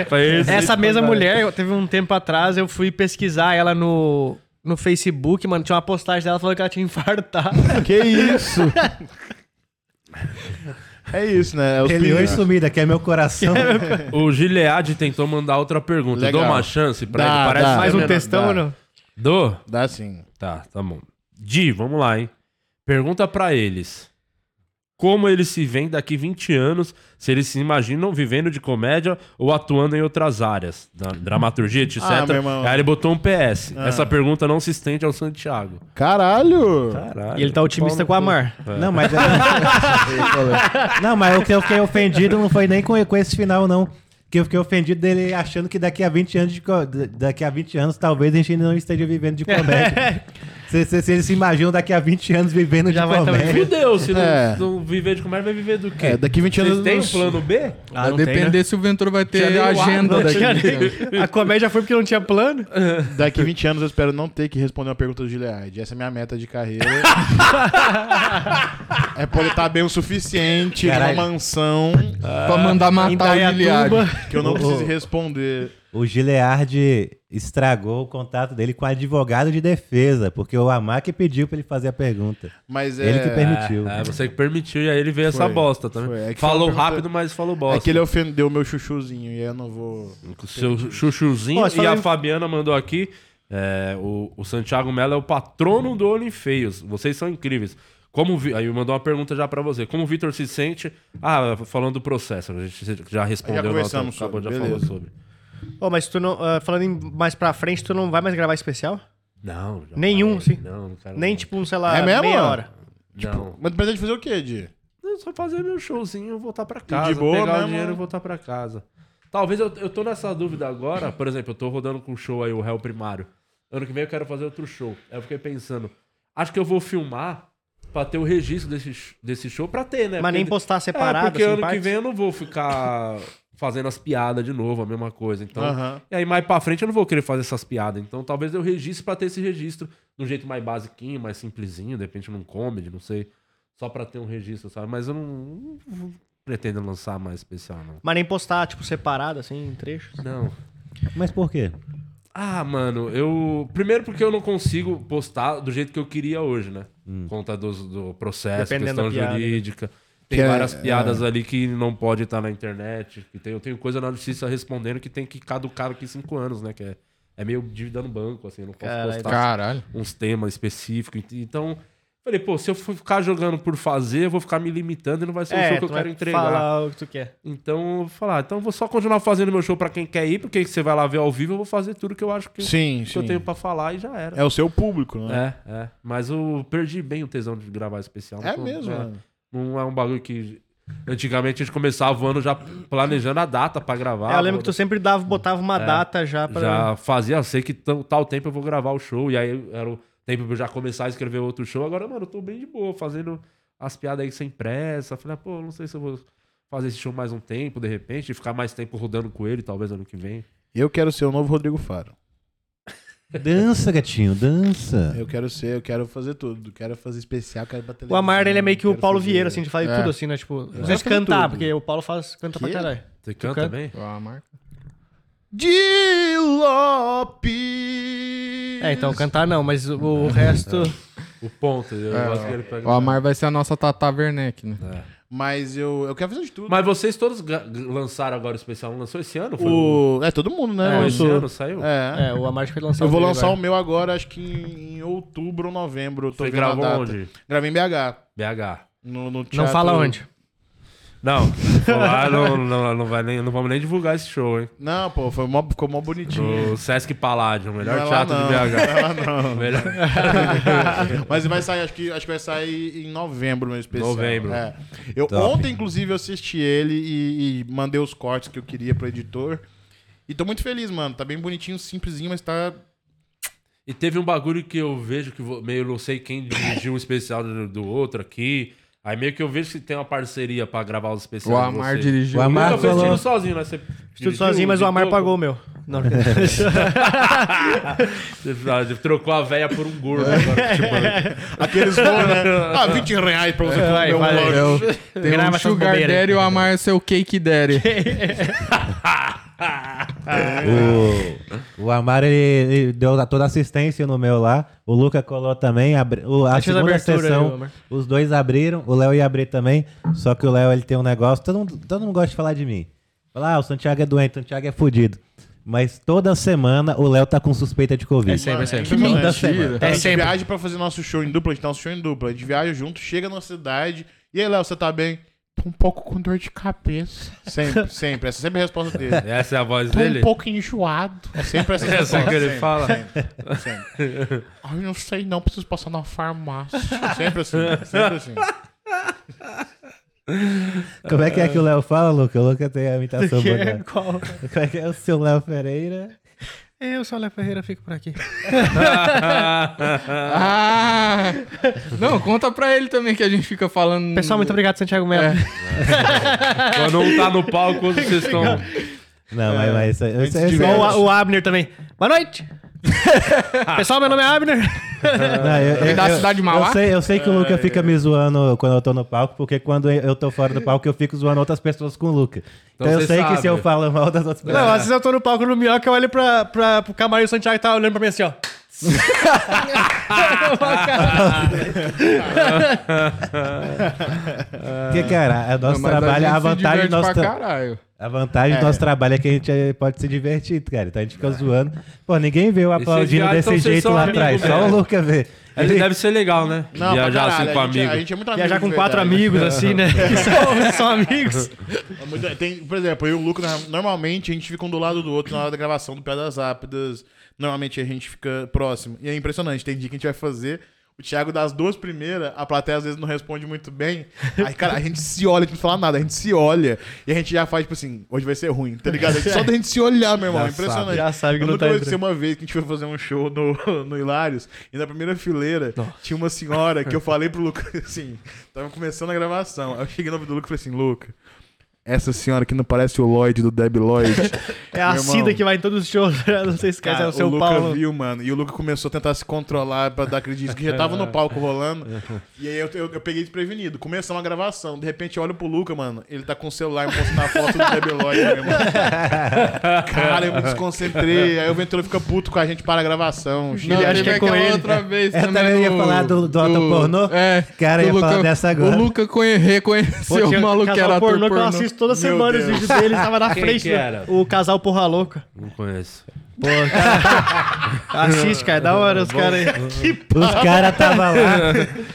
S2: Porque
S1: esse
S2: essa
S1: que
S2: mesma
S1: foi
S2: mulher, eu- teve um tempo atrás, eu fui pesquisar ela no, no Facebook, mano. Tinha uma postagem dela falando que ela tinha infartado.
S5: Que isso. É isso, né? É os
S3: Ele
S5: pin-
S3: hoje sumida, que é meu coração.
S1: O Gilead tentou mandar outra pergunta.
S5: Legal.
S1: Dou uma chance pra
S5: Dá,
S1: ele. Parece
S5: dá.
S1: que é
S5: Mais
S2: Faz um
S1: menor-
S2: textão,
S1: Dá.
S2: não?
S1: Dou?
S5: Dá sim.
S1: Tá, tá bom. Di, vamos lá, hein? Pergunta pra eles. Como eles se veem daqui 20 anos, se eles se imaginam vivendo de comédia ou atuando em outras áreas, da dramaturgia, etc.
S5: Ah, meu irmão.
S1: Aí ele botou um PS.
S2: Ah.
S1: Essa pergunta não se estende ao Santiago.
S5: Caralho.
S1: Caralho.
S2: E ele tá otimista com a Mar.
S3: Não, mas. é- não, mas o que eu fiquei ofendido não foi nem com, com esse final, não. que eu fiquei ofendido dele achando que daqui a 20 anos, de co- da- daqui a 20 anos talvez a gente ainda não esteja vivendo de comédia. se, se, se eles se imaginam daqui a 20 anos vivendo
S2: Já
S3: de
S2: vai tá
S3: comédia.
S1: Fudeu, se não,
S5: É.
S1: se não viver de comer, vai viver do quê?
S5: É, daqui 20 anos.
S1: Vocês têm um
S5: nós-
S1: plano B?
S2: Ah,
S4: Vai
S2: né?
S4: depender se o Ventura vai
S1: Já
S4: ter
S1: dei o ar,
S4: agenda
S1: não
S4: daqui.
S2: tinha
S4: né?
S2: A comédia foi porque não tinha plano?
S5: Daqui 20 anos eu espero não ter que responder uma pergunta do Gilead. Essa é a minha meta de carreira. é poder estar bem o suficiente
S3: Caralho.
S5: numa mansão Ah.
S4: pra mandar matar o Giliard.
S5: que eu não
S3: Ô, ô.
S5: precise responder.
S3: O Gileard estragou o contato dele com advogado de defesa, porque o Amac pediu pra ele fazer a pergunta.
S5: Mas
S3: Ele que
S5: é.
S3: permitiu.
S2: Ah,
S1: É, você que permitiu, e aí ele veio essa
S5: Foi,
S1: bosta também.
S5: foi. É que
S1: falou
S5: foi uma pergunta-
S1: rápido, mas falou
S5: É
S1: bosta.
S5: que ele ofendeu meu chuchuzinho e eu não vou.
S1: O seu chuchuzinho
S3: Ó,
S1: e
S3: você falou
S1: a
S3: em-
S1: Fabiana mandou aqui. é, o, o Santiago Mello é o patrono do Olho em Feios. Vocês são incríveis. Como vi... Aí mandou uma pergunta já pra você. Como o Vitor se sente. Ah, falando do processo. A gente já respondeu na outra-
S5: conversamos sobre,
S1: acabou de
S5: beleza.
S1: falar sobre.
S2: Ô, mas tu não. ah, falando em mais pra frente, tu não vai mais gravar especial?
S1: Não, já
S2: Nenhum,
S1: falei.
S2: sim.
S1: Não, não quero.
S2: Nem
S1: não.
S2: tipo, um, sei lá,
S5: É mesmo?
S2: meia hora.
S1: Não.
S5: Mas pretende fazer o quê, Di?
S1: Eu É só fazer meu showzinho, voltar pra casa.
S5: de boa
S1: pegar
S5: mesmo? né?
S1: o dinheiro e voltar pra casa. Talvez eu, eu tô nessa dúvida agora. Por exemplo, eu tô rodando com o show aí, o réu primário. Ano que vem eu quero fazer outro show. Aí eu fiquei pensando, acho que eu vou filmar pra ter o registro desse, sh- desse show pra ter, né?
S2: Mas nem
S1: Porque-
S2: postar separado,
S1: É, porque
S2: assim,
S1: ano que
S2: partes?
S1: vem eu não vou ficar fazendo as piadas de novo, a mesma coisa. Então,
S5: Aham.
S1: e aí mais pra frente eu não vou querer fazer essas piadas. Então talvez eu registre pra ter esse registro de um jeito mais basiquinho, mais simplesinho, de repente num comedy, não sei. Só pra ter um registro, sabe? Mas eu não, não pretendo lançar mais especial, não.
S2: Mas nem postar, tipo, separado, assim, em trechos.
S1: Não.
S3: Mas por quê?
S1: Ah, mano, eu. Primeiro porque eu não consigo postar do jeito que eu queria hoje, né?
S5: Hum.
S1: Conta dos- do, processo,
S2: Dependendo da
S1: questão
S2: piada, né?
S1: jurídica. Tem
S5: Que é-
S1: várias piadas ali que não pode estar na internet. Que tem, eu tenho coisa na justiça respondendo que tem que caducar aqui cinco anos, né? Que é, é meio dívida no banco, assim, eu não posso
S2: Caralho.
S1: postar
S4: Caralho.
S1: uns temas específicos. ent- Então, falei, pô, se eu for ficar jogando por fazer, eu vou ficar me limitando e não É, vai ser o show que eu
S2: É, tu vai
S1: quero entregar.
S2: Falar o que tu quer.
S1: Então, eu vou falar, então eu vou só continuar fazendo meu show pra quem quer ir, porque você vai lá ver ao vivo, eu vou fazer tudo que eu acho que
S5: Sim,
S1: que eu
S5: sim.
S1: tenho pra falar e já era.
S5: É o seu público, né?
S1: É, é. Mas eu perdi bem o tesão de gravar especial.
S5: É
S1: Não-
S5: mesmo,
S1: Não,
S5: né?
S1: não é um bagulho que. Antigamente a gente começava o ano já planejando a data pra gravar.
S2: É, eu lembro que tu sempre dava, botava uma data já pra.
S1: Já fazia, sei que tão- tal tempo eu vou gravar o show. E aí era o tempo pra eu já começar a escrever outro show. Agora, mano, eu tô bem de boa, fazendo as piadas aí sem pressa. Falei, ah, pô, não sei se eu vou fazer esse show mais um tempo, de repente, e ficar mais tempo rodando com ele, talvez ano que vem.
S5: Eu quero ser o novo Rodrigo Faro.
S3: Dança, gatinho, dança.
S5: Eu quero ser, eu quero fazer tudo. Quero fazer especial, quero bater
S2: Tá. O Amar, ele é meio que o
S5: quero
S2: Paulo
S5: fazer-
S2: Vieira, assim, de fazer
S5: É.
S2: tudo, assim, né? Tipo, não sei se
S5: Gosto de
S2: cantar,
S5: tudo.
S2: porque o Paulo faz, canta
S5: Que?
S2: pra caralho.
S1: Você canta,
S2: canta?
S1: bem?
S4: Ó, a marca.
S5: De Lopes.
S2: É, então cantar não, mas o, o resto.
S1: O ponto. Eu
S4: É,
S1: gosto que ele pega.
S4: O Amar vai ser a nossa Tata Werneck, né?
S5: Mas eu, eu quero fazer de tudo.
S1: Mas vocês todos ga- lançaram agora o especial. Não Lançou esse ano? Foi
S5: O... É todo mundo, né?
S1: É,
S5: eu
S1: esse
S5: sou-
S1: ano saiu?
S5: É.
S2: É, o Amar vai lançar
S5: Eu vou
S2: dele
S5: lançar
S2: agora.
S5: o meu agora, acho que em, em outubro ou novembro. eu Tô
S1: Você
S5: vendo a
S1: gravou
S5: data.
S1: onde?
S5: Gravei em BH.
S1: BH.
S5: No, no
S2: Não
S5: um teatro-
S2: fala onde.
S1: Não, foi lá não, não, não, vai nem, não vamos nem divulgar esse show, hein?
S5: Não, pô, foi mó, ficou mó bonitinho.
S1: O Sesc Palladio, o melhor
S5: Não é lá
S1: teatro
S5: não,
S1: de BH.
S5: não é lá não.
S1: Melhor...
S5: Mas vai sair, acho que, acho que vai sair em novembro, meu especial.
S1: Novembro.
S5: É. Eu,
S3: Top.
S5: ontem, inclusive, eu assisti ele e, e mandei os cortes que eu queria pro editor. E tô muito feliz, mano. Tá bem bonitinho, simplesinho, mas tá.
S1: E teve um bagulho que eu vejo que vo- meio não sei quem dirigiu um especial do, do outro aqui. Aí meio que eu vejo que tem uma parceria pra gravar os
S4: O
S1: especiais. de
S4: Amar
S1: vocês.
S4: dirigiu.
S3: O Amar-
S1: Nunca fez
S3: Falou.
S1: tiro sozinho, né? Você
S2: Estudo
S1: dirigiu,
S2: sozinho, mas o Amar
S1: editou,
S2: pagou o meu. Não,
S1: Você ah, Trocou a véia por um gordo. agora, tipo,
S5: Aqueles voos, né? Ah, 20 reais pra você
S2: Vai,
S5: comer um
S2: vai.
S5: lanche.
S4: Eu- Tem
S2: Grava
S4: um
S2: essas
S4: Sugar
S2: bobeiras aí.
S4: Daddy e o Amar é seu Cake Daddy.
S2: É.
S3: O, o Amaro, ele, ele deu toda assistência no meu lá. O Luca colou também. abri- o- a
S2: Deixa as
S3: segunda
S2: aberturas aí,
S3: sessão,
S2: Amaro.
S3: os dois abriram. O Léo ia abrir também. Só que o Léo, ele tem um negócio... Todo mundo, todo mundo gosta de falar de mim. Falar, ah, o Santiago é doente, o Santiago é fudido. Mas toda semana o Léo tá com suspeita de Covid.
S2: É sempre, é sempre.
S5: Que
S3: Toda
S5: mentira.
S3: semana.
S5: Então, a
S2: É
S5: gente
S2: sempre.
S5: viaja pra fazer nosso show em dupla, a gente dá nosso show em dupla. A gente viaja junto, chega na cidade. E aí, Léo, você tá bem? Tô um pouco com dor de cabeça. Sempre, sempre. Essa é sempre a resposta dele.
S1: Essa é a voz
S5: Tô
S1: dele?
S5: um pouco enjoado. É sempre essa
S1: Essa
S5: resposta.
S1: que ele
S5: sempre,
S1: fala.
S5: Sempre, sempre. Ai, não sei não, preciso passar na farmácia. Sempre assim, sempre assim.
S3: Como é que é que o Léo fala, Luca? O Luca tem a imitação
S2: Que
S3: boa.
S2: é
S3: né?
S2: qual? É,
S3: Como é que é o seu Léo Pereira?
S2: Eu sou o Léo Ferreira, fico por aqui.
S4: Ah! Não, conta pra ele também que a gente fica falando.
S2: Pessoal, muito obrigado, Santiago Melo.
S1: Quando um tá no palco, outro vocês estão.
S3: Não, mas, mas isso, isso, isso,
S5: É,
S3: é
S2: Igual o, o Abner também. Boa noite! Pessoal, meu nome é Abner.
S3: Não, eu- eu-
S4: Ele da
S3: eu-
S4: cidade de Mauá?
S3: Eu sei, eu sei que o
S2: É.
S3: Luca fica me zoando quando eu tô no palco, porque quando eu tô fora do palco, eu fico zoando outras pessoas com o Luca. Então,
S1: Então
S3: eu
S1: você
S3: sei
S1: sabe.
S3: que se eu falo mal das outras
S2: Não, às
S3: pessoas.
S2: vezes eu tô no palco no Minhoca, eu olho pra, pra, pro camarim, o Santiago tá olhando pra mim assim, ó.
S3: Porque, cara, o nosso
S4: Não, mas
S3: trabalho, a,
S4: gente se
S3: vantagem
S4: diverte
S3: do nosso,
S4: pra
S3: tra-
S4: caralho.
S3: a vantagem do nosso trabalho é que a gente eh, pode se divertir, cara. Então a gente fica zoando. Pô, ninguém vê eu aplaudindo
S1: viagens,
S3: desse
S1: então, vocês
S3: jeito
S1: são
S3: lá
S1: amigos
S4: né?
S3: atrás. Só o
S1: mesmo.
S3: Luca vê.
S1: Ele deve ser legal, né?
S5: Não, pra
S1: Viajar
S5: caralho,
S1: assim com
S5: a gente,
S1: amigos.
S5: A gente é muito amigo.
S2: Viajar com
S5: de
S2: quatro
S5: verdade.
S2: amigos, assim, né? Que são, são amigos.
S5: É muito- Tem, por exemplo, eu e o Lucas, nós- normalmente a gente fica um do lado do outro na hora da gravação do Pedras Rápidas. Normalmente a gente fica próximo. E é impressionante, tem dia que a gente vai fazer. O Thiago das duas primeiras, a plateia às vezes não responde muito bem. Aí, cara, a gente se olha, a gente não fala nada, a gente se olha. E a gente já faz, tipo assim, hoje vai ser ruim, tá ligado? A gente- Só da gente se olhar, meu irmão.
S3: Já
S5: é impressionante.
S3: sabe,
S2: já sabe que
S5: Eu
S2: não
S5: nunca
S2: tá
S5: vou esquecer uma vez que a gente foi fazer um show no, no Hilários e na primeira fileira tinha uma senhora que eu falei pro Lucas assim, tava começando a gravação. Aí eu cheguei no ouvido do Lucas e falei assim, Lucas, essa senhora que não parece o Lloyd do Deb Lloyd.
S2: É a
S5: Meu irmão.
S2: Cida que vai em todos os shows, não sei se esquece, é o São
S5: Lucas
S2: Paulo.
S5: viu, mano. E o Lucas começou a tentar se controlar pra dar acredito que já tava no palco rolando. E aí eu, eu, eu peguei desprevenido. Começamos a gravação. De repente eu olho pro Lucas, mano. Ele tá com o celular e mostrando a foto do Deb Lloyd, meu irmão. Cara, eu me desconcentrei. Aí o Ventura fica puto com a gente para a gravação.
S4: Não,
S2: acha
S4: teve
S2: que é com
S4: aquela
S2: ele.
S4: outra vez
S3: Eu também ia falar do- do ator pornô.
S4: É.
S3: Cara,
S4: do
S3: eu ia falar dessa agora.
S4: O Luca conhe- reconheceu o maluco que era
S2: casal
S4: ator
S2: pornô
S4: pornô.
S2: que eu assisto toda semana os
S5: Deus.
S2: vídeos dele, tava na
S1: Quem
S2: frente.
S1: que
S2: né?
S1: era?
S2: O casal porra louca.
S1: Não conheço.
S2: Pô, cara. Assiste, cara, é da hora os caras aí.
S3: Os caras estavam lá.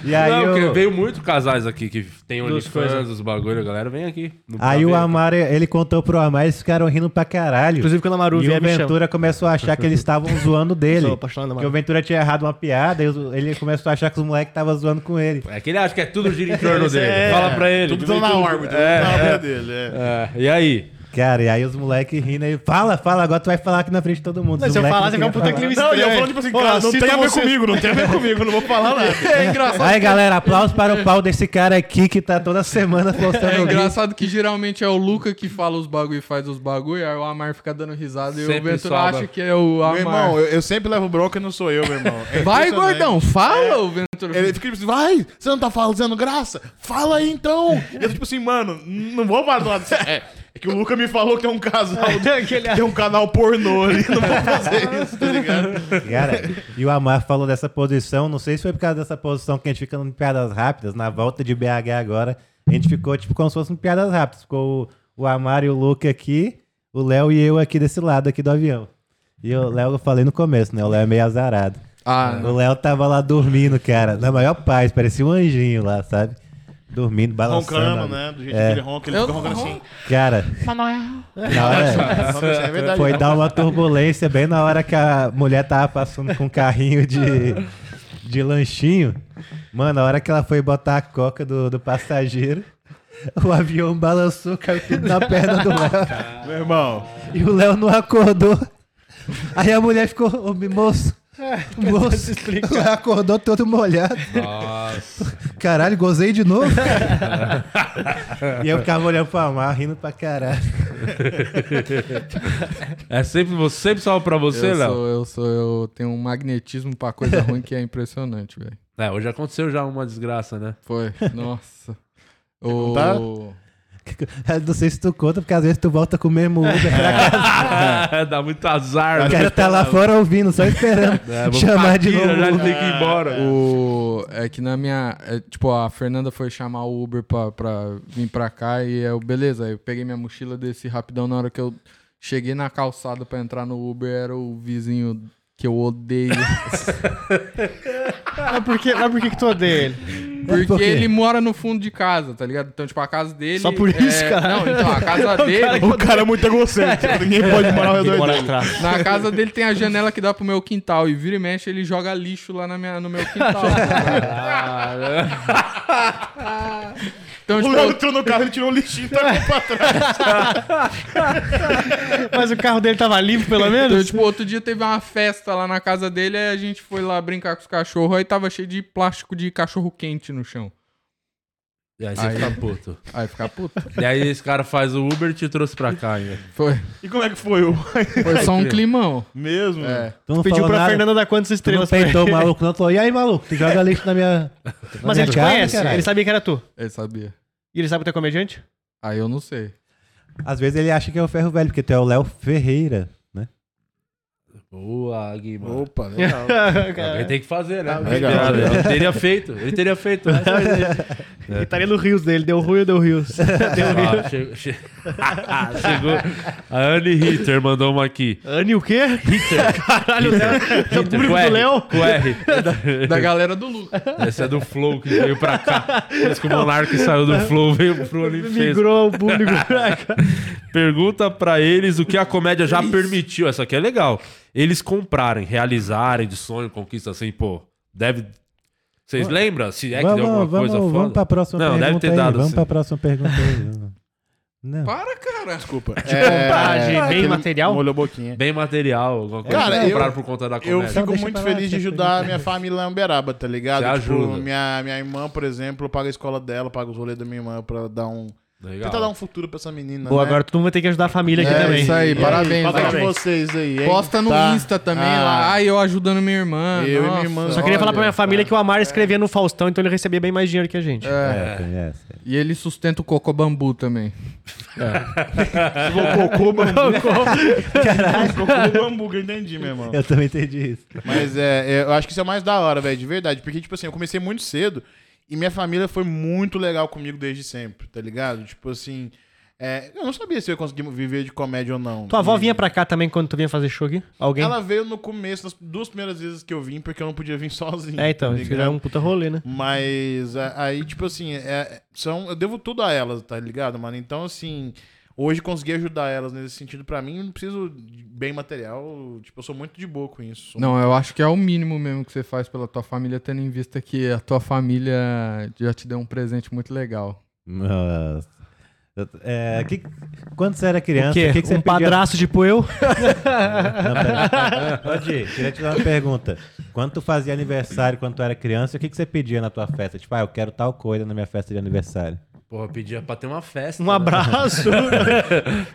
S3: E aí
S1: não,
S3: o-
S1: porque veio muito casais aqui que tem
S2: Dos
S1: OnlyFans, os bagulho, a galera vem aqui. Não
S3: Aí
S1: tá
S3: o
S1: vendo.
S3: Amaro, ele contou pro Amaro e eles ficaram rindo pra caralho.
S2: Inclusive, quando a Maru
S3: E
S2: vier,
S3: o
S2: me chama.
S3: Ventura começou a achar que eles estavam zoando dele.
S2: Sou apaixonado,
S3: Porque o
S2: mano.
S3: Ventura tinha errado uma piada e os- ele começou a achar que os moleques estavam zoando com ele.
S1: É que ele acha que é tudo gira em torno dele.
S2: É,
S1: Fala pra ele.
S5: Tudo tá na órbita,
S1: É,
S5: tudo na
S1: é.
S5: órbita dele. É.
S1: É, e aí?
S3: Cara, e aí os moleques rindo aí, fala, fala, agora tu vai falar aqui na frente de todo mundo.
S2: Não,
S3: Os
S2: se eu
S3: moleques
S2: falar, você fica um
S3: queriam
S2: puta
S3: falar.
S2: clima
S5: Não, e eu
S2: estranho.
S5: falando tipo assim,
S2: Pô,
S5: cara, não
S2: cita
S5: tem a ver
S2: você-
S5: comigo, não tem a ver comigo, não vou falar nada.
S4: É engraçado.
S3: Aí galera, aplausos para o pau desse cara aqui que tá toda semana
S4: É
S3: postando vídeo.
S4: engraçado que geralmente é o Luca que fala os bagulho e faz os bagulho, aí o Amar fica dando risada e o
S1: Sempre
S4: Ventura
S1: sobra.
S4: acha que é o Amar.
S5: Meu irmão, eu, eu sempre levo bronca e não sou eu, meu irmão. É
S4: Vai,
S5: impressionante.
S4: gordão, fala, o Ventura.
S5: É, Ele fica tipo assim, vai, você não tá fazendo graça? Fala aí então. E eu tô tipo assim, mano, não vou falar do lado. desse- É, é que o Luca me falou que tem um casal,
S2: Aquele-
S5: tem um canal pornô ali, não vou fazer isso, tá ligado?
S3: Cara, e o Amar falou dessa posição, não sei se foi por causa dessa posição que a gente fica em piadas rápidas, na volta de BH agora, a gente ficou tipo como se fosse em piadas rápidas. Ficou o, o Amar e o Luca aqui, o Léo e eu aqui desse lado aqui do avião. E o Léo, eu falei no começo, né? O Léo é meio azarado.
S4: Ah,
S3: O Léo tava lá dormindo, cara, na maior paz, parecia um anjinho lá, sabe? Dormindo, balançando.
S5: Roncando,
S3: ali.
S5: né? Do jeito
S3: É.
S5: que ele ronca, ele
S4: Eu
S5: fica roncando assim.
S3: Cara, na hora,
S5: É verdade.
S4: Tá
S3: foi
S5: não.
S3: dar uma turbulência bem na hora que a mulher tava passando com um carrinho de, de lanchinho. Mano, a hora que ela foi botar a coca do, do passageiro, o avião balançou, caiu tudo na perna do Léo.
S5: Meu irmão,
S3: E o Léo não acordou. Aí a mulher ficou, ô moço, moço, o Léo acordou todo molhado. Caralho, gozei de novo. e eu ficava olhando pra mar, rindo pra caralho.
S1: É sempre você, sempre salva pra você,
S4: eu
S1: Léo?
S4: sou, eu sou, eu tenho um magnetismo pra coisa ruim que é impressionante, velho.
S1: É, hoje aconteceu já uma desgraça, né?
S4: Foi, nossa. O...
S5: contar?
S3: Eu Não sei se tu conta, porque às vezes tu volta com o mesmo Uber pra casa.
S1: É, Dá muito azar, né?
S3: O cara tá lá fora ouvindo, só esperando
S1: É, vou
S3: chamar de
S1: partir,
S3: novo.
S1: Já tem que ir embora.
S4: O... É que na minha. é, tipo, a Fernanda foi chamar o Uber pra, pra vir pra cá e eu, beleza. aí Eu peguei minha mochila, desci rapidão. Na hora que eu cheguei na calçada pra entrar no Uber, era o vizinho que eu odeio.
S2: Mas ah, por que, mas por que que tu odeia ele?
S4: Porque
S3: Por quê?
S4: ele mora no fundo de casa, tá ligado? Então, tipo, a casa dele.
S2: Só por isso,
S4: é-
S2: cara?
S4: Não, então, a casa dele.
S5: o cara é muito egocêntrico, ninguém pode morar ao redor dele.
S4: Na casa dele tem a janela que dá pro meu quintal. E vira e mexe, ele joga lixo lá na minha, no meu quintal. Então,
S5: O
S4: tipo,
S5: Léo entrou no carro, ele tirou o lixinho e tacou pra trás.
S2: Mas o carro dele tava limpo, pelo
S4: Então,
S2: menos?
S4: tipo, outro dia teve uma festa lá na casa dele, aí a gente foi lá brincar com os cachorros, aí tava cheio de plástico de cachorro quente no chão.
S1: E aí você
S4: Aí.
S1: fica puto.
S4: Aí fica puto.
S1: E aí esse cara faz o Uber e te trouxe pra cá ainda.
S4: Foi,
S5: E como é que foi o
S4: foi só um climão.
S5: mesmo? É.
S3: Tu Então não
S2: Pediu
S3: falou
S2: pra
S3: nada,
S2: Fernanda dar quantas
S3: tu não
S2: estrelas pra
S3: peitou o
S2: ele.
S3: maluco, não. Tu falou, e aí, maluco, tu joga lixo na minha. na
S2: Mas
S3: minha
S2: ele te
S3: casa,
S2: conhece,
S3: caralho?"
S2: ele sabia que era tu.
S4: Ele sabia.
S2: E ele sabe que tu é comediante?
S4: Aí eu não sei.
S3: Às vezes ele acha que é o ferro velho, porque tu é o Léo Ferreira, né?
S1: Boa, Guimarães.
S5: Opa, legal.
S1: Alguém tem que fazer, né?
S5: legal,
S1: Obrigado.
S5: legal.
S1: Ele teria feito, ele teria feito. né?
S2: Ele estaria no tá rios dele, deu ruim, deu rios. deu rios.
S1: Ah, che- che- Chegou. A Anne Ritter mandou uma aqui. né?
S2: Anne o quê? Caralho, o Léo. É o
S1: Ritter,
S2: público
S1: com
S2: do
S1: R,
S2: Léo.
S1: Com R.
S4: Da galera do Lucas.
S1: Essa é do Flow que veio pra cá. Por isso que o Monark saiu do Flow, veio pro Olimpíada.
S2: Migrou o público pra cá.
S1: Pergunta pra eles o que a comédia já permitiu. Essa aqui é legal. Eles comprarem, realizarem de sonho, conquista assim, pô. Deve. Vocês lembram? Se é que deu alguma
S3: Vamos, vamos,
S1: coisa foda.
S3: vamos
S5: tá-
S3: pra próxima
S1: Não, deve
S3: pergunta
S1: ter
S3: aí.
S1: dado,
S3: Vamos
S1: sim.
S3: pra próxima pergunta aí. Não.
S4: Para, cara.
S5: Desculpa. É,
S2: Vontade, bem
S5: aquele
S2: material?
S5: Molhou boquinha.
S1: Bem material, alguma coisa.
S5: Cara,
S1: Eles compraram
S5: eu-
S1: por conta da
S5: Eu
S1: comédia.
S5: fico
S3: deixa
S5: muito
S3: pra lá,
S5: feliz de
S3: deixa
S5: ajudar a minha família lá em Uberaba, tá ligado?
S1: Você ajuda.
S5: minha, minha irmã, por exemplo, paga a escola dela, paga os rolês da minha irmã pra dar um.
S1: Legal.
S5: Tentar dar um futuro pra essa menina.
S2: Pô,
S5: né?
S2: agora todo mundo vai ter que ajudar a família aqui
S5: É,
S2: também.
S5: isso aí,
S2: E
S5: parabéns,
S2: papai,
S5: parabéns.
S2: velho.
S5: vocês aí, hein?
S4: Posta no
S5: Tá.
S4: Insta também
S5: Ah,
S4: lá. Ah, eu ajudando minha irmã.
S5: Eu e
S4: Nossa,
S5: minha irmã.
S2: Só queria falar pra
S5: Olha, É.
S2: minha família que o Amar escrevia no Faustão, então ele recebia bem mais dinheiro que a gente.
S3: É, conhece.
S4: E ele sustenta o coco bambu também.
S5: Cocô bambu. Caralho. Cocô bambu, que eu entendi, meu irmão.
S3: Eu também entendi isso.
S5: Mas é, é, eu acho que isso é mais da hora, velho, de verdade. Porque, tipo assim, eu comecei muito cedo e minha família foi muito legal comigo desde sempre, tá ligado? Tipo assim, é, eu não sabia se eu ia conseguir viver de comédia ou não.
S2: Tua avó
S5: E-
S2: vinha pra cá também quando tu vinha fazer show aqui? Alguém?
S5: Ela veio no começo, das duas primeiras vezes que eu vim, porque eu não podia vir sozinho.
S2: É, então,
S5: tá
S2: isso já é
S5: ligado?
S2: um puta rolê, né?
S5: Mas a- aí, tipo assim, é- são, eu devo tudo a elas, tá ligado, mano? Então, assim, hoje consegui ajudar elas nesse sentido pra mim, não preciso de bem material, tipo, eu sou muito de boa com isso. Sou
S4: Não, eu acho que é o mínimo mesmo que você faz pela tua família, tendo em vista que a tua família já te deu um presente muito legal.
S3: Nossa. Eu- é, que- quando você era
S2: O
S3: criança, o
S2: quê?
S3: que, que você
S2: um
S3: pedia-
S2: padraço tipo eu?
S3: Não, pera. Pode ir, queria te dar uma pergunta. Quando tu fazia aniversário, quando tu era criança, o que, que você pedia na tua festa? Tipo, ah, eu quero tal coisa na minha festa de aniversário.
S5: um-
S1: Porra, pedia pra ter uma festa.
S2: Um
S1: né?
S2: abraço?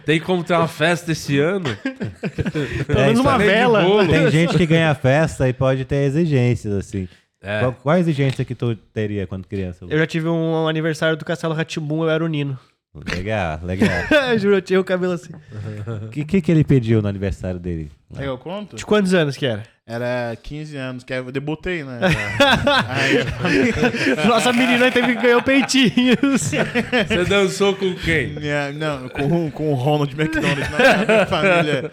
S1: Tem como ter uma festa esse ano?
S2: Pelo
S3: É,
S2: menos
S3: isso
S2: uma
S1: aí.
S2: vela.
S1: De bolo.
S3: Tem gente que ganha festa e pode ter exigências, assim.
S1: É.
S3: Qual, qual a exigência que tu teria quando criança? Lu?
S2: Eu já tive um aniversário do Castelo Ratibum, eu era o Nino.
S3: Legal, legal.
S2: Juro, eu tinha o cabelo assim.
S3: O que, que, que ele pediu no aniversário dele?
S5: Aí eu conto?
S2: De quantos anos que era?
S5: Era 15 anos, que aí eu debutei, né?
S2: Nossa, a menina teve que ganhar peitinhos.
S1: Você dançou com quem?
S5: Minha- não, com, o- com o Ronald McDonald na minha família.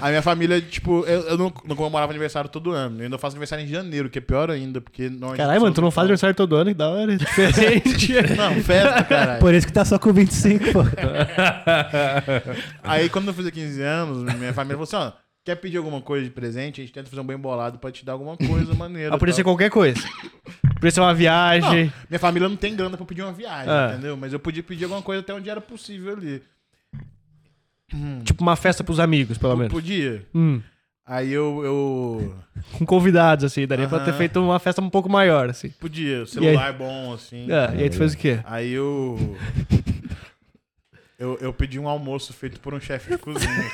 S5: A minha família, tipo, eu, eu não, não comemorava aniversário todo ano. Eu ainda faço aniversário em janeiro, que é pior ainda, porque nós.
S2: Caralho, mano, tu não faz aniversário todo ano, que da hora. é Diferente.
S5: Não, festa, caralho.
S3: Por isso que tá só com 25, pô.
S5: Aí quando eu fiz 15 anos, minha família falou assim: ó, quer pedir alguma coisa de presente? A gente tenta fazer um bem bolado pra te dar alguma coisa maneira.
S2: Ah, podia ser
S5: tal.
S2: qualquer coisa. Podia ser uma viagem.
S5: Não, minha família não tem grana pra pedir uma viagem,
S2: É.
S5: entendeu? Mas eu podia pedir alguma coisa até onde era possível ali.
S2: Tipo uma festa pros amigos, pelo menos.
S5: Podia.
S2: Hum,
S5: Aí eu. eu...
S2: com convidados, assim. Daria pra ter
S5: Aham.
S2: feito uma festa um pouco maior, assim.
S5: Podia. Celular bom, assim.
S2: Ah, e aí tu fez o quê?
S5: Aí eu. Eu, eu pedi um almoço feito por um chefe de cozinha.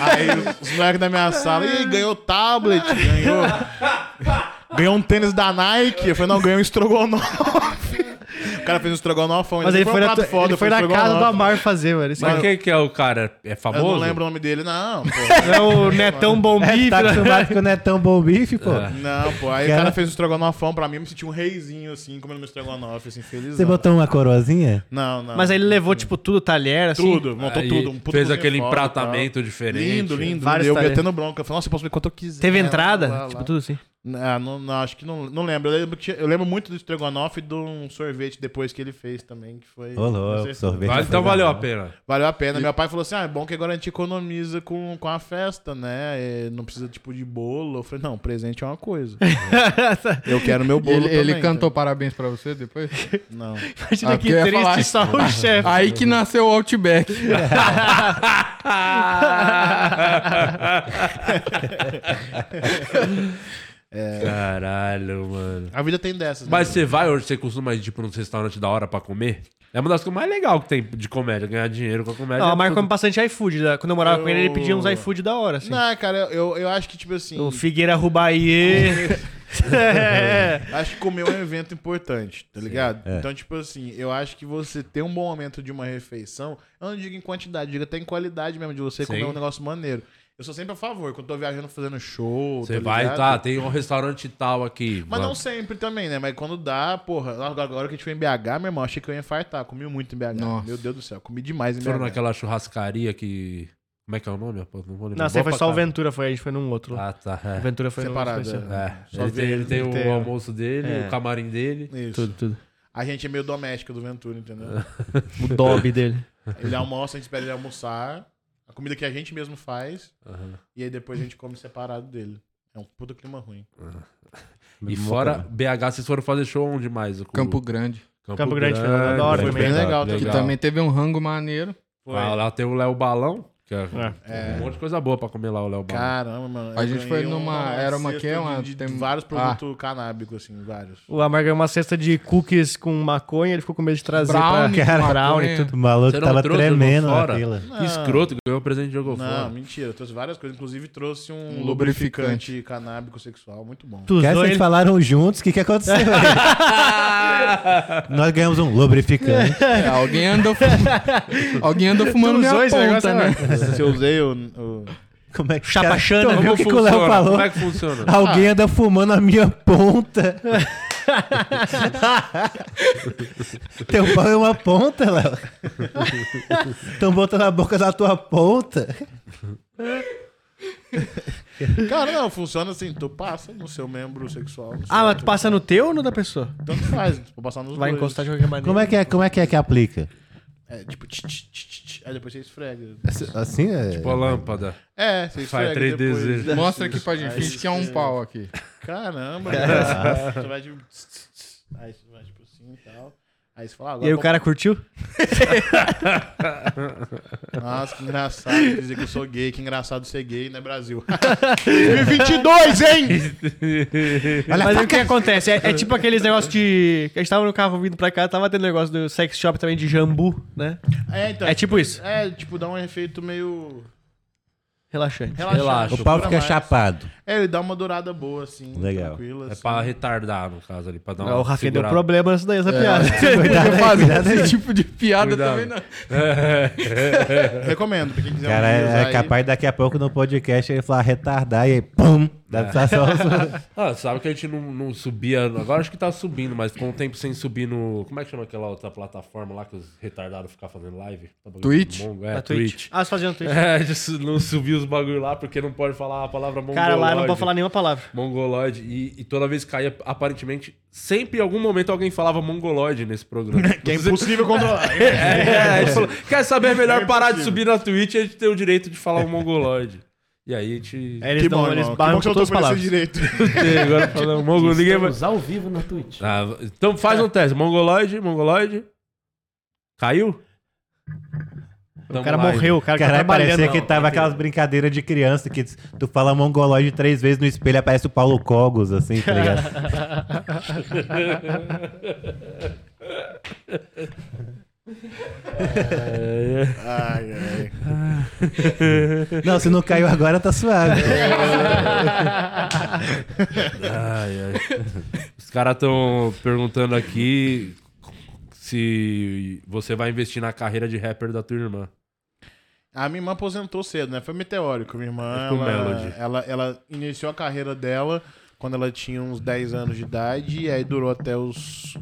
S5: Aí os moleques da minha sala, Ih, ganhou tablet, ganhou. Ganhou um tênis da Nike. Eu falei, não, ganhou um estrogonofe. O cara fez um estrogonofe. um
S2: Mas ele foi, na, tua- ele foi na casa do Amar fazer, mano. Isso
S1: Mas
S2: aí.
S1: quem que é o cara? É
S5: Eu
S1: famoso?
S5: não lembro o nome dele, não, pô.
S2: É o Netão Bom
S3: É,
S2: Bife,
S3: tá
S2: né?
S3: acostumado que não é tão bom bife, pô.
S1: É.
S5: Não, pô. Aí o
S3: Cara-
S5: cara fez um estrogonofão pra mim, eu me senti um reizinho, assim, comendo meu estrogonofe, assim, feliz.
S3: Você botou uma coroazinha?
S5: Não, não.
S2: Mas aí ele levou, tipo, tudo, talher, assim.
S5: Tudo, montou
S1: Aí
S5: tudo. Um puta
S1: fez
S5: cozinha
S1: aquele
S5: foda e tal.
S1: empratamento diferente.
S5: Lindo, lindo.
S2: Vários
S5: lindo. Eu
S2: talheres.
S5: metendo bronca. Eu falei, nossa, eu posso ver quanto eu quiser.
S2: Teve
S5: blá,
S2: entrada,
S5: blá, blá.
S2: tipo, tudo assim.
S5: Ah, não, não, acho que não, não lembro. Eu lembro, que tinha- eu lembro muito do estrogonofe e de um sorvete depois que ele fez também, que foi...
S3: Ô,
S5: não
S3: louco,
S5: sei se-
S3: sorvete. é
S1: Vale-
S3: foi
S1: então
S3: da
S1: valeu a
S3: hora.
S1: pena.
S5: Valeu a pena. Meu pai falou assim: ah, é bom que agora a gente economiza com, com a festa, né? É, não precisa, tipo, de bolo. Eu falei: não, presente é uma coisa. eu quero meu bolo.
S4: Ele, ele
S5: também,
S4: cantou parabéns pra você depois?
S5: tá? Não.
S2: Imagina
S4: Ah,
S2: que
S4: porque eu ia falar
S2: triste
S4: isso.
S2: só o chefe.
S4: Aí que nasceu o Outback.
S1: Caralho, mano.
S5: A vida tem dessas. né?
S1: Mas você vai hoje, você costuma ir tipo, num restaurante da hora pra comer? É uma das coisas mais legais que tem de comédia, ganhar dinheiro com a comédia.
S2: Não,
S1: é
S2: o Marco
S1: tudo.
S2: come bastante iFood. né? Quando eu morava com ele, ele pedia uns
S5: Eu-
S2: iFood da hora, assim.
S5: Não, cara, eu, eu acho que, tipo assim.
S2: O Figueira Rubaie. é.
S5: Acho que comer é um evento importante, tá ligado?
S1: é.
S5: Então, tipo assim, eu acho que você ter um bom momento de uma refeição, eu não digo em quantidade, digo até em qualidade mesmo, de você comer
S1: Sim.
S5: um negócio maneiro. Eu sou sempre a favor, quando eu tô viajando fazendo show.
S1: Você
S5: tá
S1: vai,
S5: ligado?
S1: tá, tem um restaurante tal aqui.
S5: Mas não
S1: vamos.
S5: sempre também, né? Mas quando dá, porra, agora- agora que a gente foi em BH, meu irmão, achei que eu ia infartar. Comi muito em BH.
S4: Nossa.
S5: Meu Deus do céu, comi demais em
S1: Foram
S2: né,
S5: BH.
S1: naquela churrascaria que. Como é que é o nome? Pô, Não, vou lembrar.
S2: Não, você
S1: Boa
S2: foi
S1: pra
S2: só o né?
S1: caralho.
S2: Ventura, foi, a gente foi num outro. lá.
S1: Ah, tá.
S2: O
S1: é.
S2: Ventura foi
S5: Separada.
S2: num especial.
S1: É,
S5: Só
S1: ele, tem,
S5: ver-
S1: ele tem o
S2: tem-
S1: almoço dele,
S2: É.
S1: o camarim dele.
S5: Isso.
S2: Tudo, tudo.
S5: A gente é meio doméstico do Ventura, entendeu?
S2: O Dobby dele.
S5: Ele almoça, a gente espera ele almoçar. A comida que a gente mesmo faz.
S1: Aham.
S5: E aí depois a gente come separado dele. É um puta clima ruim.
S1: E fora BH, vocês foram fazer show onde mais? O
S4: Campo Grande.
S2: Campo Grande foi lá da hora
S5: Foi
S2: também.
S5: bem legal.
S1: Legal.
S5: também.
S4: Que também teve um rango maneiro.
S1: Ah, lá tem o Léo Balão, que é,
S5: É.
S1: um monte de coisa boa pra comer lá o Léo Balão.
S5: Caramba, mano.
S4: A
S5: eu
S4: gente foi
S5: ganhei
S4: numa- era uma
S5: cesta
S4: que é uma-
S5: De, de
S4: tem-
S5: vários produtos canábicos, assim, vários.
S2: O Amar ganhou uma cesta de cookies com maconha, ele ficou com medo de trazer
S4: Brownie,
S2: pra
S4: maconha.
S2: brownie e tudo.
S3: O
S1: Você
S3: maluco
S1: não
S3: tava
S1: trouxe, jogou
S3: tremendo
S1: fora?
S3: na fila.
S1: Que escroto, ganhou presente e jogou
S5: Não,
S1: fora.
S5: mentira. Eu trouxe várias coisas. Inclusive trouxe um,
S4: Um
S5: lubrificante,
S4: lubrificante.
S5: canábico sexual. Muito bom.
S2: Tu
S3: Que
S2: usou
S3: vocês
S2: ele-
S3: falaram juntos, o que, que aconteceu? aí? Nós ganhamos um lubrificante.
S4: É, alguém andou fumando, alguém andou fumando minha
S2: usou esse
S4: ponta, né?
S2: negócio,
S5: Se eu usei o... o-
S3: Como é que
S2: Chapa
S3: cara-
S2: Xana,
S3: Tu viu
S1: Como
S3: o que, que o
S1: funciona?
S3: Léo falou?
S1: Como é que funciona?
S3: Alguém anda fumando a minha ponta. Teu pau é uma ponta, Léo. Estão botando a boca na tua ponta.
S5: Cara, não, funciona assim. Tu passa no seu membro sexual. no seu-
S2: Ah, mas tu passa no teu ou no da pessoa?
S5: Tanto faz. Vou passar nos
S2: Vai
S5: dois.
S2: encostar de qualquer maneira.
S3: Como é que é, como é, que, é que aplica?
S5: É, tipo... tch, tch, tch, tch, tch. Aí depois você esfrega.
S3: Assim é.
S1: Pô, lâmpada.
S5: É, você
S1: Faz
S5: esfrega
S1: três
S5: depois.
S1: desejos.
S4: Mostra aqui pra gente,
S5: Aí
S4: finge que é um
S5: você-
S4: pau aqui.
S5: Caramba, cara. Você vai tipo... tss, tss, tss. Aí você vai tipo assim e tal. Aí você fala...
S2: E
S5: ah, Agora
S2: aí o
S5: vamos-
S2: cara curtiu?
S5: Nossa, que engraçado dizer que eu sou gay. Que engraçado ser gay, né, Brasil? 2022, hein?
S2: Mas o que acontece? É, é tipo aqueles negócios de. A gente tava no carro vindo pra cá, tava tendo negócio do sex shop também de jambu, né?
S5: É, então.
S2: É tipo isso.
S5: É, tipo, dá um efeito meio...
S2: Relaxante.
S5: Relaxante.
S1: Relaxa.
S3: O pau
S5: Dura
S3: fica
S5: mais.
S3: chapado.
S5: É, ele dá uma dourada boa, assim.
S3: Legal.
S5: Tranquila,
S1: É
S5: assim.
S1: pra retardar, no caso, ali, pra dar uma
S2: É, o Rafinha deu
S1: segurada.
S2: problema nessa daí, essa piada.
S4: Não fazer esse tipo de piada
S1: Cuidado.
S4: também né? não.
S5: Recomendo, pra quem quiser
S3: Cara,
S5: usar
S3: é
S5: aí.
S3: capaz daqui a pouco no podcast ele falar retardar e aí, pum,
S1: É.
S3: dá só
S1: Ah, sabe que a gente não, não subia. Agora acho que tá subindo, mas ficou um tempo sem subir no. Como é que chama aquela outra plataforma lá que os retardados ficam fazendo live?
S4: Twitch?
S1: Mongo, É,
S2: Na
S1: Twitch.
S2: Ah, você fazia no Twitch.
S1: É, a gente su- não subiu os bagulho lá porque não pode falar a palavra mongoloide.
S2: Cara, lá eu não pode falar nenhuma palavra.
S1: Mongoloide. E, e toda vez que caía, aparentemente, sempre em algum momento alguém falava mongoloide nesse programa.
S5: Que é impossível controlar.
S1: é, é, a gente falou, quer saber, é melhor parar de subir na Twitch e a gente tem o direito de falar o mongoloide. E aí a gente.
S2: Aí
S5: Que
S2: É, eles
S5: bom,
S2: dão, eles
S5: irmão. Que bom
S2: barram
S5: que eu
S2: com
S5: tô
S2: todas as
S5: por
S2: palavras.
S5: esse direito.
S1: Tem, agora falando mongo, ninguém vai.
S7: Estamos ao vivo na Twitch.
S1: Ah, então faz um teste. Mongoloide, mongoloide. Caiu? Então
S2: O cara morreu, o cara, que
S3: Caralho,
S2: tá
S3: parecia que
S2: trabalhando.
S3: tava aquelas brincadeiras de criança que tu fala mongoloide três vezes no espelho aparece o Paulo Cogos, assim, tá ligado?
S1: É,
S5: Ai, ai.
S3: Não, se não caiu agora, tá suave.
S1: Ai, ai. Os caras estão perguntando aqui se você vai investir na carreira de rapper da tua irmã.
S5: A minha irmã aposentou cedo, né? Foi meteórico. Minha irmã,
S1: Ficou
S5: ela,
S1: Melody.
S5: ela, ela iniciou a carreira dela quando ela tinha uns 10 anos de idade, e aí durou até os,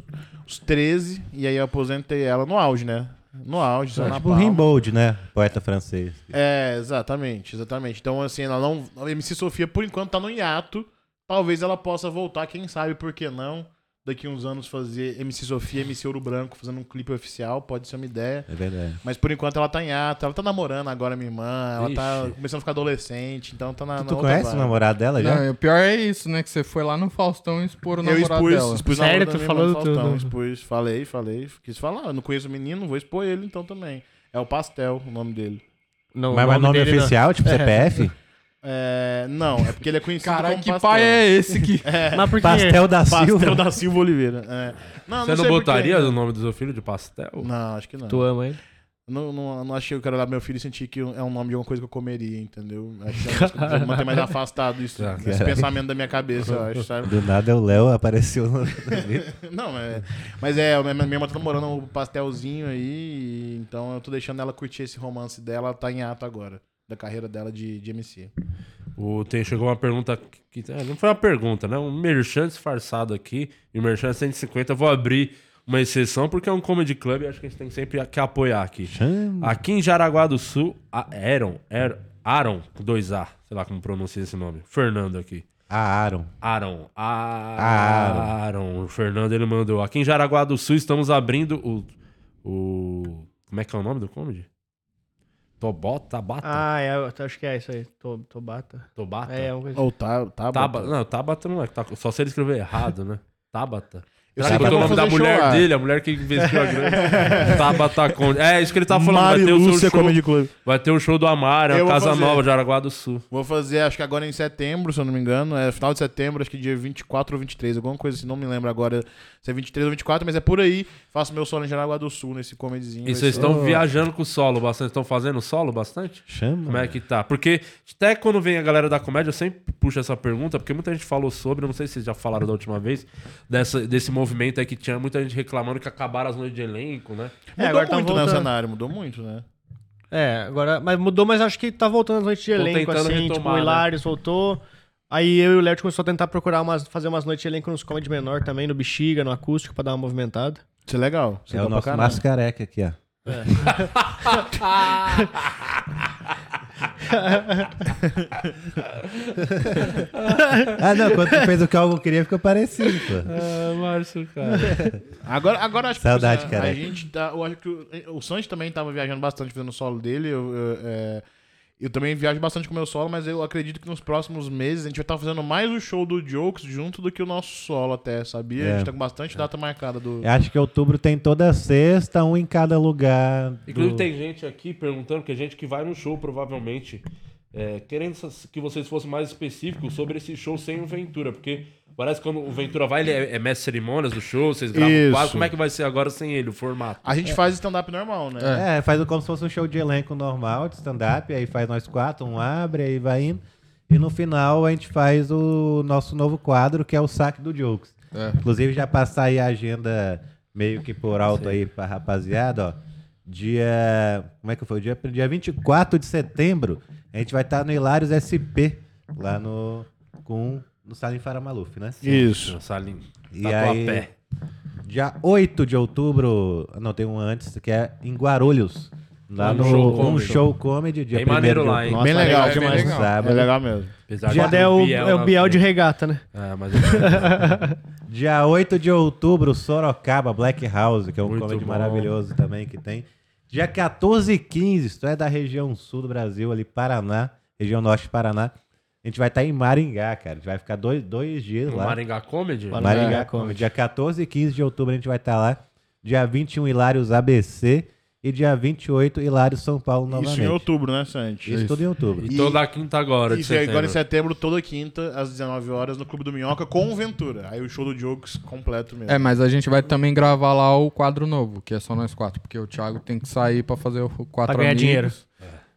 S5: os 13, e aí eu aposentei ela no auge, né? No auge, só na
S3: tipo
S5: palma.
S3: Rimbaud, né? Poeta francês.
S5: É, exatamente, exatamente. Então, assim, ela não. A MC Sofia, por enquanto, tá no hiato Talvez ela possa voltar, quem sabe por que não, daqui uns anos fazer MC Sofia, MC Ouro Branco fazendo um clipe oficial, pode ser uma ideia.
S3: É verdade.
S5: Mas por enquanto ela tá em ato, ela tá namorando agora minha irmã, ela tá
S1: Ixi.
S5: começando a ficar adolescente, então tá na,
S3: Tu,
S5: na
S3: tu
S5: outra
S3: conhece o
S5: vibe.
S3: namorado dela já?
S4: Não, e o pior é isso, né? Que você foi lá no Faustão e expor o
S5: Eu
S4: namorado
S5: expus,
S4: dela.
S5: expus
S2: Sério?
S5: namorado
S2: Tu
S5: da minha
S2: falou
S5: irmã, Faustão,
S2: tudo?
S5: Expus, falei, falei, quis falar, eu não conheço o menino, vou expor ele então também. É o Pastel o nome dele.
S2: Não,
S3: mas
S2: o
S3: mas nome,
S2: dele não.
S3: oficial, tipo CPF?
S5: É, não, é porque ele é conhecido
S4: Caralho,
S5: como
S4: que
S5: Pastel.
S4: pai é esse que...
S2: Mas por quê?
S3: Pastel da
S5: Pastel
S3: Silva.
S5: da Silva Oliveira. é. Não,
S1: Você não,
S5: sei por quê. né?
S1: botaria o nome do seu filho de pastel?
S5: Não, acho que não.
S2: Tu ama ele?
S5: Não, não, não achei que eu quero olhar pro meu filho e sentir que é um nome de alguma coisa que eu comeria, entendeu? Acho que é uma coisa que eu manter mais afastado isso,
S1: Tá,
S5: esse
S3: caralho.
S5: pensamento da minha cabeça, eu acho, sabe?
S3: Do nada o Léo apareceu no. no vídeo.
S5: Não, é, mas é, minha minha irmã tá namorando o pastelzinho aí, e- então eu tô deixando ela curtir esse romance dela, ela tá em ato agora, da carreira dela de, de MC.
S1: O, tem, chegou uma pergunta que é, não foi uma pergunta, né? Um merchan disfarçado aqui. E o merchan é 150. Eu vou abrir uma exceção porque é um comedy club e acho que a gente tem sempre que apoiar aqui. Aqui em Jaraguá do Sul, a Aaron, Aaron, Aaron, com dois A, sei lá como pronuncia esse nome. Fernando aqui.
S3: A Ah, Aaron.
S1: Aaron.
S3: Aaron.
S1: Aaron. O Fernando ele mandou. Aqui em Jaraguá do Sul estamos abrindo o. o como é que é o nome do comedy? Tobota, Tabata.
S2: Ah, é, eu acho que é isso aí. To- Tobata.
S1: Tobata.
S2: É, é uma coisa.
S5: Ou tá, tá,
S1: Tabata. Não, Tabata não é. tá- Só se ele escrever errado, né? Tabata.
S5: Eu
S1: Será
S5: sei
S1: que
S5: que eu
S1: botou o
S5: vou
S1: nome da
S5: fazer
S1: mulher
S5: show lá.
S1: dele, a mulher que investiu a grana. Tabata Conde. É, isso que ele tá falando.
S5: Mari
S1: vai, ter o seu
S5: Lúcia
S1: show,
S5: Comedy Club.
S1: vai ter o show do Amaro, a
S5: Eu vou
S1: Casa
S5: fazer.
S1: Nova de Araguá do Sul.
S5: Vou fazer, acho que agora em setembro, se eu não me engano. É final de setembro, acho que dia 24 ou 23, alguma coisa assim, não me lembro agora se é 23 ou 24, mas é por aí. Faço meu solo em Jaraguá do Sul, nesse comedyzinho.
S1: E
S5: vai
S1: vocês
S5: ser-
S1: estão viajando com o solo bastante? Estão fazendo solo bastante?
S3: Chama.
S1: Como é que tá? Porque até quando vem a galera da comédia, eu sempre puxo essa pergunta, porque muita gente falou sobre, eu não sei se vocês já falaram da última vez, dessa- desse movimento aí que tinha muita gente reclamando que acabaram as noites de elenco, né?
S5: Mudou
S2: É, agora tá
S5: muito, né, o
S2: voltando.
S5: cenário, mudou muito, né?
S2: É, agora. Mas mudou, mas acho que tá voltando as noites de
S1: Tô
S2: elenco,
S1: tentando
S2: assim.
S1: retomar,
S2: tipo,
S1: né?
S2: o Hilários voltou. Aí eu e o Léo a gente começou a tentar procurar umas, fazer umas noites de elenco nos comedy menor também, no bexiga, no acústico, pra dar uma movimentada.
S5: Isso é legal. Isso
S3: É o
S5: bom pra
S3: nosso
S5: caralho.
S3: Márcio Careca aqui, ó. ah, não, quando tu fez o que eu queria, ficou parecido, pô.
S1: Ah, Márcio, cara.
S5: Agora, agora acho que
S3: Saudade,
S5: a,
S3: careca.
S5: a gente tá. Eu acho que o, o Sanji também tava viajando bastante fazendo o solo dele. Eu, eu, é, eu também viajo bastante com o meu solo, mas eu acredito que nos próximos meses a gente vai estar fazendo mais o show do Jokes junto do que o nosso solo, até, sabia? A
S3: É.
S5: gente tá com bastante data marcada do.
S3: Eu acho que outubro tem toda sexta, um em cada lugar. do-
S1: Inclusive tem gente aqui perguntando, que é gente que vai no show provavelmente, é, querendo essas- que vocês fossem mais específicos sobre esse show sem o Ventura, porque parece que quando o Ventura vai, ele é, é mestre de cerimônias do show, vocês gravam
S5: Isso.
S1: quase. Como é que vai ser agora sem ele, o formato?
S5: A gente faz stand-up normal, né?
S3: É, faz como se fosse um show de elenco normal, de stand-up, aí faz nós quatro, um abre, aí vai indo. E no final a gente faz o nosso novo quadro, que é o saque do Jokes.
S4: É.
S3: Inclusive já passar aí a agenda meio que por alto aí pra rapaziada, ó. Dia. Como é que foi? Dia, dia 24 de setembro, a gente vai estar no Hilários SP, lá no. com. no Salim Faramaluf, né?
S5: Isso.
S1: Salim.
S3: E
S1: Tatuapé.
S3: aí, dia 8 de outubro, não, tem um antes, que é em Guarulhos. Lá
S1: Um
S3: no
S1: show
S3: um
S1: comedy.
S3: show comedy, dia
S1: Bem maneiro
S3: 1º de
S1: lá, hein?
S3: outubro.
S5: bem legal,
S4: legal,
S5: demais.
S4: bem legal.
S3: Ah,
S5: É legal mesmo.
S1: Apesar
S3: Já
S1: de ter um
S2: é o, é
S1: na
S2: o Biel de
S1: frente.
S2: regata, né?
S1: É, mas
S3: Dia 8 de outubro, Sorocaba, Black House, que é um
S1: Muito
S3: comedy
S1: bom.
S3: maravilhoso também que tem. Dia 14 e 15, isso é da região sul do Brasil, ali Paraná, região norte do Paraná. A gente vai estar em Maringá, cara. A gente vai ficar dois, dois dias
S1: o
S3: lá.
S1: Maringá Comedy?
S2: Maringá.
S3: Maringá Comedy. Dia 14 e 15 de outubro a gente vai estar lá. Dia 21, Hilários ABC. E dia 28, Hilários São Paulo novamente.
S5: Isso em outubro, né, Sanji?
S3: Isso tudo em outubro.
S1: E toda quinta agora, de
S5: Isso, e é agora em
S1: setembro.
S5: setembro, toda quinta, às 19 horas, no Clube do Minhoca, com o Ventura. Aí o show do Jokes completo mesmo.
S4: É, mas a gente vai também gravar lá o quadro novo, que é só nós quatro, porque o Thiago tem que sair pra fazer o quatro
S2: Pra ganhar
S4: amigos
S2: dinheiro.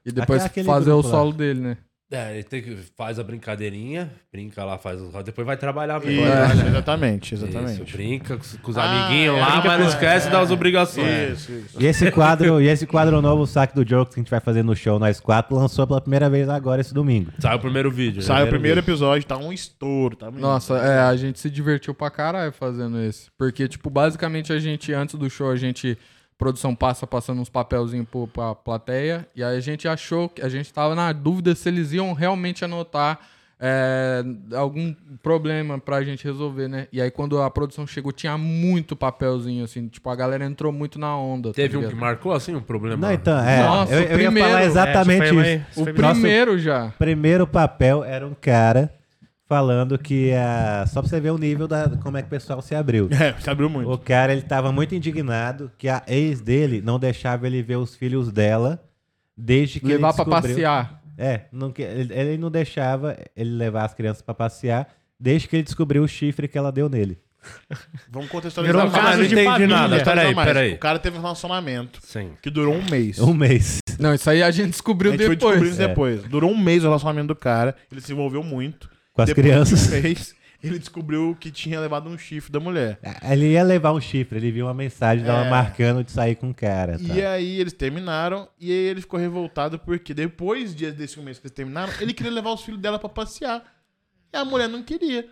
S4: e depois
S3: Aquele
S4: fazer o
S3: grupo lá.
S4: solo dele, né?
S1: É, ele tem que, faz a brincadeirinha, brinca lá, faz os... Depois vai trabalhar
S5: Isso,
S1: mesmo. né?
S5: exatamente,
S1: Isso,
S5: exatamente.
S1: brinca com, os- com os
S5: Ah,
S1: amiguinhos
S5: é,
S1: lá,
S5: brinca
S1: mas não
S5: com-
S1: esquece das obrigações.
S5: Isso, isso.
S3: E esse quadro, e esse quadro novo, o saque do Jokes, que a gente vai fazer no show Nós Quatro, lançou pela primeira vez agora esse domingo.
S1: Sai o primeiro vídeo. né?
S5: Sai o
S3: Primeiro
S5: primeiro episódio, tá um estouro, tá? menino?
S4: Nossa, é, a gente se divertiu pra caralho fazendo esse. Porque, tipo, basicamente a gente, antes do show, a gente. Produção passa passando uns papelzinhos pro, pra plateia. E aí a gente achou que a gente tava na dúvida se eles iam realmente anotar é, algum problema pra gente resolver, né? E aí quando a produção chegou, tinha muito papelzinho, assim. Tipo, a galera entrou muito na onda. tá
S1: Teve um que
S4: ligado?
S1: marcou assim um problema?
S3: Não, então, é.
S4: Nossa,
S3: eu eu ia
S4: primeiro.
S3: falar
S4: É,
S3: exatamente
S2: isso foi uma-
S3: isso.
S2: isso foi
S4: O
S3: Nosso
S4: primeiro já.
S3: primeiro papel era um cara falando que a. Só pra você ver o nível da como é que o pessoal se abriu.
S5: É, se abriu muito.
S3: O cara, ele tava muito indignado que a ex dele não deixava ele ver os filhos dela desde que
S4: Levar
S3: ele
S4: pra
S3: descobriu...
S4: passear.
S3: É, não que- ele, ele não deixava ele levar as crianças pra passear desde que ele descobriu o chifre que ela deu nele.
S5: Vamos contextualizar.
S2: Virou um
S5: o cara.
S2: caso
S5: Não
S2: de
S5: entendi
S2: família.
S1: nada. Peraí,
S5: mais.
S1: peraí.
S5: O cara teve um relacionamento
S1: Sim.
S5: que durou um mês.
S3: Um mês.
S4: Não, isso aí a gente
S5: A
S4: descobriu
S5: gente foi
S4: depois.
S5: descobrir isso depois. Durou um mês o relacionamento do cara. Ele se envolveu muito.
S3: Com as
S5: Depois
S3: crianças.
S5: que fez, ele descobriu que tinha levado um chifre da mulher.
S3: Ele ia levar um chifre, ele viu uma mensagem dela
S5: É.
S3: marcando de sair com o cara. tá?
S5: E é- aí eles terminaram e aí ele ficou revoltado porque depois de- desse um mês que eles terminaram, ele queria levar os filhos dela pra passear. E a mulher não queria.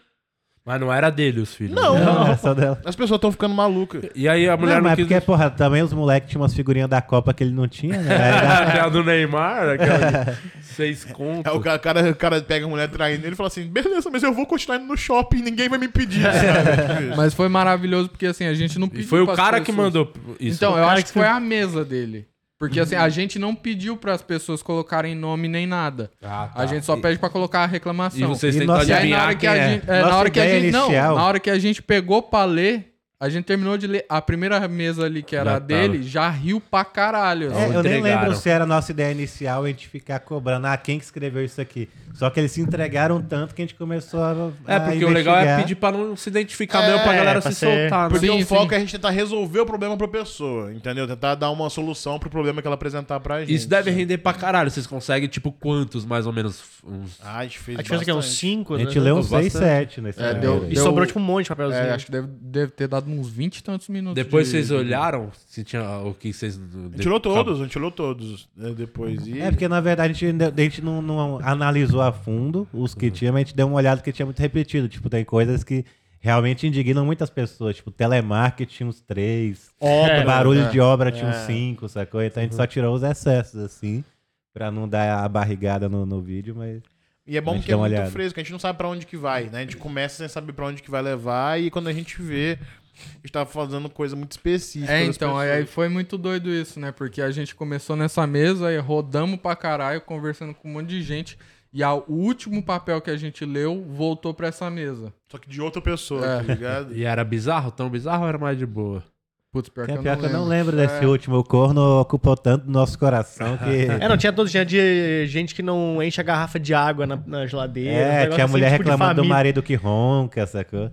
S1: Mas não era dele os filhos.
S5: Não,
S3: Não, é só dela.
S5: As pessoas estão ficando malucas.
S1: E aí a mulher
S3: não,
S1: não,
S3: mas é
S1: quis.
S3: porque, porra, também os moleques tinham umas figurinhas da Copa que ele não tinha, né? Aí dá-
S1: Aquela do Neymar, aquela de seis contos.
S5: Aí É o ca- cara, o cara pega a mulher traindo ele e fala assim: beleza, mas eu vou continuar indo no shopping, ninguém vai me impedir.
S3: É.
S5: sabe?
S4: Mas foi maravilhoso porque assim, a gente não
S1: E
S4: pediu.
S1: foi o
S4: pras
S1: cara que
S4: pessoas.
S1: mandou isso. é um
S4: Então, eu
S2: cara
S4: acho que
S2: que
S4: foi a mesa dele. Porque assim, a gente não pediu pras pessoas colocarem nome nem nada.
S1: Ah, tá.
S4: A gente só pede pra colocar a reclamação.
S1: E vocês
S3: E
S1: tentam
S3: nós-
S4: E aí, na
S1: adivinhar
S4: hora que
S1: quem
S4: a
S1: é.
S4: gente. é,
S3: Nossa
S4: na hora que a
S3: ideia
S4: gente. Não,
S3: inicial-
S4: na hora que a gente pegou pra ler, a gente terminou de ler. A primeira mesa ali, que era
S1: Já
S4: a dele, já riu pra caralho.
S3: É,
S4: assim.
S3: eu nem
S1: entregaram.
S3: lembro se era a nossa ideia inicial a gente ficar cobrando, ah, quem que escreveu isso aqui? Só que eles se entregaram tanto que a gente começou a.
S1: É,
S3: a
S1: porque o legal é
S3: Ah, investigar.
S1: pedir pra não se identificar mesmo, pra
S2: É,
S1: galera
S2: pra
S1: se
S2: ser-
S1: soltar. né?
S5: Porque
S4: Sim,
S5: o foco
S4: sim.
S5: é a gente tentar resolver o problema pra pessoa, entendeu? Tentar dar uma solução pro problema que ela apresentar pra gente.
S1: Isso deve render pra caralho. Vocês conseguem, tipo, quantos mais ou menos? Uns...
S5: Ah, a gente fez
S2: A diferença é que é uns
S5: bastante.
S2: 5,
S3: A gente leu uns
S1: né? Então, Bastante.
S3: 6, 7 nesse
S4: É,
S3: primeiro
S4: deu-
S3: aí.
S2: E
S4: deu-
S2: sobrou tipo um monte de papelzinho.
S4: É, acho que deve, deve ter dado uns 20 e tantos minutos.
S1: Depois
S4: de-
S1: vocês
S4: de-
S1: olharam se tinha o que vocês.
S5: A gente tirou todos, a gente tirou todos né, depois. E...
S3: É, porque na verdade a gente, ainda- a gente não, não analisou a fundo os
S1: Uhum.
S3: que tinha, mas a gente deu uma olhada que tinha muito repetido. Tipo, tem coisas que realmente indignam muitas pessoas. Tipo, telemarketing tinha uns 3,
S2: Obra,
S3: barulho
S4: é.
S3: de obra tinha uns 5, sacou? Então a
S1: Uhum.
S3: gente só tirou os excessos, assim, pra não dar a barrigada no, no vídeo, mas.
S5: E é
S3: A
S5: bom
S3: gente
S5: porque
S3: dá
S5: é
S3: uma
S5: muito
S3: olhada.
S5: fresco, a gente não sabe pra onde que vai, né? A gente começa sem saber pra onde que vai levar e quando a gente vê, a gente tá fazendo coisa muito específica.
S4: É,
S5: das
S4: então, aí, aí
S5: pessoas.
S4: foi muito doido isso, né? Porque a gente começou nessa mesa, aí rodamos pra caralho, conversando com um monte de gente. E a- o último papel que a gente leu voltou pra essa mesa.
S5: Só que de outra pessoa,
S4: É.
S5: tá ligado?
S1: E era bizarro? Tão bizarro ou era mais de boa?
S4: Putz, pior
S3: Que
S4: que,
S3: é
S4: eu,
S3: pior
S4: não
S3: que eu não
S4: lembro.
S3: lembro desse último. O corno ocupou tanto do nosso coração que.
S2: É, não, tinha todos, tinha de gente que não enche a garrafa de água na, na geladeira. um
S3: É,
S2: negócio
S3: tinha a
S2: assim,
S3: mulher
S2: tipo, de
S3: reclamando do
S2: família. É.
S3: marido que ronca, sacou?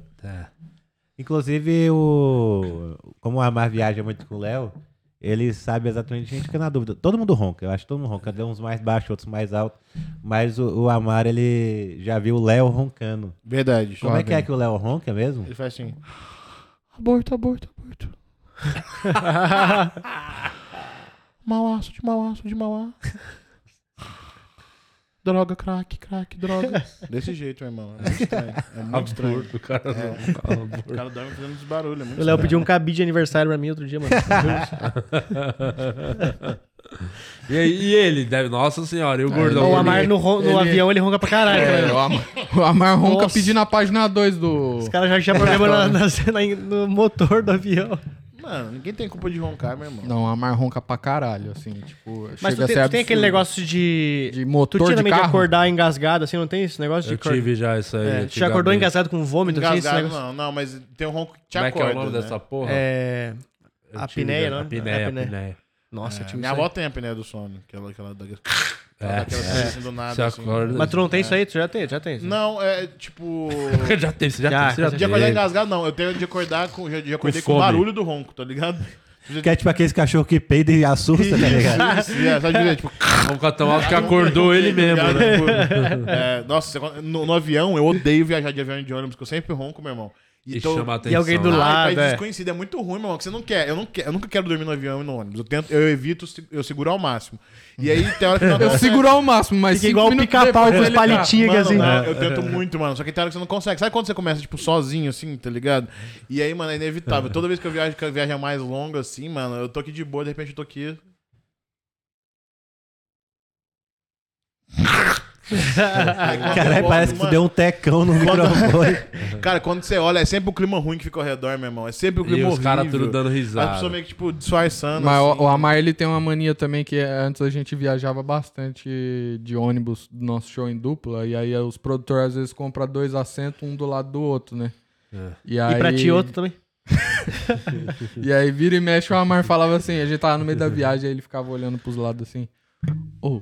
S3: Inclusive, o. Como o Amar viaja muito com o Léo, ele sabe exatamente, a gente fica na dúvida. Todo mundo ronca, eu acho que todo mundo ronca. Tem uns mais baixos, outros mais altos. Mas o, o Amar, ele já viu o Léo roncando.
S5: Verdade.
S3: Como é que é que o Léo ronca mesmo?
S5: Ele faz assim.
S6: Aborto, aborto, aborto. Mauá, sou de Mauá, sou de Mauá. Droga, crack, crack, droga.
S5: Desse jeito, meu irmão. É muito estranho. É muito estranho.
S1: Aborto, cara.
S5: O cara dorme fazendo esse barulho. É muito
S2: O Léo
S5: estranho.
S2: pediu um cabide de aniversário pra mim outro dia, mano.
S4: Então,
S1: E, aí- e ele? Deve... Nossa senhora, e o gordão?
S2: o
S1: Ele-
S2: Amar no, ron- no
S4: ele-
S2: avião, ele ronca pra caralho.
S4: É,
S2: cara.
S4: o Amar, o Amar Ronca
S2: Nossa.
S4: pedindo a página 2 do.
S2: Os caras já tinham problema
S3: Tá
S2: na- na- na- no motor do avião.
S5: Mano, ninguém tem culpa de roncar, meu irmão.
S4: Não, o Amar Ronca pra caralho, assim, tipo.
S2: Mas tu
S4: chega a
S2: tem,
S4: ser
S2: tu tem aquele
S4: absurdo.
S2: negócio de...
S4: de
S2: Tu
S4: motor
S2: tinha
S4: de
S2: também de
S4: carro.
S2: acordar engasgado, assim, não tem esse negócio
S1: Eu
S2: de... acor-
S1: tive já isso aí.
S2: É, tu já acordou
S1: antigamente.
S2: engasgado com vômito, não tem esse
S5: Engasgado,
S2: negócio?
S5: não, não, mas tem um ronco que te
S1: Como é que é
S5: acorda.
S1: o nome
S5: né?
S1: dessa porra?
S2: É...
S1: Eu tive,
S2: apneia,
S1: né?
S2: não? É,
S1: Apneia,
S2: apneia.
S1: apneia.
S2: Nossa, eu tive
S5: É, Minha
S2: isso aí.
S5: avó tem a apneia do sono. Aquela, aquela, da- aquela,
S1: É,
S5: daquela que
S1: é.
S5: assim, do nada.
S1: Você
S5: assim.
S1: acorda-
S2: Mas tu não tem isso aí? Tu já tem, já tem.
S5: Não, é tipo.
S1: Já teve, você já,
S2: Já,
S1: teve. você já
S5: De acordar
S1: teve.
S5: engasgado, não. Eu tenho de acordar com. Já, já acordei com, o
S1: fome.
S5: barulho do ronco, tá ligado?
S3: Que é tipo aqueles cachorros que peidam e assusta, tá ligado?
S5: Isso, isso, é, só de ver, tipo, um
S1: Ronca tão alto que acordou ele mesmo,
S5: ligado?
S1: né?
S5: Tipo, é, nossa, no, no avião, eu odeio viajar de avião e de ônibus, porque eu sempre ronco, meu irmão.
S1: E
S5: então-
S1: chama a atenção.
S2: E alguém do
S1: né?
S5: Ah,
S2: lado,
S5: país
S2: é.
S5: desconhecido é muito ruim, meu irmão, que você não quer. Eu, não quero, eu nunca quero dormir no avião e no ônibus. Eu, tento, eu evito, se- eu seguro ao máximo. E aí, tem hora que não
S4: Eu segurar ao máximo, mas.
S2: né? Fica
S4: cinco
S2: igual o
S4: minutos
S2: pica-pau
S4: depois
S2: com os
S4: ele tá.
S2: palitinhos que
S5: Mano,
S2: assim.
S5: né, eu tento muito, mano. Só que tem hora que você não consegue. Sabe quando você começa, tipo, sozinho, assim, tá ligado? E aí, mano, é inevitável. Toda vez que eu viajo, que a viagem é mais longa, assim, mano, eu tô aqui de boa, de repente eu tô aqui.
S3: Caralho, parece que tu deu um tecão no microfone.
S5: Cara, quando você olha, é sempre o clima ruim que fica ao redor, meu irmão. É sempre o clima
S1: E os
S5: horrível.
S1: caras tudo dando
S5: As pessoas
S1: risada.
S5: meio que, tipo, disfarçando.
S4: Mas o-
S5: assim.
S4: o Amar, ele tem uma mania também que é, antes a gente viajava bastante de ônibus do nosso show em dupla, e aí os produtores às vezes compram dois assentos, um do lado do outro, né?
S3: É.
S4: E, aí,
S2: E pra ti outro também.
S4: E aí vira e mexe, o Amar falava assim, a gente tava no meio da viagem, aí ele ficava olhando pros lados assim, ô,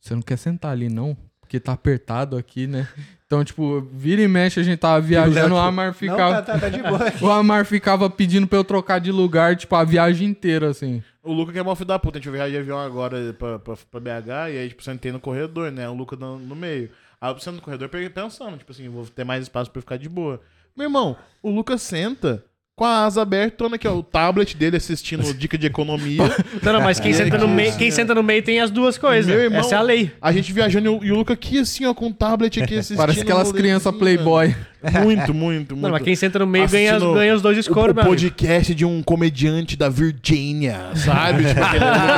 S4: você não quer sentar ali não? Porque tá apertado aqui, né? Então, tipo, vira e mexe, a gente tava viajando, o Amar
S3: Não,
S4: ficava...
S3: tá, tá, tá de boa.
S4: O Amar ficava pedindo pra eu trocar de lugar, tipo, a viagem inteira, assim.
S5: O Luca que é mó filho da puta. A gente viaja de avião agora pra, pra, pra BH e aí, tipo, sentei no corredor, né? O Luca no, no meio. Aí eu sento no corredor pe- pensando, tipo assim, vou ter mais espaço pra eu ficar de boa. Meu irmão, o Luca senta com a asa aberta, aqui, ó, o tablet dele assistindo dica de economia.
S2: Não, não, mas quem, senta no, meio, quem senta no meio tem as duas coisas.
S5: Meu irmão-
S2: Essa é a lei.
S5: A gente viajando e o, e o Luca aqui, assim, ó, com o tablet aqui assistindo.
S4: Parece aquelas
S5: o
S4: crianças
S5: rolezinho,
S4: playboy.
S5: né? Muito, muito, muito.
S2: Não, mas quem senta no meio ganha,
S5: Assistindo
S2: ganha os dois
S5: o,
S2: escoros,
S5: o
S2: meu amigo.
S5: podcast de um comediante da Virgínia, sabe? Tipo, aquele-
S2: Não,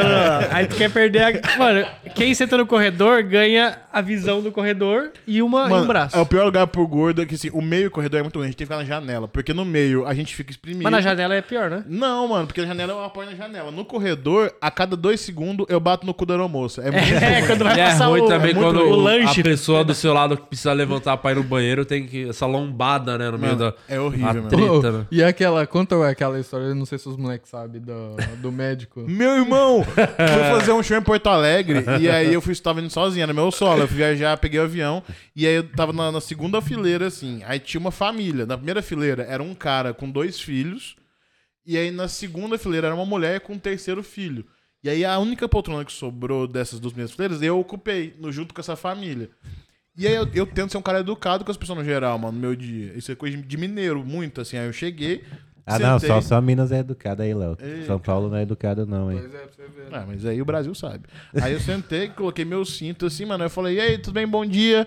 S2: não, Aí tu quer perder a... Mano, quem senta no corredor ganha a visão do corredor e, uma, e um
S5: Mano,
S2: braço.
S5: é o pior lugar pro gordo, é que assim, o meio corredor é muito ruim, a gente tem que ficar na janela, porque no meio a gente fica exprimido.
S2: Mas na janela é pior, né?
S5: Não, mano, porque na janela eu apoio na janela. No corredor, a cada dois segundos eu bato no cu da aeromoça. É muito ruim.
S2: quando
S1: E é ruim também
S2: muito-
S1: quando
S2: o
S1: a
S2: lanche.
S1: pessoa do seu lado que precisa levantar pra ir no banheiro tem que. Essa lombada, né? No meio da.
S5: É horrível, meu.
S1: Atriz. Eita,
S4: Ô,
S1: né?
S4: e aquela, conta aquela história, eu não sei se os moleques sabem, do, do médico.
S5: Meu irmão, fui fazer um show em Porto Alegre e aí eu fui, tava indo sozinho, era meu solo. Eu fui viajar, peguei o avião e aí eu tava na, na segunda fileira, assim. Aí tinha uma família. Na primeira fileira era um cara com dois filhos e aí na segunda fileira era uma mulher com um terceiro filho. E aí a única poltrona que sobrou dessas duas primeiras fileiras eu ocupei no- junto com essa família. E aí eu, eu tento ser um cara educado com as pessoas no geral, mano, no meu dia. Isso é coisa de mineiro, muito, assim. Aí eu cheguei.
S3: Ah, não,
S5: sentei-
S3: só, só Minas é educada aí, Léo. São Paulo não é educada, não, hein?
S4: Pois é, pra você ver.
S5: Ah, mas aí o Brasil sabe. Aí eu sentei, coloquei meu cinto assim, mano. Eu falei, e aí, tudo bem? Bom dia.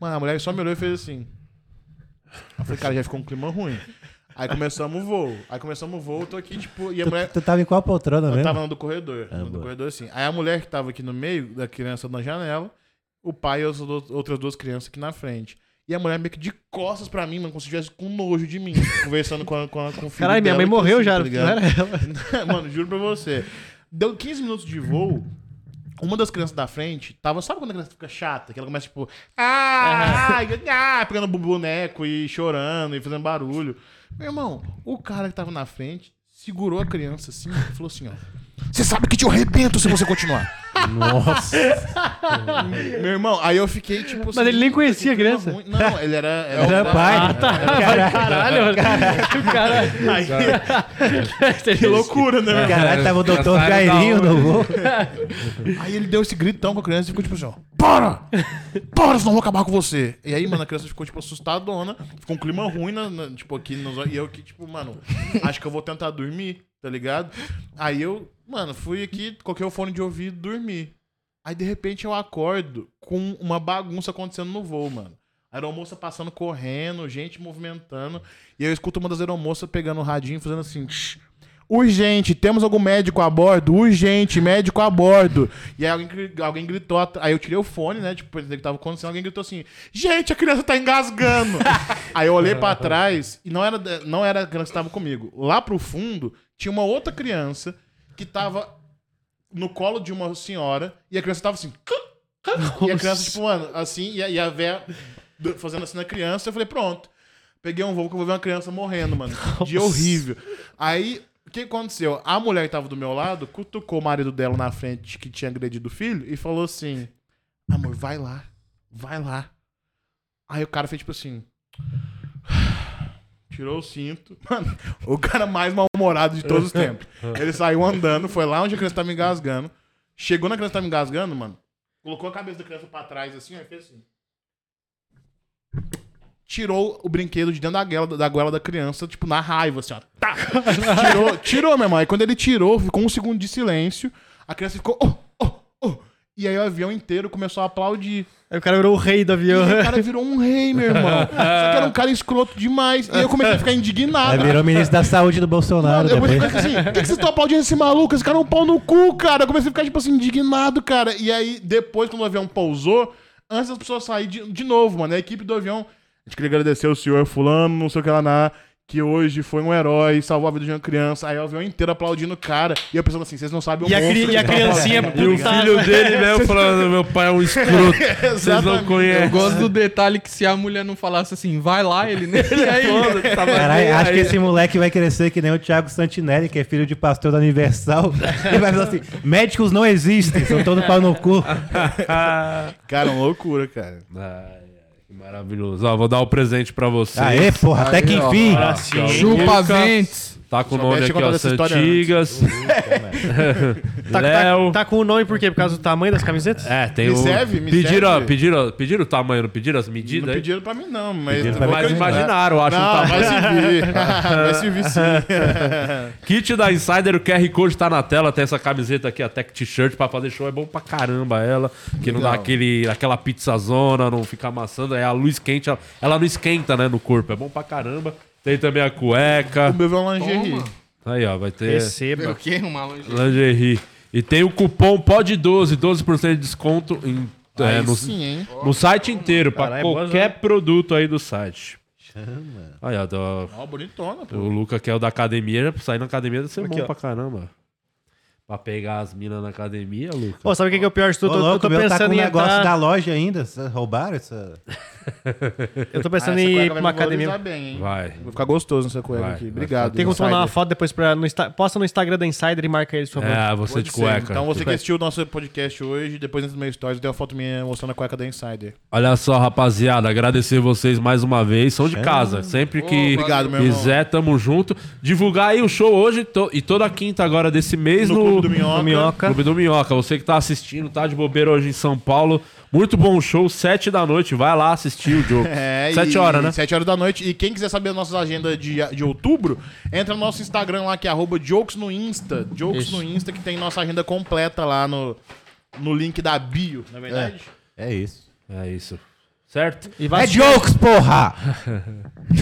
S5: Mano, a mulher só me olhou e fez assim. Eu falei, cara, já ficou um clima ruim. Aí começamos o voo. Aí começamos o voo, eu tô aqui, tipo, e a
S3: Tu,
S5: mulher.
S3: tu tava em qual poltrona
S5: Eu
S3: mesmo?
S5: tava no do corredor.
S2: É,
S5: no do
S3: boa.
S5: corredor, assim. Aí a mulher que tava aqui no meio, da criança na janela, o pai e as do- outras duas crianças aqui na frente. E a mulher meio que de costas pra mim, mano, como se estivesse com nojo de mim, conversando com, a, com, a, com o filho
S2: Caralho, minha mãe
S5: dela, que
S2: morreu
S5: assim,
S2: já.
S5: tá
S2: não
S5: ligado?
S2: era ela.
S5: Mano, juro pra você. Deu 15 minutos de voo. Uma das crianças da frente tava. Sabe quando a criança fica chata? Que ela começa, tipo. Ah, ah, ah", pegando bu- boneco e chorando e fazendo barulho. Meu irmão, o cara que tava na frente segurou a criança assim e falou assim: ó. Você sabe que te arrebento se você continuar.
S3: Nossa.
S5: Meu irmão, aí eu fiquei tipo.
S2: Mas ele nem conhecia a criança.
S5: Não, ele era.
S3: Era pai.
S2: Ah, tá. Caralho, mano. O cara...
S5: Que loucura, né? meu irmão?
S3: Caralho, tava o
S1: Cara,
S3: doutor
S1: sabe da
S3: Cairinho
S1: onde?
S3: no voo.
S5: Aí ele deu esse gritão com a criança e ficou tipo assim, ó, para! Para, senão eu vou acabar com você! E aí, mano, a criança ficou, tipo, assustadona, ficou um clima ruim, na, na- tipo, aqui nos... E eu que, tipo, mano, acho que eu vou tentar dormir, tá ligado? Aí eu, mano, fui aqui, coloquei o fone de ouvido e dormi. Aí, de repente, eu acordo com uma bagunça acontecendo no voo, mano. Aeromoça passando correndo, gente movimentando. E eu escuto uma das aeromoças pegando o radinho, fazendo assim... "Shh, Urgente, temos algum médico a bordo? Urgente, médico a bordo. E aí alguém, gri- alguém gritou, at- aí eu tirei o fone, né? Tipo, pra entender o que tava acontecendo, alguém gritou assim: Gente, a criança tá engasgando. aí eu olhei pra trás e não era, da- não era a criança que tava comigo. Lá pro fundo tinha uma outra criança que tava no colo de uma senhora e a criança tava assim. E a criança, tipo, mano, assim, e a, e a véia do- fazendo assim na criança, eu falei, pronto. Peguei um voo que eu vou ver uma criança morrendo, mano. De horrível. Aí, o que aconteceu? A mulher que tava do meu lado cutucou o marido dela na frente que tinha agredido o filho e falou assim: Amor, vai lá. Vai lá. Aí o cara fez tipo assim. Tirou o cinto. Mano, o cara mais mal-humorado de todos os tempos. Ele saiu andando, foi lá onde a criança tava engasgando. Chegou na criança que tava engasgando, mano. Colocou a cabeça da criança pra trás assim, aí fez assim. Tirou o brinquedo de dentro da guela da, goela da criança, tipo, na raiva, assim, ó. Tá! Tirou, tirou, meu irmão. E quando ele tirou, ficou um segundo de silêncio. A criança ficou. Oh, oh, oh. E aí o avião inteiro começou a aplaudir.
S2: Aí o cara virou o rei do
S5: E
S2: avião.
S5: o cara virou um rei, meu irmão. Só que era um cara escroto demais. E eu comecei a ficar
S3: Aí
S5: indignado.
S3: É, virou ministro da saúde do Bolsonaro
S5: Eu
S3: depois.
S5: comecei a ficar assim, por que que vocês estão aplaudindo esse maluco? Esse cara é um pau no cu, cara. Eu comecei a ficar, tipo assim, indignado, cara. E aí, depois, quando o avião pousou, antes das pessoas saírem de, de novo, mano. A equipe do avião, a gente queria agradecer o senhor fulano, não sei o que lá na... Que hoje foi um herói, salvou a vida de uma criança. Aí o avião inteiro aplaudindo o cara. E eu pensando assim, vocês não sabem o
S2: E a,
S5: monstro
S2: cri-
S5: que
S2: e a
S5: tá
S2: criancinha tá-
S1: E o
S2: putada.
S1: filho dele mesmo falando: meu pai é um escroto. Vocês não
S5: Exatamente.
S4: Eu
S1: conhecem.
S4: gosto do detalhe que se a mulher não falasse assim, vai lá, ele é nem e aí.
S3: Caralho, acho que esse moleque vai crescer que nem o Thiago Santinelli, que é filho de pastor da Universal. Ele vai falar assim: médicos não existem, são todo pau no cu.
S5: Cara, é uma loucura, cara.
S1: Ai, ai, que maravilhoso. Ó, vou dar o presente pra você.
S3: Aê, porra, até que
S4: Aí, ó.
S3: enfim.
S1: Ó,
S4: Chupa
S1: Lucas,
S4: Ventes.
S1: Tá com o
S5: Só
S1: nome
S5: mexe
S1: aqui,
S5: contando
S1: ó,
S5: essa história
S1: Santigas.
S2: Tá,
S1: Léo.
S2: tá, tá com o nome por quê? Por causa do tamanho das camisetas?
S1: É, tem
S5: Me
S1: o...
S5: serve? Me
S1: pediram,
S5: serve?
S1: Pediram, pediram o tamanho, não pediram as medidas?
S5: Não
S1: aí?
S5: pediram pra mim, não, mas.
S3: Pediram pra né?
S5: vou
S1: Mas
S5: acreditar.
S1: imaginaram, eu acho. um
S2: tá
S5: Não,
S1: tamanho.
S5: vai servir. vai servir sim.
S1: Kit da Insider, o QR Code tá na tela, tem essa camiseta aqui, a Tech T-shirt, pra fazer show é bom pra caramba ela, que não dá
S5: Legal.
S1: aquele, aquela pizza zona, não fica amassando, é a luz quente, ela, ela não esquenta, né, no corpo, é bom pra caramba. Tem também a
S5: o
S1: cueca,
S5: meu é um lingerie.
S1: aí ó, vai
S5: É.
S1: ter
S2: Receba.
S4: O quê? Uma lingerie.
S1: lingerie. E tem o cupom POD12, 12% de desconto em, é,
S5: Aí
S1: no,
S5: sim, hein?
S1: no site inteiro, pra
S2: Caralho, é boa
S1: qualquer produto aí do site. Chama. Aí ó, do-
S5: Ó, bonitona, pô.
S1: o Luca, que é o da academia, sair na academia deve ser
S2: Aqui,
S1: bom
S2: ó.
S1: pra caramba. Pra pegar as minas na academia, Luca.
S2: Pô, sabe o que, que é o pior de
S3: Ô,
S2: tudo? Eu tô- eu
S3: louco,
S2: tô
S3: o meu tá com
S2: pensando
S3: um
S2: em
S3: negócio
S2: entrar-
S3: da loja ainda. cê- Roubaram essa.
S2: Eu tô
S5: Ah, essa
S2: pensando em ir
S5: cueca
S2: pra
S5: vai
S2: uma
S5: me valorizar
S2: academia.
S5: Bem, hein?
S1: Vai.
S5: Vou ficar gostoso nessa cueca
S1: Vai,
S5: aqui.
S1: vai
S5: Obrigado.
S2: Tem como tu mandar uma
S5: Insider.
S2: foto depois pra. No, Insta- posta no Instagram da Insider e marca eles, por favor.
S1: É, você
S5: Pode
S1: de
S5: ser.
S1: cueca.
S5: Então você que assistiu o nosso podcast hoje, depois entra no meu stories, tem uma foto minha mostrando a cueca da Insider.
S1: Olha só, rapaziada, agradecer vocês mais uma vez. São de casa. Sempre que
S5: Obrigado, meu irmão.
S1: quiser, tamo junto. Divulgar aí o show hoje to- e toda quinta agora desse mês
S5: No
S1: no,
S5: Clube do Minhoca.
S1: Clube do Minhoca. Você que tá assistindo, tá de bobeira hoje em São Paulo. Muito bom show, sete da noite. Vai lá assistir o jogo.
S5: É, e-
S1: sete horas, né?
S5: Sete horas da noite. E quem quiser saber as nossas agendas de, de outubro, entra no nosso Instagram lá, que é arroba jokes no Insta. Jokes no Insta, que tem nossa agenda completa lá no, no link da bio, na verdade.
S3: É isso.
S1: É isso. Certo?
S2: E vai
S3: É jokes, porra!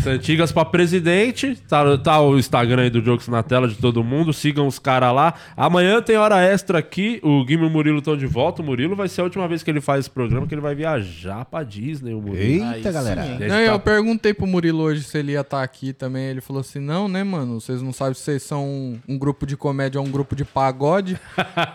S1: Santigas pra presidente. Tá, tá o Instagram aí do Jokes na tela de todo mundo. Sigam os caras lá. Amanhã tem hora extra aqui. O Guilherme e o Murilo estão de volta. O Murilo vai ser a última vez que ele faz esse programa, que ele vai viajar pra Disney, o Murilo.
S3: Eita, galera.
S5: hein?
S1: Ele
S4: Não, eu
S1: tá-
S4: perguntei pro Murilo hoje se ele ia estar aqui também. Ele falou assim: não, né, mano? Vocês não sabem se vocês são um, um grupo de comédia ou um grupo de pagode.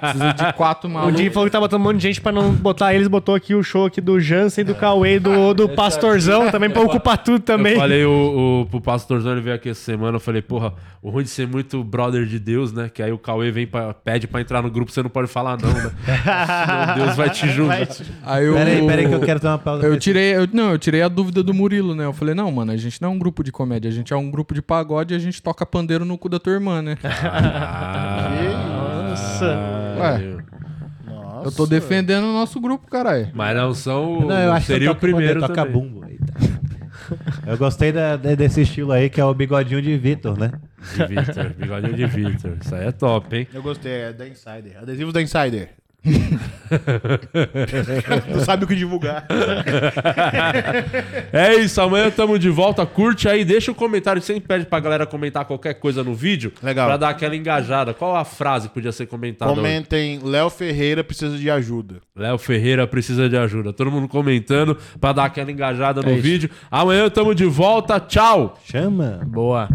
S4: Precisa de quatro
S2: O Dinho
S4: malucos.
S2: falou que tá botando um monte de gente pra não botar eles, botou aqui o show aqui do Jansen, do Cauê, do, do Pastorzão também, pra ocupar tudo também.
S1: Eu falei o, o, pro pastorzão, ele veio aqui essa semana, eu falei, porra, o ruim de ser muito brother de Deus, né? Que aí o Cauê vem pra, pede pra entrar no grupo, você não pode falar não, né? Senão Deus vai te julgar.
S4: Aí eu,
S3: Peraí, peraí, que eu quero dar uma pausa. pra
S4: Eu
S3: esse-
S4: tirei, eu- não, eu tirei a dúvida do Murilo, né? Eu falei, não, mano, a gente não é um grupo de comédia, a gente é um grupo de pagode e a gente toca pandeiro no cu da tua irmã, né?
S1: Ah,
S2: Nossa.
S4: Ué, eu tô defendendo o nosso grupo, caralho.
S1: Mas não são.
S3: Não, eu acho
S1: seria
S3: que
S1: o primeiro.
S3: toca
S1: também.
S3: bumbo. Eita. tá Eu gostei da- da- desse estilo aí, que é o bigodinho de Vitor, né?
S1: De Victor, bigodinho de Victor. Isso aí é top, hein?
S5: Eu gostei, é da Insider. Adesivos da Insider. tu sabe o que divulgar.
S1: É isso, amanhã tamo de volta. Curte aí, deixa o comentário. Sempre pede pra galera comentar qualquer coisa no vídeo.
S5: Legal.
S1: Pra dar aquela engajada. Qual a frase que podia ser comentada? hoje?
S5: Comentem, Léo Ferreira precisa de ajuda.
S1: Léo Ferreira precisa de ajuda. Todo mundo comentando pra dar aquela engajada no vídeo. Amanhã tamo de volta. Tchau!
S3: Chama.
S2: Boa.